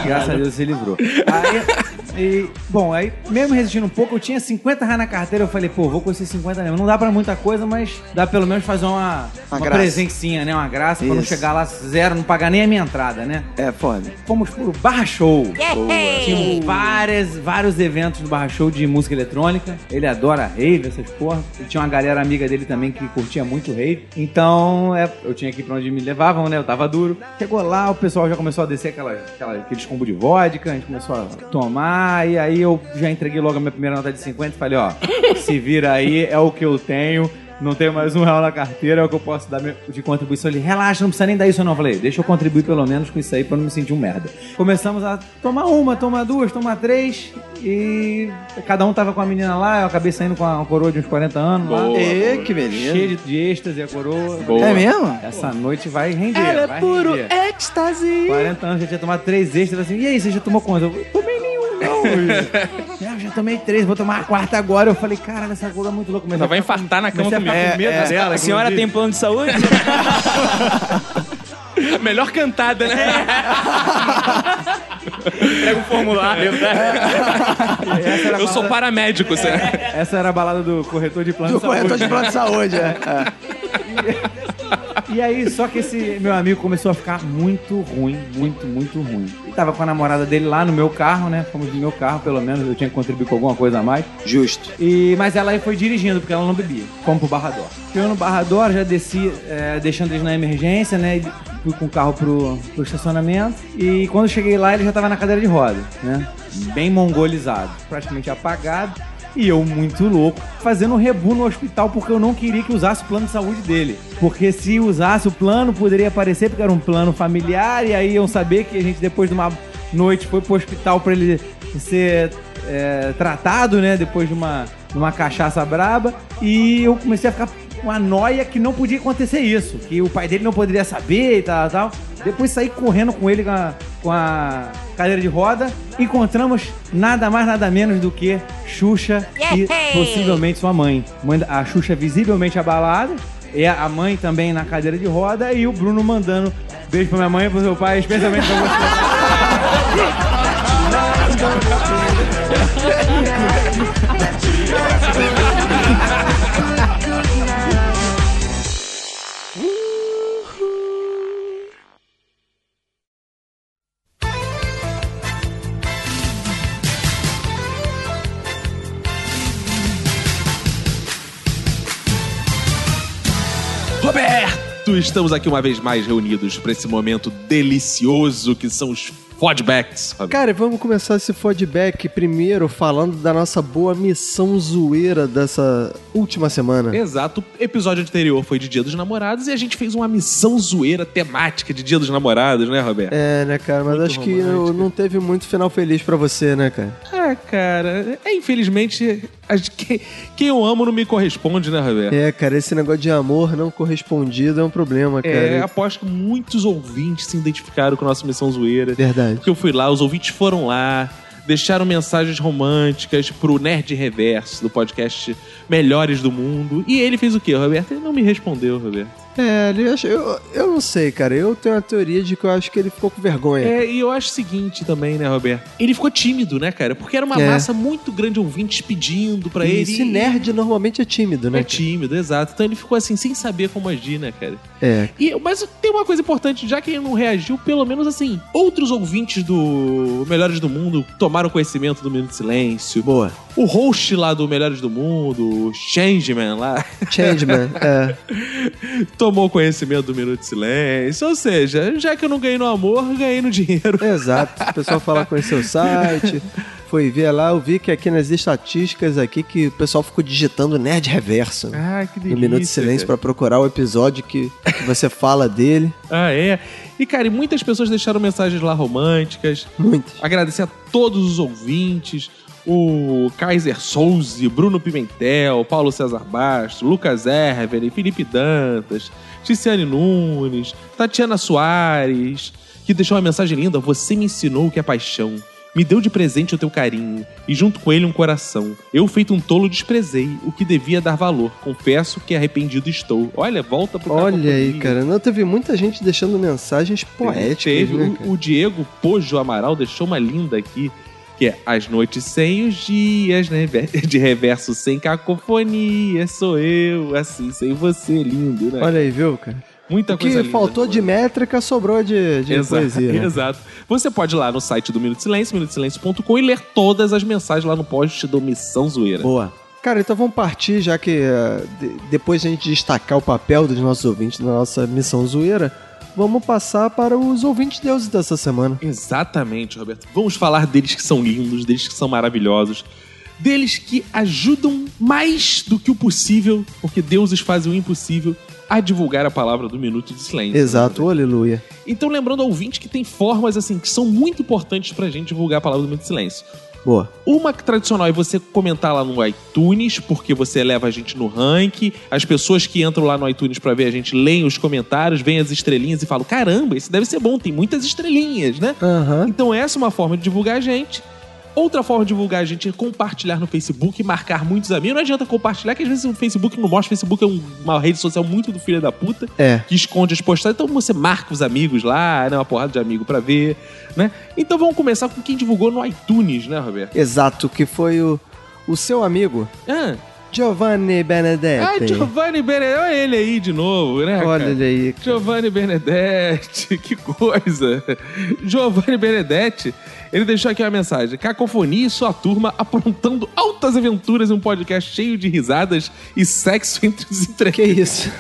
E: Graças a Deus se livrou. Aí, e, bom, aí mesmo resistindo um pouco, eu tinha 50 reais na carteira. Eu falei, pô, vou com esses 50 mesmo. Não dá pra muita coisa, mas dá pelo menos fazer uma, uma,
B: graça.
E: presencinha, né? Uma graça pra não
B: Isso.
E: chegar lá zero, não pagar nem a minha entrada, né?
B: É, foda.
E: Fomos pro Barra Show.
H: Yay!
E: Tinham várias, vários eventos do Barra Show de música eletrônica. Ele adora rave, essas porra. E tinha uma galera amiga dele também que curtia muito rave. Então, é, eu tinha que ir pra onde me levavam, né? Eu tava duro. Chegou lá, o pessoal já começou a descer aquela, aquela, aqueles combos de vodka. A gente começou a tomar. E aí eu já entreguei logo a minha primeira nota de 50 e falei, ó, se vira aí, é o que eu tenho. Não tenho mais um real na carteira, é o que eu posso dar me- de contribuição. Ele, relaxa, não precisa nem dar isso não. Eu falei, deixa eu contribuir pelo menos com isso aí pra eu não me sentir um merda. Começamos a tomar uma, tomar duas, tomar três e cada um tava com a menina lá, eu acabei saindo com uma coroa de uns 40 anos lá.
B: Ê, que beleza.
E: Cheia de, de êxtase a coroa.
B: É mesmo?
E: Essa noite vai render,
B: é
E: vai render.
B: êxtase.
E: 40 anos, já tinha tomado três extras assim. E aí, você já tomou quanto? Eu tomei nenhum, não. "É, já, já tomei três, vou tomar a quarta agora. Eu falei, cara, essa coisa é muito louca. Mas
A: Ela vai infartar na cama
E: Comecei a
A: comigo.
E: ficar
A: É,
E: com medo dela.
G: É, A senhora tem plano de saúde?
E: É.
A: Melhor cantada, né?
C: É.
A: um
T: Pega o formulário, tá?
E: inclusive. Essa era, a
A: né? Eu sou
E: balada,
C: É.
A: paramédico, você.
E: essa era a balada do corretor de plano
B: Do
E: de saúde.
B: corretor de plano de saúde, é. é.
E: E aí, só que esse meu amigo começou a ficar muito ruim, muito, muito ruim. E tava com a namorada dele lá no meu carro, né? Fomos no meu carro, pelo menos, eu tinha que contribuir com alguma coisa a mais.
B: Justo.
E: E, mas ela aí foi dirigindo, porque ela não bebia. Fomos pro Barrador. Eu no Barrador já desci, é, deixando eles na emergência, né? e Fui com o carro pro, pro estacionamento. E quando eu cheguei lá, ele já tava na cadeira de roda, né? Bem mongolizado, praticamente apagado. E eu, muito louco, fazendo rebu no hospital porque eu não queria que usasse o plano de saúde dele. Porque se usasse o plano, poderia aparecer porque era um plano familiar. E aí iam saber que a gente, depois de uma noite, foi pro hospital pra ele ser é, tratado, né? Depois de uma, de uma cachaça braba. E eu comecei a ficar com uma noia que não podia acontecer isso. Que o pai dele não poderia saber e tal, tal. Depois saí correndo com ele com a, com a cadeira de roda. Encontramos nada mais, nada menos do que Xuxa e possivelmente sua mãe. Mãe da- A Xuxa visivelmente abalada. E a a mãe também na cadeira de roda. E o Bruno mandando beijo pra minha mãe e pro seu pai, especialmente pra você.
A: Roberto, estamos aqui uma vez mais reunidos para esse momento delicioso que são os fodbacks. Roberto.
J: Cara, vamos começar esse feedback primeiro falando da nossa boa missão zoeira dessa última semana.
A: Exato. O episódio anterior foi de Dia dos Namorados e a gente fez uma missão zoeira temática de Dia dos Namorados, né, Roberto?
J: É, né, cara? Mas acho que eu- não teve muito final feliz pra você, né, cara?
A: Ah, cara. É, infelizmente, as- quem, quem eu amo não me corresponde, né, Roberto?
J: É, cara, esse negócio de amor não correspondido é um problema, cara.
A: É, aposto que muitos ouvintes se identificaram com a nossa missão zoeira.
J: Verdade.
A: Porque eu fui lá, os ouvintes foram lá, deixaram mensagens românticas pro Nerd Reverso do podcast Melhores do Mundo. E ele fez o quê, Roberto? Ele não me respondeu, Roberto.
J: É, ele acha- eu, eu não sei, cara. Eu tenho uma teoria de que eu acho que ele ficou com vergonha.
A: É, e eu acho o seguinte também, né, Roberto? Ele ficou tímido, né, cara? Porque era uma
J: É.
A: massa muito grande de ouvintes pedindo pra
J: E
A: ele.
J: esse nerd normalmente é tímido, né?
A: É tímido, exato. Então ele ficou assim, sem saber como agir, né, cara?
J: É.
A: E, mas tem uma coisa importante, já que ele não reagiu, pelo menos assim, outros ouvintes do Melhores do Mundo tomaram conhecimento do Minuto de Silêncio.
J: Boa.
A: O host lá do Melhores do Mundo, o Changeman lá.
J: Changeman, é.
A: Tomou conhecimento do Minuto de Silêncio. Ou seja, já que eu não ganhei no amor, ganhei no dinheiro.
J: Exato. O pessoal fala com seu site. Foi ver lá, eu vi que aqui nas estatísticas aqui que o pessoal ficou digitando nerd reverso.
A: Ah, que
J: No minuto de
A: delícia,
J: silêncio
A: cara.
J: pra procurar o episódio que, que você fala dele.
A: Ah, é? E, cara, e muitas pessoas deixaram mensagens lá românticas.
J: Muitas.
A: Agradecer a todos os ouvintes. O Kaiser Souze, Bruno Pimentel, Paulo César Bastos, Lucas Herveren, Felipe Dantas, Ticiane Nunes, Tatiana Soares, que deixou uma mensagem linda. Você me ensinou o que é paixão. Me deu de presente o teu carinho e junto com ele um coração. Eu, feito um tolo, desprezei o que devia dar valor. Confesso que arrependido estou. Olha, volta pro
J: Olha aí,
A: Cacofonia.
J: cara. Não teve muita gente deixando mensagens poéticas,
A: um Teve.
J: né,
A: é O-
J: cara?
A: o, Diego Pojo Amaral deixou uma linda aqui, que é As noites sem os dias, né? De reverso sem cacofonia, sou eu, assim, sem você, lindo, né?
J: Olha aí, viu, cara?
A: Muita
J: o que
A: coisa linda.
J: faltou de métrica sobrou de, de
A: Exato,
J: poesia. né?
A: exato. Você pode ir lá no site do Minuto de Silêncio, minutosilêncio.com, e ler todas as mensagens lá no post do Missão Zoeira.
J: Boa. Cara, então vamos partir, já que eh, de- depois de a gente destacar o papel dos nossos ouvintes na nossa missão zoeira, vamos passar para os ouvintes deuses dessa semana.
A: Exatamente, Roberto. Vamos falar deles que são lindos, deles que são maravilhosos, deles que ajudam mais do que o possível, porque deuses fazem o impossível, a divulgar a palavra do Minuto de Silêncio.
J: Exato, aleluia.
A: Então, lembrando ao ouvinte que tem formas assim que são muito importantes pra gente divulgar a palavra do Minuto de Silêncio.
J: Boa.
A: Uma que tradicional é você comentar lá no iTunes, porque você eleva a gente no ranking. As pessoas que entram lá no iTunes pra ver a gente leem os comentários, veem as estrelinhas e falam: caramba, isso deve ser bom, tem muitas estrelinhas, né? Então, essa é uma forma de divulgar a gente. Outra forma de divulgar a gente é compartilhar no Facebook e marcar muitos amigos. Não adianta compartilhar, que às vezes o Facebook não mostra. O Facebook é um- uma rede social muito do filho da puta
J: É.
A: que esconde as postagens. Então você marca os amigos lá, né? Uma porrada de amigo pra ver, né? Então vamos começar com quem divulgou no iTunes, né, Roberto?
J: Exato, que foi o, o seu amigo
A: Ah,
J: Giovanni Benedetti.
A: ah Giovanni Benedetti. Olha ele aí de novo, né?
J: Olha
A: cara?
J: ele aí.
A: Giovanni Benedetti, que coisa! Giovanni Benedetti, ele deixou aqui uma mensagem. Cacofonia e sua turma aprontando altas aventuras em um podcast cheio de risadas e sexo entre os entregues.
J: Que isso?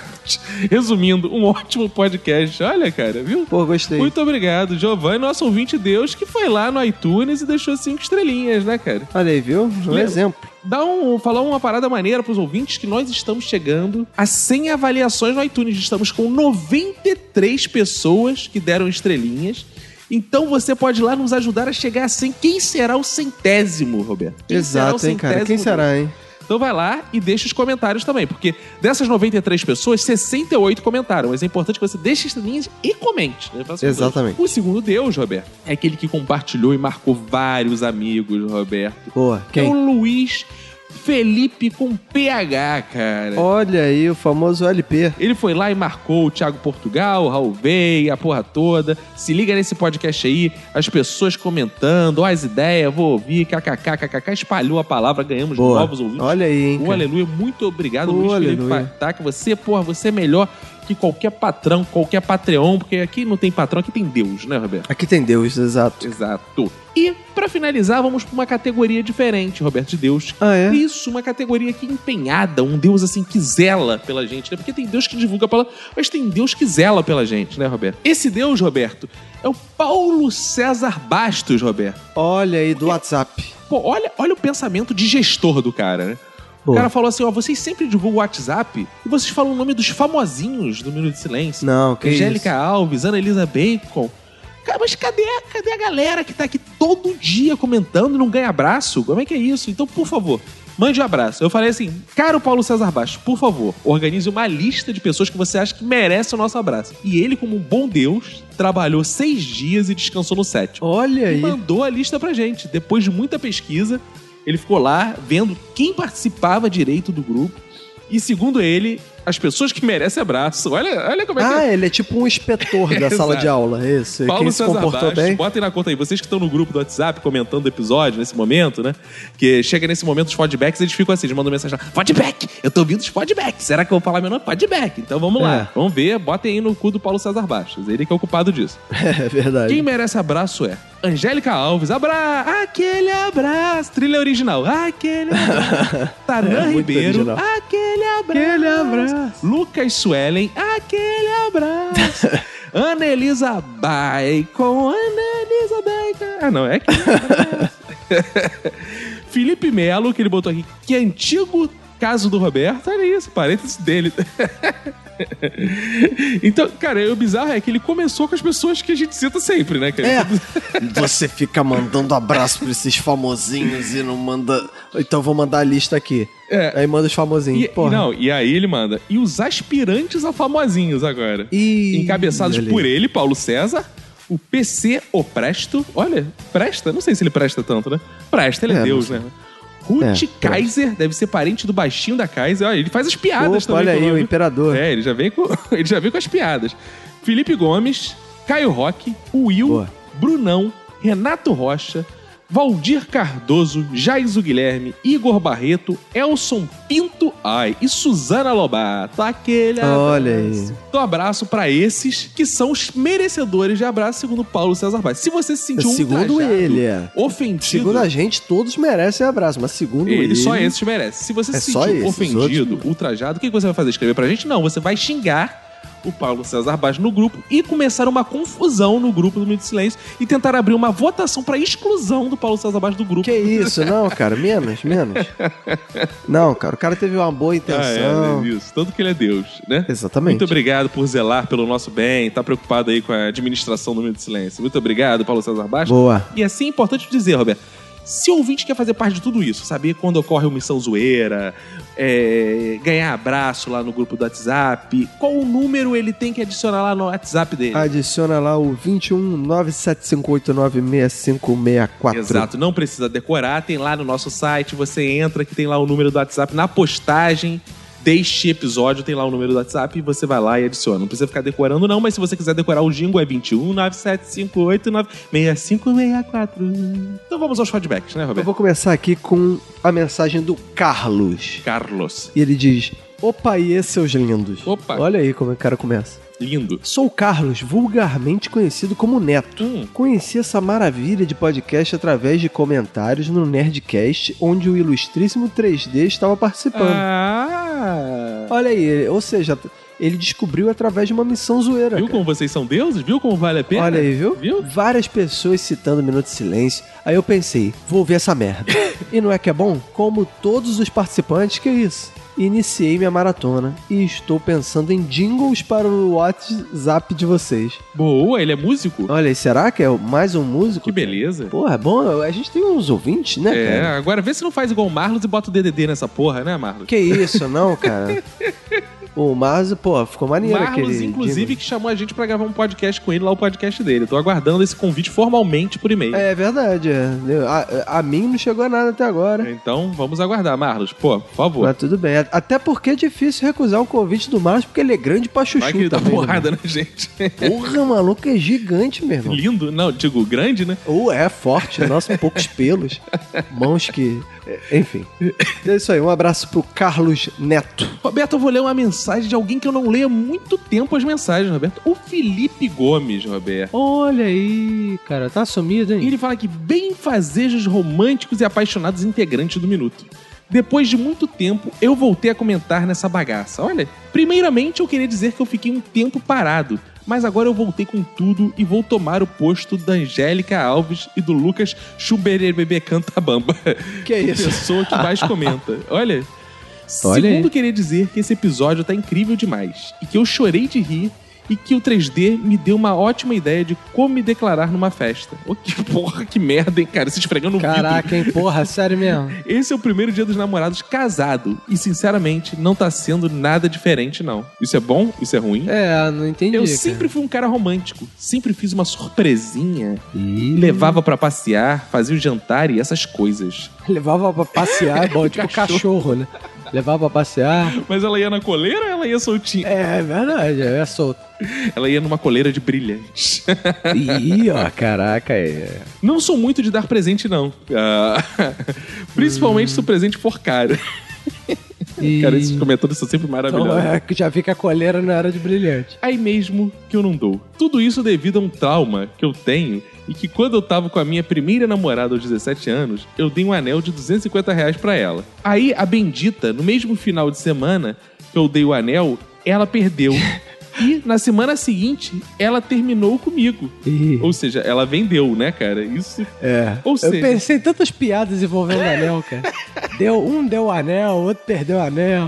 A: Resumindo, um ótimo podcast. Olha, cara, viu?
J: Pô, gostei.
A: Muito obrigado, Giovanni, nosso ouvinte Deus, que foi lá no iTunes e deixou cinco estrelinhas, né, cara?
J: Olha aí, viu? Um
A: Le-
J: exemplo.
A: Dá um, falar uma parada maneira pros ouvintes que nós estamos chegando a 100 avaliações no iTunes. Estamos com 93 pessoas que deram estrelinhas. Então você pode ir lá nos ajudar a chegar a 100. Quem será o centésimo, Roberto? Quem será o
J: Exato, hein, cara? Quem
A: centésimo
J: será, hein?
A: então vai lá e deixa os comentários também, porque dessas 93 pessoas, 68 comentaram. Mas é importante que você deixe estrelinhas e comente. né? Faça os dois.
J: Exatamente.
A: O segundo Deus, Roberto, é aquele que compartilhou e marcou vários amigos, Roberto.
J: Boa.
A: É
J: Quem?
A: o Luiz Felipe com PH, cara.
J: Olha aí, o famoso LP.
A: Ele foi lá e marcou o Thiago Portugal, o Raul Vey, a porra toda. Se liga nesse podcast aí, as pessoas comentando, ó as ideias, vou ouvir, kkk, kkk, espalhou a palavra, ganhamos
J: Boa.
A: novos ouvintes.
J: Olha aí, hein?
A: Ô,
J: cara?
A: aleluia, muito obrigado,
J: Ô,
A: Luiz Felipe
J: aleluia.
A: Pataca. Você, porra, você é melhor que qualquer patrão, qualquer Patreon, porque aqui não tem patrão, aqui tem Deus, né, Roberto?
J: Aqui tem Deus, exato.
A: Exato. E, pra finalizar, vamos pra uma categoria diferente, Roberto de Deus.
J: Ah, é?
A: Isso, uma categoria que é empenhada, um Deus assim que zela pela gente, né? Porque tem Deus que divulga pela, mas tem Deus que zela pela gente, né, Roberto? Esse Deus, Roberto, é o Paulo César Bastos, Roberto.
J: Olha aí, do WhatsApp.
A: Pô, olha, olha o pensamento de gestor do cara, né? O
J: Boa.
A: cara falou assim, ó, vocês sempre divulgam o WhatsApp e vocês falam o nome dos famosinhos do Minuto de Silêncio.
J: Não, que
A: Angélica Alves, Ana Elisa Bacon. Cara, mas cadê, a- cadê a galera que tá aqui todo dia comentando e não ganha abraço? Como é que é isso? Então, por favor, mande um abraço. Eu falei assim, caro Paulo César Bastos, por favor, organize uma lista de pessoas que você acha que merece o nosso abraço. E ele, como um bom Deus, trabalhou seis dias e descansou no sétimo.
J: Olha
A: E
J: aí.
A: mandou a lista pra gente. Depois de muita pesquisa, ele ficou lá vendo quem participava direito do grupo. E segundo ele, as pessoas que merecem abraço. Olha, olha como é que
I: Ah, ele é tipo um inspetor da sala
A: Exato.
I: de aula, isso. E
A: Paulo
I: Quem se
A: César
I: comportou
A: Bastos,
I: bem.
A: Botem na conta aí, vocês que estão no grupo do WhatsApp comentando o episódio nesse momento, né? Que chega nesse momento os feedbacks, eles ficam assim, eles mandam mensagem lá: feedback! Eu tô ouvindo os feedbacks, será que eu vou falar meu nome? Feedback! Então vamos
I: É.
A: lá, vamos ver, botem aí no cu do Paulo César Bastos, ele que é o culpado disso.
I: É verdade.
A: Quem merece abraço é Angélica Alves, abra... aquele abraço, trilha original, aquele abraço. Tanã
I: É, muito
A: Ribeiro,
I: original.
A: aquele abraço. Lucas Suelen, aquele abraço. Ana Elisa Bacon, Ana Elisa Bacon. Ah, não, é aquele abraço. Felipe Melo, que ele botou aqui, que é antigo caso do Roberto, olha isso, parênteses dele. então, cara, o bizarro é que ele começou com as pessoas que a gente cita sempre, né? Cara?
I: É. Você fica mandando abraço pra esses famosinhos e não manda. Então vou mandar a lista aqui.
A: É.
I: Aí manda os famosinhos.
A: E,
I: Porra.
A: não, e aí ele manda. E os aspirantes a famosinhos agora. Encabeçados
I: olha aí.
A: por ele, Paulo César. O PC Opresto. Olha, presta? Não sei se ele presta tanto, né? Presta, ele é,
I: É,
A: Deus,
I: não
A: né?
I: sei.
A: Ruth
I: É,
A: Kaiser, deve ser parente do baixinho da Kaiser. Olha, ele faz as piadas
I: Opa,
A: também.
I: olha
A: com
I: aí, o
A: nome.
I: imperador.
A: É, ele já vem com, ele já vem com as piadas. Felipe Gomes, Caio Roque, Will, Brunão, Renato Rocha, Valdir Cardoso, Jaiso Guilherme, Igor Barreto, Elson Pinto, ai, e Suzana Lobato. Aquele
I: Olha
A: abraço.
I: aí.
A: Então, abraço pra esses que são os merecedores de abraço, segundo Paulo César Vaz. Se você se sentiu
I: É Segundo
A: ultrajado,
I: ele, é.
A: um ofendido,
I: Segundo a gente, todos merecem abraço, mas segundo ele.
A: ele, só esses merece. Se você
I: É
A: se
I: só
A: sentir
I: esses,
A: ofendido, ultrajado, o que que você vai fazer? Escrever pra gente? Não, você vai xingar o Paulo César Baixo no grupo e começar uma confusão no grupo do Minuto de Silêncio e tentar abrir uma votação pra exclusão do Paulo César Baixo do grupo.
I: Que isso, não, cara, menos, menos. Não, cara, o cara teve uma boa intenção.
A: Ah, é, é isso. Tanto que ele é Deus, né?
I: Exatamente.
A: Muito obrigado por zelar pelo nosso bem, tá preocupado aí com a administração do Minuto de Silêncio. Muito obrigado, Paulo César Baixo.
I: Boa.
A: E assim é importante dizer, Roberto, se o ouvinte quer fazer parte de tudo isso, saber quando ocorre uma missão zoeira, é, ganhar abraço lá no grupo do WhatsApp, qual o número ele tem que adicionar lá no WhatsApp dele?
I: Adiciona lá o 21 975896564.
A: Exato, não precisa decorar, tem lá no nosso site, você entra que tem lá o número do WhatsApp na postagem deste episódio, tem lá o número do WhatsApp e você vai lá e adiciona. Não precisa ficar decorando não, mas se você quiser decorar o jingle é 21 97589 6564. Então vamos aos feedbacks, né,
I: Eu
A: Roberto?
I: vou começar aqui com a mensagem do Carlos.
A: Carlos.
I: E ele diz: Opa, e seus lindos.
A: Opa.
I: Olha aí como é o cara começa.
A: Lindo.
I: Sou o Carlos, vulgarmente conhecido como Neto.
A: Hum.
I: Conheci essa maravilha de podcast através de comentários no Nerdcast, onde o ilustríssimo 3D estava participando.
A: Ah!
I: Olha aí, ou seja, ele descobriu através de uma missão zoeira.
A: Viu
I: cara.
A: como vocês são deuses? Viu como vale a pena?
I: Olha aí, viu? Várias pessoas citando um Minuto de Silêncio. Aí eu pensei, vou ver essa merda. e não é que é bom? Como todos os participantes, que é isso? Iniciei minha maratona e estou pensando em jingles para o WhatsApp de vocês.
A: Boa, ele é músico?
I: Olha, e será que é mais um músico?
A: Que beleza.
I: Porra, é bom, a gente tem uns ouvintes, né,
A: É,
I: cara?
A: agora vê se não faz igual o Marlos e bota o DDD nessa porra, né, Marlos?
I: Que isso, não, cara. o Marlos, pô, ficou maneiro
A: Marlos,
I: aquele
A: inclusive,
I: jingle.
A: que chamou a gente pra gravar um podcast com ele lá, o podcast dele. Eu tô aguardando esse convite formalmente por e-mail.
I: É verdade, é. Eu- A, a mim não chegou a nada até agora.
A: Então, vamos aguardar, Marlos. Pô, por favor.
I: Mas tudo bem. Até porque é difícil recusar um convite do Marcos, porque ele é grande pra chuchu
A: Vai que ele dá
I: também. né,
A: porrada na gente.
I: mano? Porra, maluco, é gigante, meu irmão.
A: Lindo. Não, digo, grande, né?
I: Ou é forte, nossa, poucos pelos. Mãos que... Enfim. É isso aí, um abraço pro Carlos Neto.
A: Roberto, eu vou ler uma mensagem de alguém que eu não leio há muito tempo as mensagens, Roberto. O Felipe Gomes, Roberto.
I: Olha aí, cara, tá sumido, hein?
A: Ele fala que bem fazejos românticos e apaixonados integrantes do Minuto. Depois de muito tempo, eu voltei a comentar nessa bagaça. Olha, primeiramente eu queria dizer que eu fiquei um tempo parado, mas agora eu voltei com tudo e vou tomar o posto da Angélica Alves e do Lucas Schuberer Bebê Canta Bamba.
I: Que é isso?
A: Pessoa que mais comenta. Olha.
I: Olha aí.
A: Segundo, queria dizer que esse episódio tá incrível demais e que eu chorei de rir e que o 3D me deu uma ótima ideia de como me declarar numa festa. Ô, que porra, que merda, hein, cara? Se esfregando no
I: Caraca, hein, porra, sério mesmo.
A: Esse é o primeiro dia dos namorados casado e, sinceramente, não tá sendo nada diferente, não. Isso é bom? Isso é ruim?
I: É, não entendi.
A: Eu
I: cara.
A: sempre fui um cara romântico, sempre fiz uma surpresinha, levava pra passear, fazia o jantar e essas coisas.
I: Levava pra passear, é bom, tipo cachorro, né?
J: levar pra passear.
A: Mas ela ia na coleira ou ela ia soltinha?
J: É, é verdade, eu ia solta.
A: Ela ia numa coleira de brilhantes.
J: Ih, ó, caraca, é.
A: Não sou muito de dar presente, não. Ah, principalmente se o presente for caro. Cara, esses comentários são sempre
J: Então,
A: maravilhosos.
J: é, que já fica a coleira na área de brilhante.
A: Aí mesmo que eu não dou. Tudo isso devido a um trauma que eu tenho e que quando eu tava com a minha primeira namorada aos 17 anos, eu dei um anel de 250 reais pra ela. Aí a bendita, no mesmo final de semana que eu dei o anel, ela perdeu. E na semana seguinte, ela terminou comigo. Ou seja, ela vendeu, né, cara? Isso.
J: É.
A: Ou seja.
J: Eu pensei em tantas piadas envolvendo anel, cara. Deu, um deu anel, outro perdeu anel.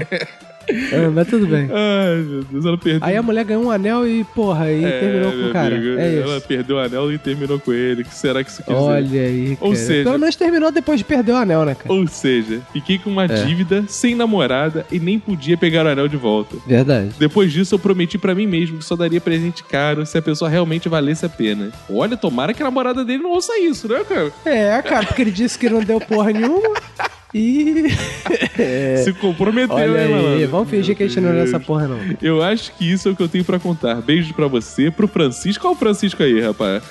J: É, mas tudo bem.
A: Ai, meu Deus, ela perdeu.
J: Aí a mulher ganhou um anel e, porra, aí
A: É,
J: terminou com
A: meu
J: o cara.
A: amigo,
J: é isso.
A: ela tá- perdeu o anel e terminou com ele. O que será que isso quer dizer?
J: Olha aí,
A: Ou
J: cara.
A: seja-
J: Pelo menos terminou depois de perder o anel, né, cara? É.
A: Ou seja, fiquei com uma dívida, sem namorada e nem podia pegar o anel de volta.
J: Verdade.
A: Depois disso, eu prometi pra mim mesmo que só daria presente caro se a pessoa realmente valesse a pena. Olha, tomara que a namorada dele não ouça isso, né, cara?
J: É, cara, porque ele disse que não deu porra nenhuma e... É.
A: Se comprometeu,
J: Olha
A: né,
J: aí,
A: malandro?
J: vamos fingir que a gente não olhou essa porra, não.
A: Eu acho que isso é o que eu tenho pra contar. Beijo pra você, pro Francisco. Olha o Francisco aí, rapaz.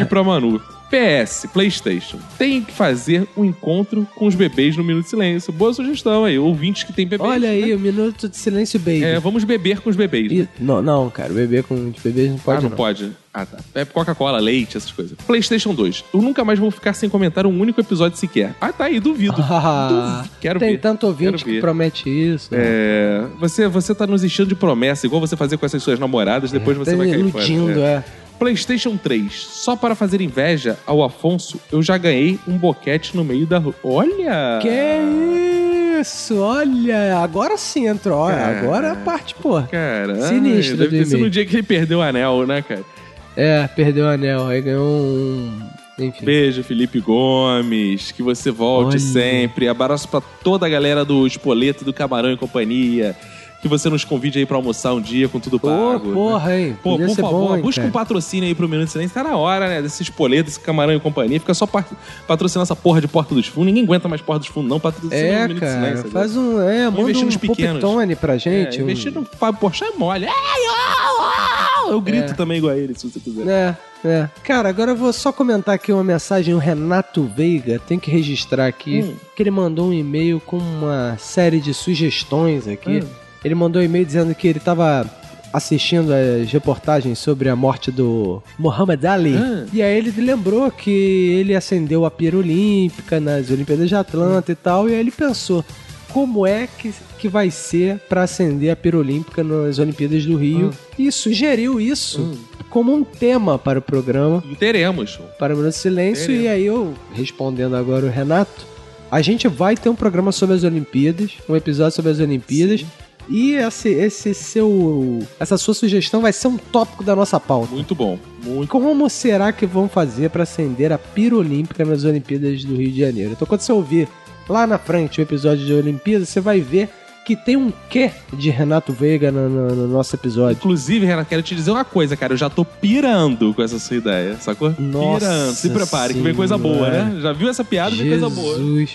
A: E pra Manu. PS, Playstation. Tem que fazer um encontro com os bebês no Minuto de Silêncio. Boa sugestão aí, ouvintes que tem bebês. né?
J: Olha aí, o Minuto de Silêncio Baby.
A: É, vamos beber com os bebês. né?
J: Não, não, cara, beber com de bebês não pode
A: ah, não, pode. Ah, tá. É Coca-Cola, leite, essas coisas. PlayStation 2. Eu nunca mais vou ficar sem comentar um único episódio sequer. Ah, tá aí, duvido.
J: Ah,
A: Duvido. Quero
J: tem
A: ver.
J: tanto ouvinte
A: Quero
J: que
A: ver.
J: promete isso. né?
A: É, você, você tá nos enchendo de promessa, igual você fazia com essas suas namoradas, depois você
J: tá
A: vai cair
J: iludindo,
A: fora.
J: é.
A: PlayStation 3. Só para fazer inveja ao Afonso, eu já ganhei um boquete no meio da rua. Olha!
J: Que isso, olha, agora sim entrou, olha,
A: Cara.
J: agora é a parte, pô.
A: Cara,
J: Sinistra
A: ai, deve
J: do
A: ter sido
J: e-mail.
A: no dia que ele perdeu o anel, né, cara?
J: É, perdeu o anel, aí ganhou um... Enfim.
A: Beijo, Felipe Gomes. Que você volte
J: Olha.
A: sempre. Abraço pra toda a galera do Espoleto, do Camarão e Companhia. Que você nos convide aí pra almoçar um dia com tudo pago. né?
J: Porra, hein?
A: Pô,
J: Podia
A: por
J: ser
A: favor,
J: bom, hein,
A: busca
J: cara.
A: um patrocínio aí pro Minuto de Silêncio. Tá na hora, né? Desses poletos, esse camarão e companhia. Fica só pat- patrocinando essa porra de Porta dos Fundos. Ninguém aguenta mais Porta dos Fundos, não. Patrocina o
J: É,
A: Minuto de
J: cara,
A: Silêncio.
J: faz um. É,
A: Vamos
J: manda
A: investir
J: um
A: nos pequenos.
J: Puptone pra gente.
A: É,
J: um-
A: investir no Fábio Porchat é mole. Ai, au, au! Eu grito
J: É.
A: também igual a ele, se você quiser.
J: É, é. Cara, agora eu vou só comentar aqui uma mensagem. O Renato Veiga tem que registrar aqui
A: Hum.
J: que ele mandou um e-mail com uma série de sugestões aqui.
A: Hum.
J: Ele mandou um e-mail dizendo que ele tava assistindo as reportagens sobre a morte do Muhammad Ali.
A: Hum.
J: E aí ele lembrou que ele acendeu a pira olímpica nas Olimpíadas de Atlanta e tal, e aí ele pensou. Como é que, que vai ser pra acender a pira olímpica nas Olimpíadas do Rio?
A: Hum.
J: E sugeriu isso como um tema para o programa,
A: E teremos.
J: para o Minuto de Silêncio.
A: Teremos.
J: E aí eu, respondendo agora o Renato, a gente vai ter um programa sobre as Olimpíadas, um episódio sobre as Olimpíadas. E esse, esse seu, essa sua sugestão vai ser um tópico da nossa pauta.
A: Muito bom. Muito
J: Como será que vão fazer para acender a pira olímpica nas Olimpíadas do Rio de Janeiro? Então, quando você ouvir lá na frente o episódio de Olimpíadas, você vai ver que tem um quê de Renato Veiga no, no- no nosso episódio.
A: Inclusive, Renato, quero te dizer uma coisa, cara. Eu já tô pirando com essa sua ideia, sacou?
J: Nossa
A: pirando. Se prepare, que vem coisa boa,
J: Senhora.
A: né? Já viu essa piada? Vem coisa boa.
J: Jesus.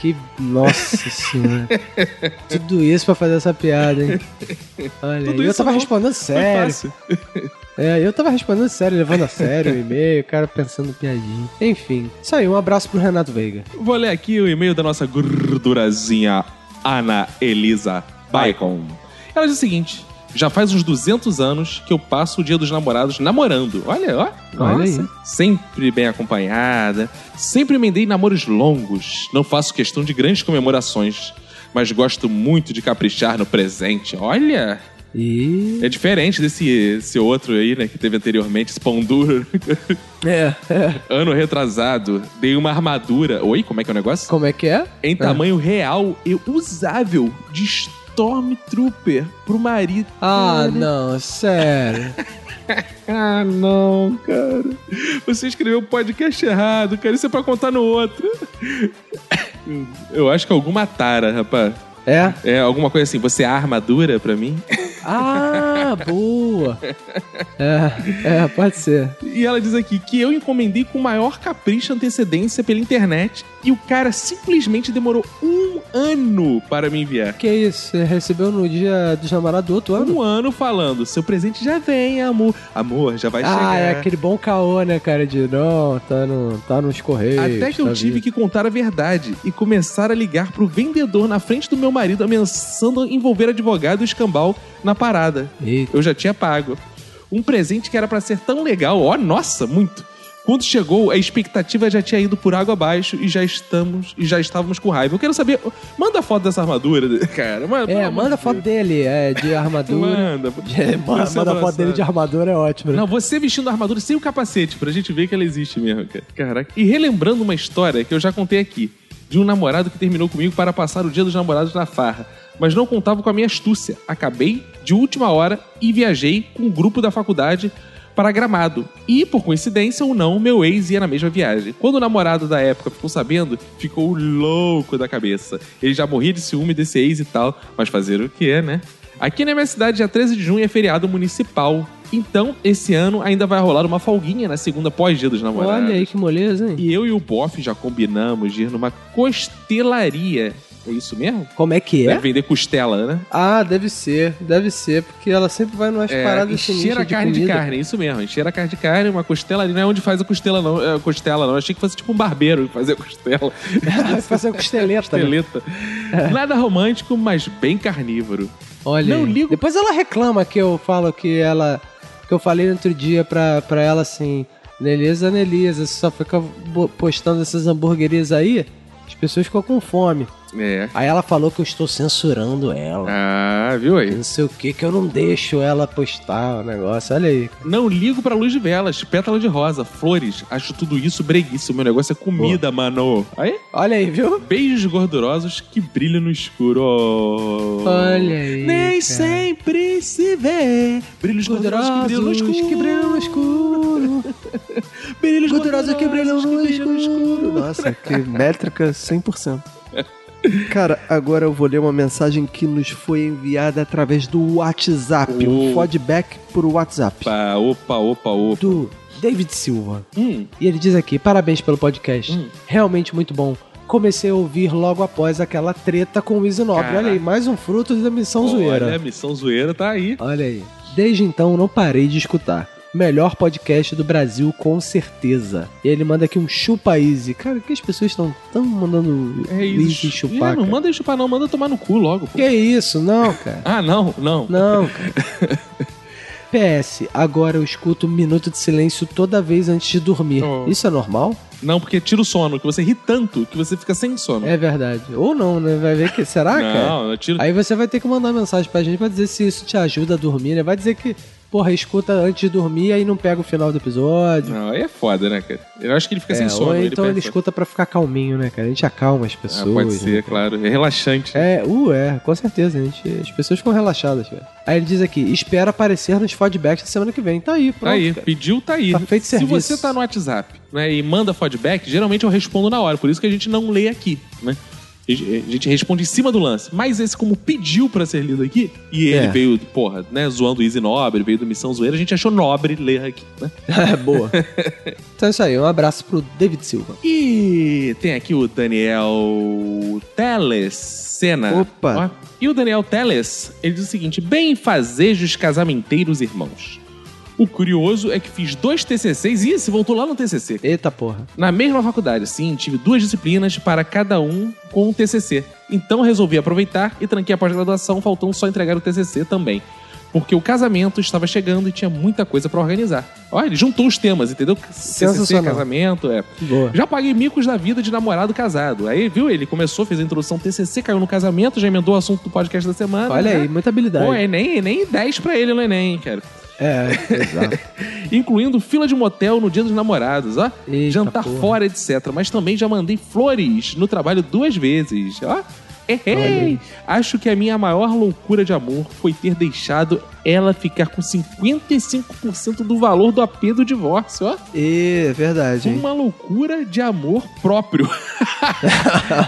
J: Que. Nossa senhora. Tudo isso pra fazer essa piada, hein? Olha,
A: Tudo
J: e eu
A: isso
J: tava
A: não.
J: respondendo
A: Foi
J: sério.
A: fácil.
J: É, eu tava respondendo sério, levando a sério o e-mail, o cara pensando piadinha. Enfim, isso aí, um abraço pro Renato Veiga.
A: Vou ler aqui o e-mail da nossa gordurazinha Ana Elisa Bacon. Ela diz o seguinte: já faz uns 200 anos que eu passo o dia dos namorados namorando. Olha, ó.
J: Olha
A: Nossa.
J: aí.
A: Sempre bem acompanhada. Sempre emendei namoros longos. Não faço questão de grandes comemorações. Mas gosto muito de caprichar no presente. Olha!
J: E.
A: É diferente desse esse outro aí, né, que teve anteriormente, esse pão duro.
J: É.
A: Ano retrasado, dei uma armadura. Oi, como é que é o negócio?
J: Como é que é?
A: Em tamanho real e usável de Stormtrooper pro marido.
J: Ah, não, sério.
A: Ah, não, cara. Você escreveu o podcast errado, cara. Isso é pra contar no outro. Eu acho que é alguma tara, rapaz.
J: É?
A: É alguma coisa assim. Você é a armadura pra mim?
J: Ah, boa. É, é, pode ser.
A: E ela diz aqui que eu encomendei com o maior capricho e antecedência pela internet e o cara simplesmente demorou um ano para me enviar.
J: Que isso? Você recebeu no dia dos namorados do outro ano?
A: Um ano falando, seu presente já vem, amor. Amor, já vai chegar.
J: Ah, é aquele bom caô, né, cara? De não, tá, no, tá nos correios.
A: Até que eu
J: tá
A: tive
J: vindo.
A: que contar a verdade e começar a ligar pro vendedor na frente do meu marido, ameaçando envolver advogado e escambau na parada. Eu já tinha pago. Um presente que era pra ser tão legal, ó, nossa, muito. Quando chegou, a expectativa já tinha ido por água abaixo e já estamos e já estávamos com raiva. Eu quero saber, manda foto dessa armadura, cara. Manda,
J: É, manda foto dele, é, de armadura.
A: Manda.
J: É, manda
A: Você
J: manda foto
A: abraçado.
J: dele de armadura, é ótimo, né?
A: Não, você vestindo a armadura sem o capacete, pra gente ver que ela existe mesmo, cara. Caraca. E relembrando uma história que eu já contei aqui, de um namorado que terminou comigo para passar o dia dos namorados na farra. Mas não contava com a minha astúcia. Acabei de última hora e viajei com um grupo da faculdade para Gramado. E, por coincidência ou não, meu ex ia na mesma viagem. Quando o namorado da época ficou sabendo, ficou louco da cabeça. Ele já morria de ciúme desse ex e tal, mas fazer o que, né? Aqui na minha cidade, dia 13 de junho, é feriado municipal. Então, esse ano ainda vai rolar uma folguinha na segunda pós-dia dos namorados.
J: Olha aí que moleza, hein?
A: E eu e o Boff já combinamos de ir numa costelaria. É isso mesmo?
J: Como é que é?
A: Deve vender costela, né?
J: Ah, deve ser, deve ser, porque ela sempre vai numas paradas
A: É, encher a
J: sinistras de
A: carne de,
J: comida.
A: carne, é isso mesmo. Encher a carne de carne, uma costela ali. Não é onde faz a costela, não. É, costela, não. Achei que fosse tipo um barbeiro fazer a costela.
J: Vai fazer costeleta. né?
A: Costeleta. Nada romântico, mas bem carnívoro.
J: Olha,
A: Não
J: aí. depois ela reclama que eu falo que ela. Que eu falei outro dia pra, pra ela assim: Nelisa, Nelisa, você só fica bo- postando essas hamburguerias aí, as pessoas ficam com fome.
A: É.
J: Aí ela falou que eu estou censurando ela.
A: Ah, viu aí?
J: Não sei o que, que eu não deixo ela postar o negócio. Olha aí.
A: Não ligo pra luz de velas, pétala de rosa, flores. Acho tudo isso breguice. O meu negócio é comida, mano. Aí?
J: Olha aí, viu?
A: Beijos gordurosos que brilham no escuro. Oh.
J: Olha aí. cara.
A: Nem sempre se vê. Brilhos gordurosos que brilham no escuro.
J: que brilham no escuro.
A: Brilhos
J: gordurosos que brilham no escuro. Nossa, que métrica 100%. Cara, agora eu vou ler uma mensagem que nos foi enviada através do WhatsApp. Um
A: Oh.
J: feedback por WhatsApp.
A: Opa, opa, opa, opa.
J: Do David Silva.
A: Hum.
J: E ele diz aqui: parabéns pelo podcast. Realmente muito bom. Comecei a ouvir logo após aquela treta com o Isinobre.
A: Caraca.
J: Olha aí, mais um fruto da missão zoeira.
A: Olha, é a missão zoeira tá aí.
J: Olha aí. Desde então não parei de escutar. Melhor podcast do Brasil, com certeza. E ele manda aqui um chupa easy. Cara, que as pessoas estão tão mandando
A: É
J: easy
A: isso.
J: chupar.
A: Ih, não
J: cara.
A: manda ele chupar, não. Manda tomar no cu logo. pô.
J: Que isso, não, cara.
A: Ah, não, não.
J: Não, cara. PS, agora eu escuto um minuto de silêncio toda vez antes de dormir.
A: Oh.
J: Isso é normal?
A: Não, porque tira o sono, que você ri tanto que você fica sem sono.
J: É verdade. Ou não, né? Vai ver que. Será, cara?
A: Não, né? eu tiro.
J: Aí você vai ter que mandar mensagem pra gente pra dizer se isso te ajuda a dormir, né? Vai dizer que, porra, escuta antes de dormir aí não pega o final do episódio.
A: Não, aí é foda, né, cara? Eu acho que ele fica sem
J: É,
A: sono.
J: ou então ele,
A: perde sono.
J: escuta pra ficar calminho, né, cara? A gente acalma as pessoas.
A: Ah, pode ser,
J: né?
A: claro. É relaxante.
J: É, uh, é, com certeza, a gente, as pessoas ficam relaxadas, cara. Aí ele diz aqui, espera aparecer nos feedbacks da semana que vem. Tá aí, pronto.
A: Tá aí,
J: cara.
A: pediu, tá aí.
J: Tá feito
A: Se
J: serviço.
A: você tá no WhatsApp né, e manda feedback, geralmente eu respondo na hora, por isso que a gente não lê aqui, né? A gente a gente responde em cima do lance. Mas esse, como pediu pra ser lido aqui, e ele
J: É.
A: veio, porra, né, zoando o Easy Nobre, veio do Missão Zoeira, a gente achou nobre ler aqui, né?
J: É, boa. então é isso aí, um abraço pro David Silva.
A: E tem aqui o Daniel Teles Sena.
J: Opa.
A: Ó, E o Daniel Teles, ele diz o seguinte: bem fazejos casamenteiros irmãos. O curioso é que fiz dois TCCs e esse voltou lá no TCC.
J: Eita porra.
A: Na mesma faculdade, sim, tive duas disciplinas para cada um com o TCC. Então resolvi aproveitar e tranquei a pós-graduação, faltando só entregar o TCC também. Porque o casamento estava chegando e tinha muita coisa para organizar. Olha, ele juntou os temas, entendeu? TCC,
J: Sensacional.
A: casamento, é.
J: Boa.
A: Já paguei micos da vida de namorado casado. Aí, viu, ele começou, fez a introdução TCC, caiu no casamento, já emendou o assunto do podcast da semana.
J: Olha
A: né?
J: aí, muita habilidade.
A: Pô, Enem, Enem 10 pra ele no Enem, cara.
J: É, exato.
A: Incluindo fila de motel no dia dos namorados, ó. Jantar
J: porra.
A: fora, etc. Mas também já mandei flores no trabalho duas vezes, ó. Errei! Acho que a minha maior loucura de amor foi ter deixado ela ficar com 55% do valor do AP do divórcio, ó.
J: E, é verdade, hein?
A: Uma loucura de amor próprio.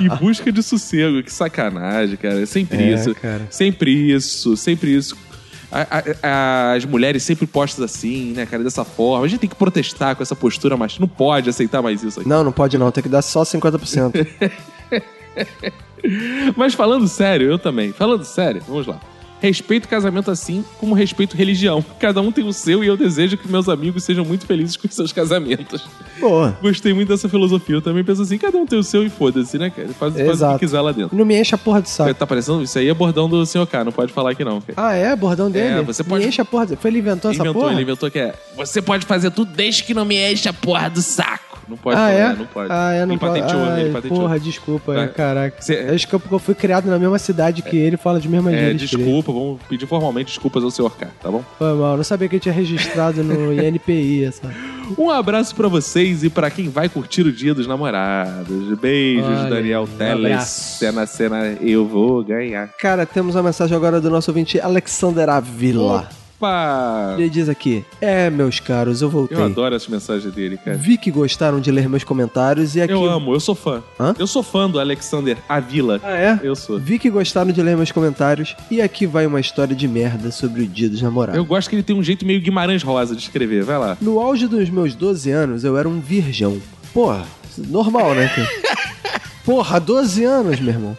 A: em busca de sossego. Que sacanagem, cara. Sempre
J: É,
A: isso.
J: cara.
A: Sempre isso, sempre isso. A- a- a- as mulheres sempre postas assim, né, cara? Dessa forma. A gente tem que protestar com essa postura, mas não pode aceitar mais isso aqui.
J: Não, não pode não, tem que dar só 50%.
A: Mas falando sério, eu também. Falando sério, vamos lá. Respeito casamento assim como respeito religião. Cada um tem o seu e eu desejo que meus amigos sejam muito felizes com seus casamentos.
J: Boa.
A: Gostei muito dessa filosofia. Eu também penso assim, cada um tem o seu e foda-se, né, cara? Faz, faz o que
J: Exato.
A: quiser lá dentro.
J: Não me enche a porra de saco.
A: Tá parecendo? Isso aí é bordão do senhor K, não pode falar que não. cara.
J: Ah, é? Bordão dele?
A: É, você pode-
J: Me enche a porra de... Foi ele que inventou,
A: Ele
J: essa
A: inventou,
J: porra?
A: ele inventou que é. Você pode fazer tudo desde que não me enche a porra do saco. Não pode
J: ah,
A: falar, né?
J: é?
A: não pode.
J: Ah, é, não
A: ele
J: pode.
A: patenteou,
J: Ai,
A: ele patenteou.
J: Porra, desculpa,
A: Tá.
J: é, caraca.
A: Cê-
J: Acho que eu- eu fui criado na mesma cidade que ele, fala de mesma
A: É,
J: gíria.
A: desculpa, vamos pedir formalmente desculpas ao senhor K, tá bom?
J: Foi mal, não sabia que eu tinha registrado no INPI essa.
A: Um abraço pra vocês e pra quem vai curtir o Dia dos Namorados. Beijos,
J: Olha aí,
A: Daniel
J: um
A: Teles.
J: abraço.
A: Cena, cena, eu vou ganhar.
J: Cara, temos uma mensagem agora do nosso ouvinte Alexander Avila.
A: Opa!
J: Ele diz aqui: É, meus caros, eu voltei.
A: Ah, Eu adoro essa mensagem dele, cara.
J: Vi que gostaram de ler meus comentários e aqui.
A: Eu amo, eu sou fã. Eu sou fã do Alexander Avila.
J: Ah, é?
A: Eu sou.
J: Vi que gostaram de ler meus comentários e aqui vai uma história de merda sobre o dia dos namorados.
A: Eu gosto que ele tem um jeito meio Guimarães Rosa de escrever, vai lá.
J: Tá. No auge dos meus 12 anos, eu era um virgão. Porra, normal, né? cara? Porra, 12 anos, meu irmão.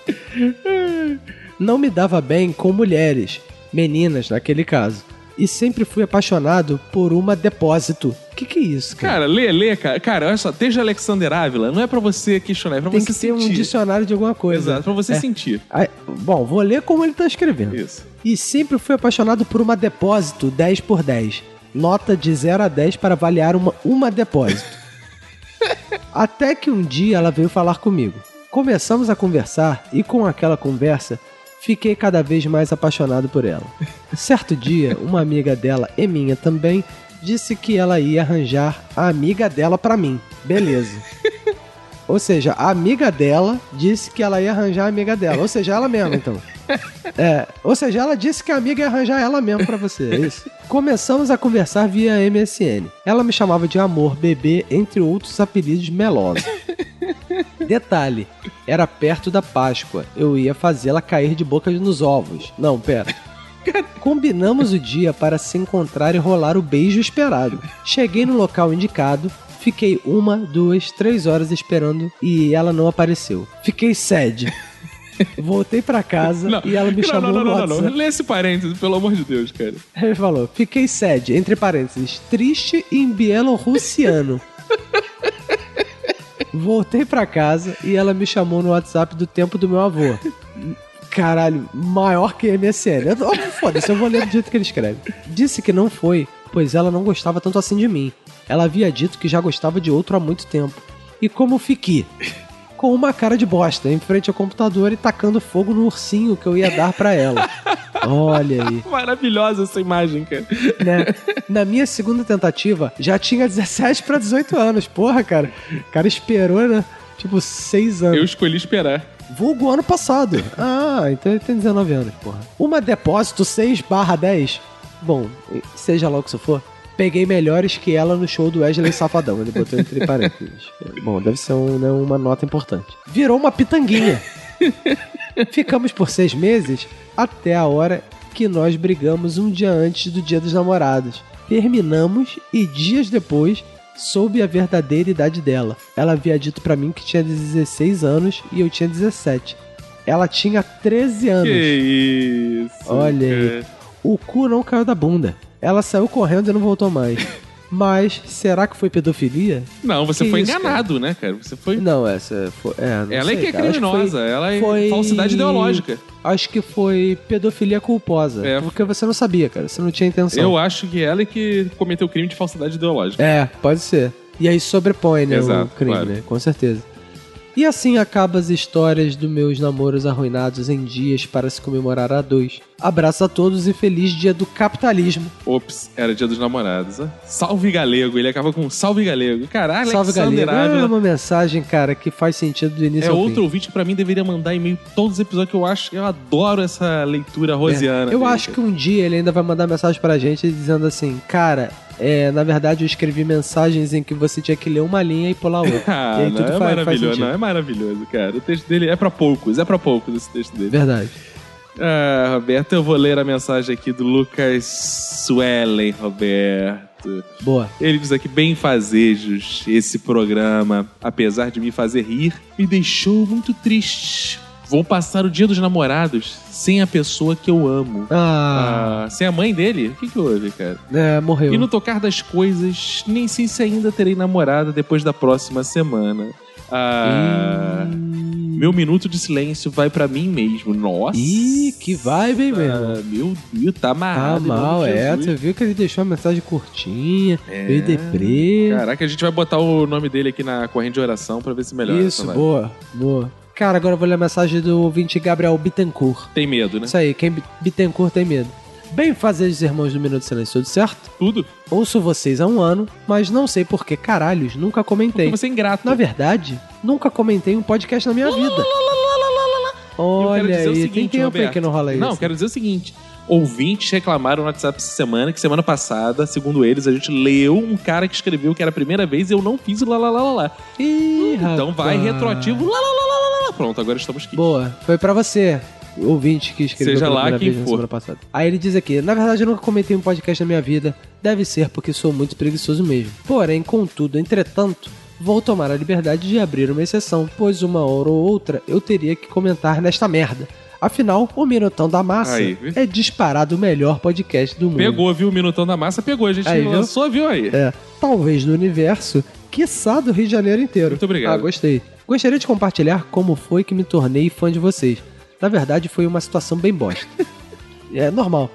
J: Não me dava bem com mulheres, meninas naquele caso. E sempre fui apaixonado por uma depósito. Que que é isso, cara?
A: Cara, lê, lê, cara. Cara, olha só, desde Alexander Ávila, não é pra você questionar, é pra
J: Tem
A: você
J: que ter
A: sentir.
J: um dicionário de alguma coisa.
A: Exato, pra você
J: É.
A: sentir.
J: Aí, bom, vou ler como ele tá escrevendo.
A: Isso.
J: E sempre fui apaixonado por uma depósito 10 por 10. Nota de 0 a 10 para avaliar uma, uma depósito. Até que um dia ela veio falar comigo. Começamos a conversar e com aquela conversa fiquei cada vez mais apaixonado por ela. Certo dia, uma amiga dela e minha também disse que ela ia arranjar a amiga dela pra mim. Beleza. Ou seja, a amiga dela disse que ela ia arranjar a amiga dela. Ou seja, ela mesma, então. É, ou seja, ela disse que a amiga ia arranjar ela mesma pra você, é isso? Começamos a conversar via MSN. Ela me chamava de amor, bebê, entre outros apelidos melosos. Detalhe, era perto da Páscoa. Eu ia fazê-la cair de boca nos ovos. Não, pera. Combinamos o dia para se encontrar e rolar o beijo esperado. Cheguei no local indicado, fiquei uma, duas, três horas esperando e ela não apareceu. Fiquei sede. Voltei pra casa
A: Não,
J: e ela me
A: não,
J: chamou
A: não, não,
J: no
A: não, não,
J: WhatsApp.
A: não. Lê esse parênteses, pelo amor de Deus, cara.
J: Ele falou, fiquei sede, entre parênteses, triste em bielorrussiano. Voltei pra casa e ela me chamou no WhatsApp do tempo do meu avô. Caralho, maior que MSN. Eu, oh, foda-se, eu vou ler do jeito que ele escreve. Disse que não foi, pois ela não gostava tanto assim de mim. Ela havia dito que já gostava de outro há muito tempo. E como fiquei? Com uma cara de bosta, em frente ao computador e tacando fogo no ursinho que eu ia dar pra ela. Olha aí
A: Maravilhosa essa imagem, cara.
J: né? Na minha segunda tentativa, já tinha 17 pra 18 anos. Porra, cara. O cara esperou, né? Tipo, 6 anos.
A: Eu escolhi esperar.
J: Vulgo ano passado. Ah, então ele tem 19 anos, porra. Uma depósito 6 barra 10. Bom, seja lá o que isso for. Peguei melhores que ela no show do Wesley Safadão. Ele botou entre parênteses. Bom, deve ser um, né, uma nota importante. Virou uma pitanguinha. Ficamos por seis meses até a hora que nós brigamos um dia antes do Dia dos Namorados. Terminamos e dias depois soube a verdadeira idade dela. Ela havia dito pra mim que tinha 16 anos e eu tinha 17. Ela tinha 13 anos.
A: Que isso.
J: Olha aí.
A: cara.
J: O cu não caiu da bunda. Ela saiu correndo e não voltou mais. Mas será que foi pedofilia?
A: Não, você
J: Que
A: foi
J: isso,
A: enganado, né, cara? Você foi.
J: Não, essa foi. É, não
A: ela
J: sei,
A: é que é
J: cara. Acho foi-
A: criminosa, ela é falsidade ideológica.
J: Acho que foi pedofilia culposa.
A: É.
J: Porque você não sabia, cara. Você não tinha intenção.
A: Eu acho que ela é que cometeu o crime de falsidade ideológica.
J: É, pode ser. E aí sobrepõe, né,
A: Exato,
J: o crime,
A: claro.
J: né? Com certeza. E assim acaba as histórias dos meus namoros arruinados em dias para se comemorar a dois. Abraço a todos e feliz dia do capitalismo.
A: Ops, era dia dos namorados. né? Salve galego, ele acaba com salve galego. Caralho,
J: Salve,
A: Alexander
J: galera. É
A: Ávila.
J: uma mensagem, cara, que faz sentido do início
A: né? É
J: ao fim.
A: outro ouvinte que pra mim deveria mandar e-mail todos os episódios que eu acho. Eu adoro essa leitura rosiana.
J: É. Eu acho que um dia ele ainda vai mandar mensagem pra gente dizendo assim, cara, é, na verdade eu escrevi mensagens em que você tinha que ler uma linha e pular outra.
A: Ah,
J: e aí
A: não,
J: tudo
A: é
J: fa- faz,
A: maravilhoso,
J: sentido.
A: não, é maravilhoso, cara. O texto dele é pra poucos, é pra poucos esse texto dele.
J: Verdade.
A: Ah, Roberto, eu vou ler a mensagem aqui do Lucas Suellen, Roberto.
J: Boa.
A: Ele diz aqui, bem fazejos, esse programa, apesar de me fazer rir, me deixou muito triste. Vou passar o dia dos namorados sem a pessoa que eu amo.
J: Ah.
A: Ah, sem a mãe dele? O que, que houve, cara?
J: É, morreu.
A: E no tocar das coisas, nem sei se ainda terei namorada depois da próxima semana. Ah, Meu minuto de silêncio vai pra mim mesmo. Nossa! Ih,
J: que vibe, hein,
A: mesmo? Meu Deus, tá
J: Tá
A: amarrado. em nome
J: mal,
A: de
J: é.
A: Jesus. É.
J: Você viu que ele deixou a mensagem curtinha, meio deprê.
A: Caraca, a gente vai botar o nome dele aqui na corrente de oração pra ver se melhora.
J: Isso,
A: essa vibe.
J: boa, boa. Cara, agora eu vou ler a mensagem do ouvinte Gabriel Bittencourt.
A: Tem medo, né?
J: Isso aí, quem bi- Bittencourt tem medo. Bem fazer os irmãos do Minuto de Silêncio, tudo certo?
A: Tudo.
J: Ouço vocês há um ano, mas não sei por que caralhos, nunca comentei.
A: Porque você é ingrato.
J: Na verdade, nunca comentei um podcast na minha vida.
A: Eu quero
J: Olha
A: dizer o
J: aí,
A: seguinte,
J: tem tempo aí
A: Roberto.
J: que não rola isso.
A: Não, quero dizer o seguinte. Ouvintes reclamaram no WhatsApp essa semana que semana passada, segundo eles, a gente leu um cara que escreveu que era a primeira vez e eu não fiz o lá lá lá lá lá. Então vai
J: rapaz.
A: retroativo lá lá lá lá lá lá. Pronto, agora estamos aqui.
J: Boa, foi pra você, ouvinte que escreveu
A: Seja
J: pela
A: lá
J: primeira
A: quem
J: vez na
A: for.
J: semana passada. Aí ele diz aqui: Na verdade, eu nunca comentei um podcast na minha vida. Deve ser porque sou muito preguiçoso mesmo. Porém, contudo, entretanto, vou tomar a liberdade de abrir uma exceção, pois uma hora ou outra eu teria que comentar nesta merda. Afinal, o Minutão da Massa
A: Aí, viu?
J: é disparado o melhor podcast do mundo.
A: Pegou, viu? O Minutão da Massa pegou. A gente
J: Aí, viu?
A: lançou, viu aí?
J: É, talvez do universo, quiçá do Rio de Janeiro inteiro. Muito
A: obrigado.
J: Ah, gostei. Gostaria de compartilhar como foi que me tornei fã de vocês. Na verdade, foi uma situação bem bosta. é normal.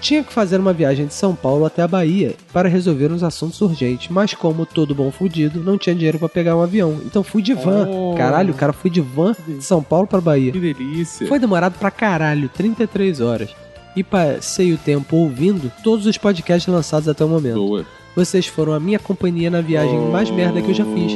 J: Tinha que fazer uma viagem de São Paulo até a Bahia para resolver uns assuntos urgentes, mas como todo bom fudido, não tinha dinheiro para pegar um avião. Então fui de van.
A: Oh.
J: Caralho, o cara foi de van de São Paulo para Bahia.
A: Que delícia.
J: Foi demorado pra caralho, 33 horas. E passei o tempo ouvindo todos os podcasts lançados até o momento.
A: Boa.
J: Vocês foram a minha companhia na viagem mais merda que eu já fiz.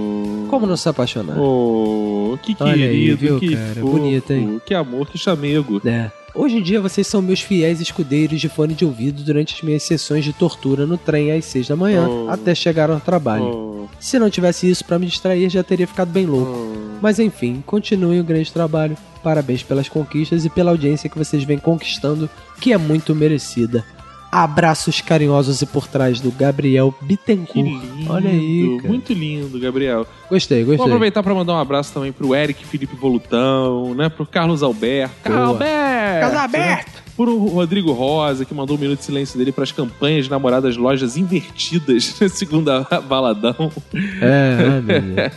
J: Como não se apaixonar?
A: Oh, que
J: Olha aí,
A: querido,
J: viu,
A: que
J: cara?
A: fofo,
J: Bonito, hein?
A: Que é amor, que chamego.
J: É. Hoje em dia vocês são meus fiéis escudeiros de fone de ouvido durante as minhas sessões de tortura no trem às 6 da manhã
A: Oh.
J: até chegar ao trabalho. Se não tivesse isso pra me distrair, já teria ficado bem louco.
A: Oh.
J: Mas enfim, continuem o grande trabalho. Parabéns pelas conquistas e pela audiência que vocês vêm conquistando, que é muito merecida. Abraços carinhosos e por trás do Gabriel Bittencourt. Olha aí, cara.
A: Muito lindo, Gabriel.
J: Gostei,
A: Vou
J: gostei.
A: aproveitar pra mandar um abraço também pro Eric Felipe Volutão, né? Pro Carlos Alberto.
J: Boa.
A: Alberto!
J: Carlos
A: Alberto! Pro Rodrigo Rosa, que mandou um minuto de silêncio dele pras campanhas de namoradas lojas invertidas, segundo a Baladão.
J: É, amigo.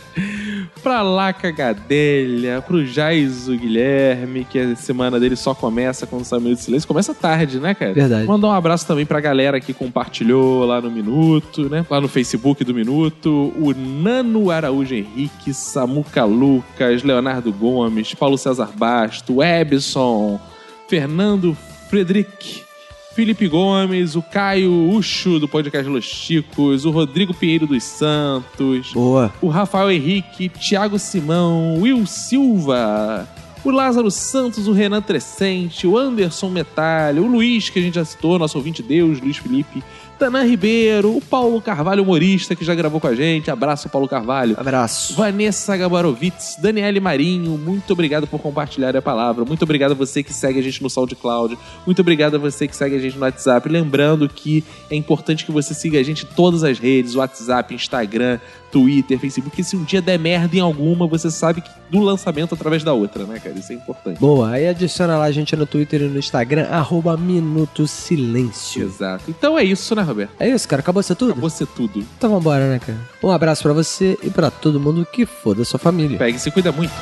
A: pra Laca Gadelha, pro Jaiso Guilherme, que a semana dele só começa quando sai o Minuto de Silêncio. Começa tarde, né, cara?
J: Verdade.
A: Mandar um abraço também pra galera que compartilhou lá no Minuto, né? Lá no Facebook do Minuto. O Nano Araújo Henrique, Samuca Lucas, Leonardo Gomes, Paulo César Basto, Ebson, Fernando Frederic. Felipe Gomes, o Caio Ucho do podcast Los Chicos, o Rodrigo Pinheiro dos Santos,
J: Boa.
A: o Rafael Henrique, Thiago Simão, Will Silva, o Lázaro Santos, o Renan Trescente, o Anderson Metalho, o Luiz, que a gente já citou, nosso ouvinte Deus, Luiz Felipe, Tanã Ribeiro, o Paulo Carvalho, humorista, que já gravou com a gente. Abraço, Paulo Carvalho.
J: Abraço.
A: Vanessa Gabarovitz, Daniele Marinho, muito obrigado por compartilhar a palavra. Muito obrigado a você que segue a gente no SoundCloud. Muito obrigado a você que segue a gente no WhatsApp. Lembrando que é importante que você siga a gente em todas as redes: WhatsApp, Instagram, Twitter, Facebook. Que se um dia der merda em alguma, você sabe que do lançamento através da outra, né, cara? Isso é importante.
J: Boa, aí adiciona lá a gente no Twitter e no Instagram, arroba Minuto Silêncio.
A: Exato. Então é isso, né, Roberto?
J: É isso, cara. Acabou ser tudo?
A: Acabou ser tudo.
J: Então vambora, né, cara? Um abraço pra você e pra todo mundo que foda a sua família.
A: Pega e se cuida muito.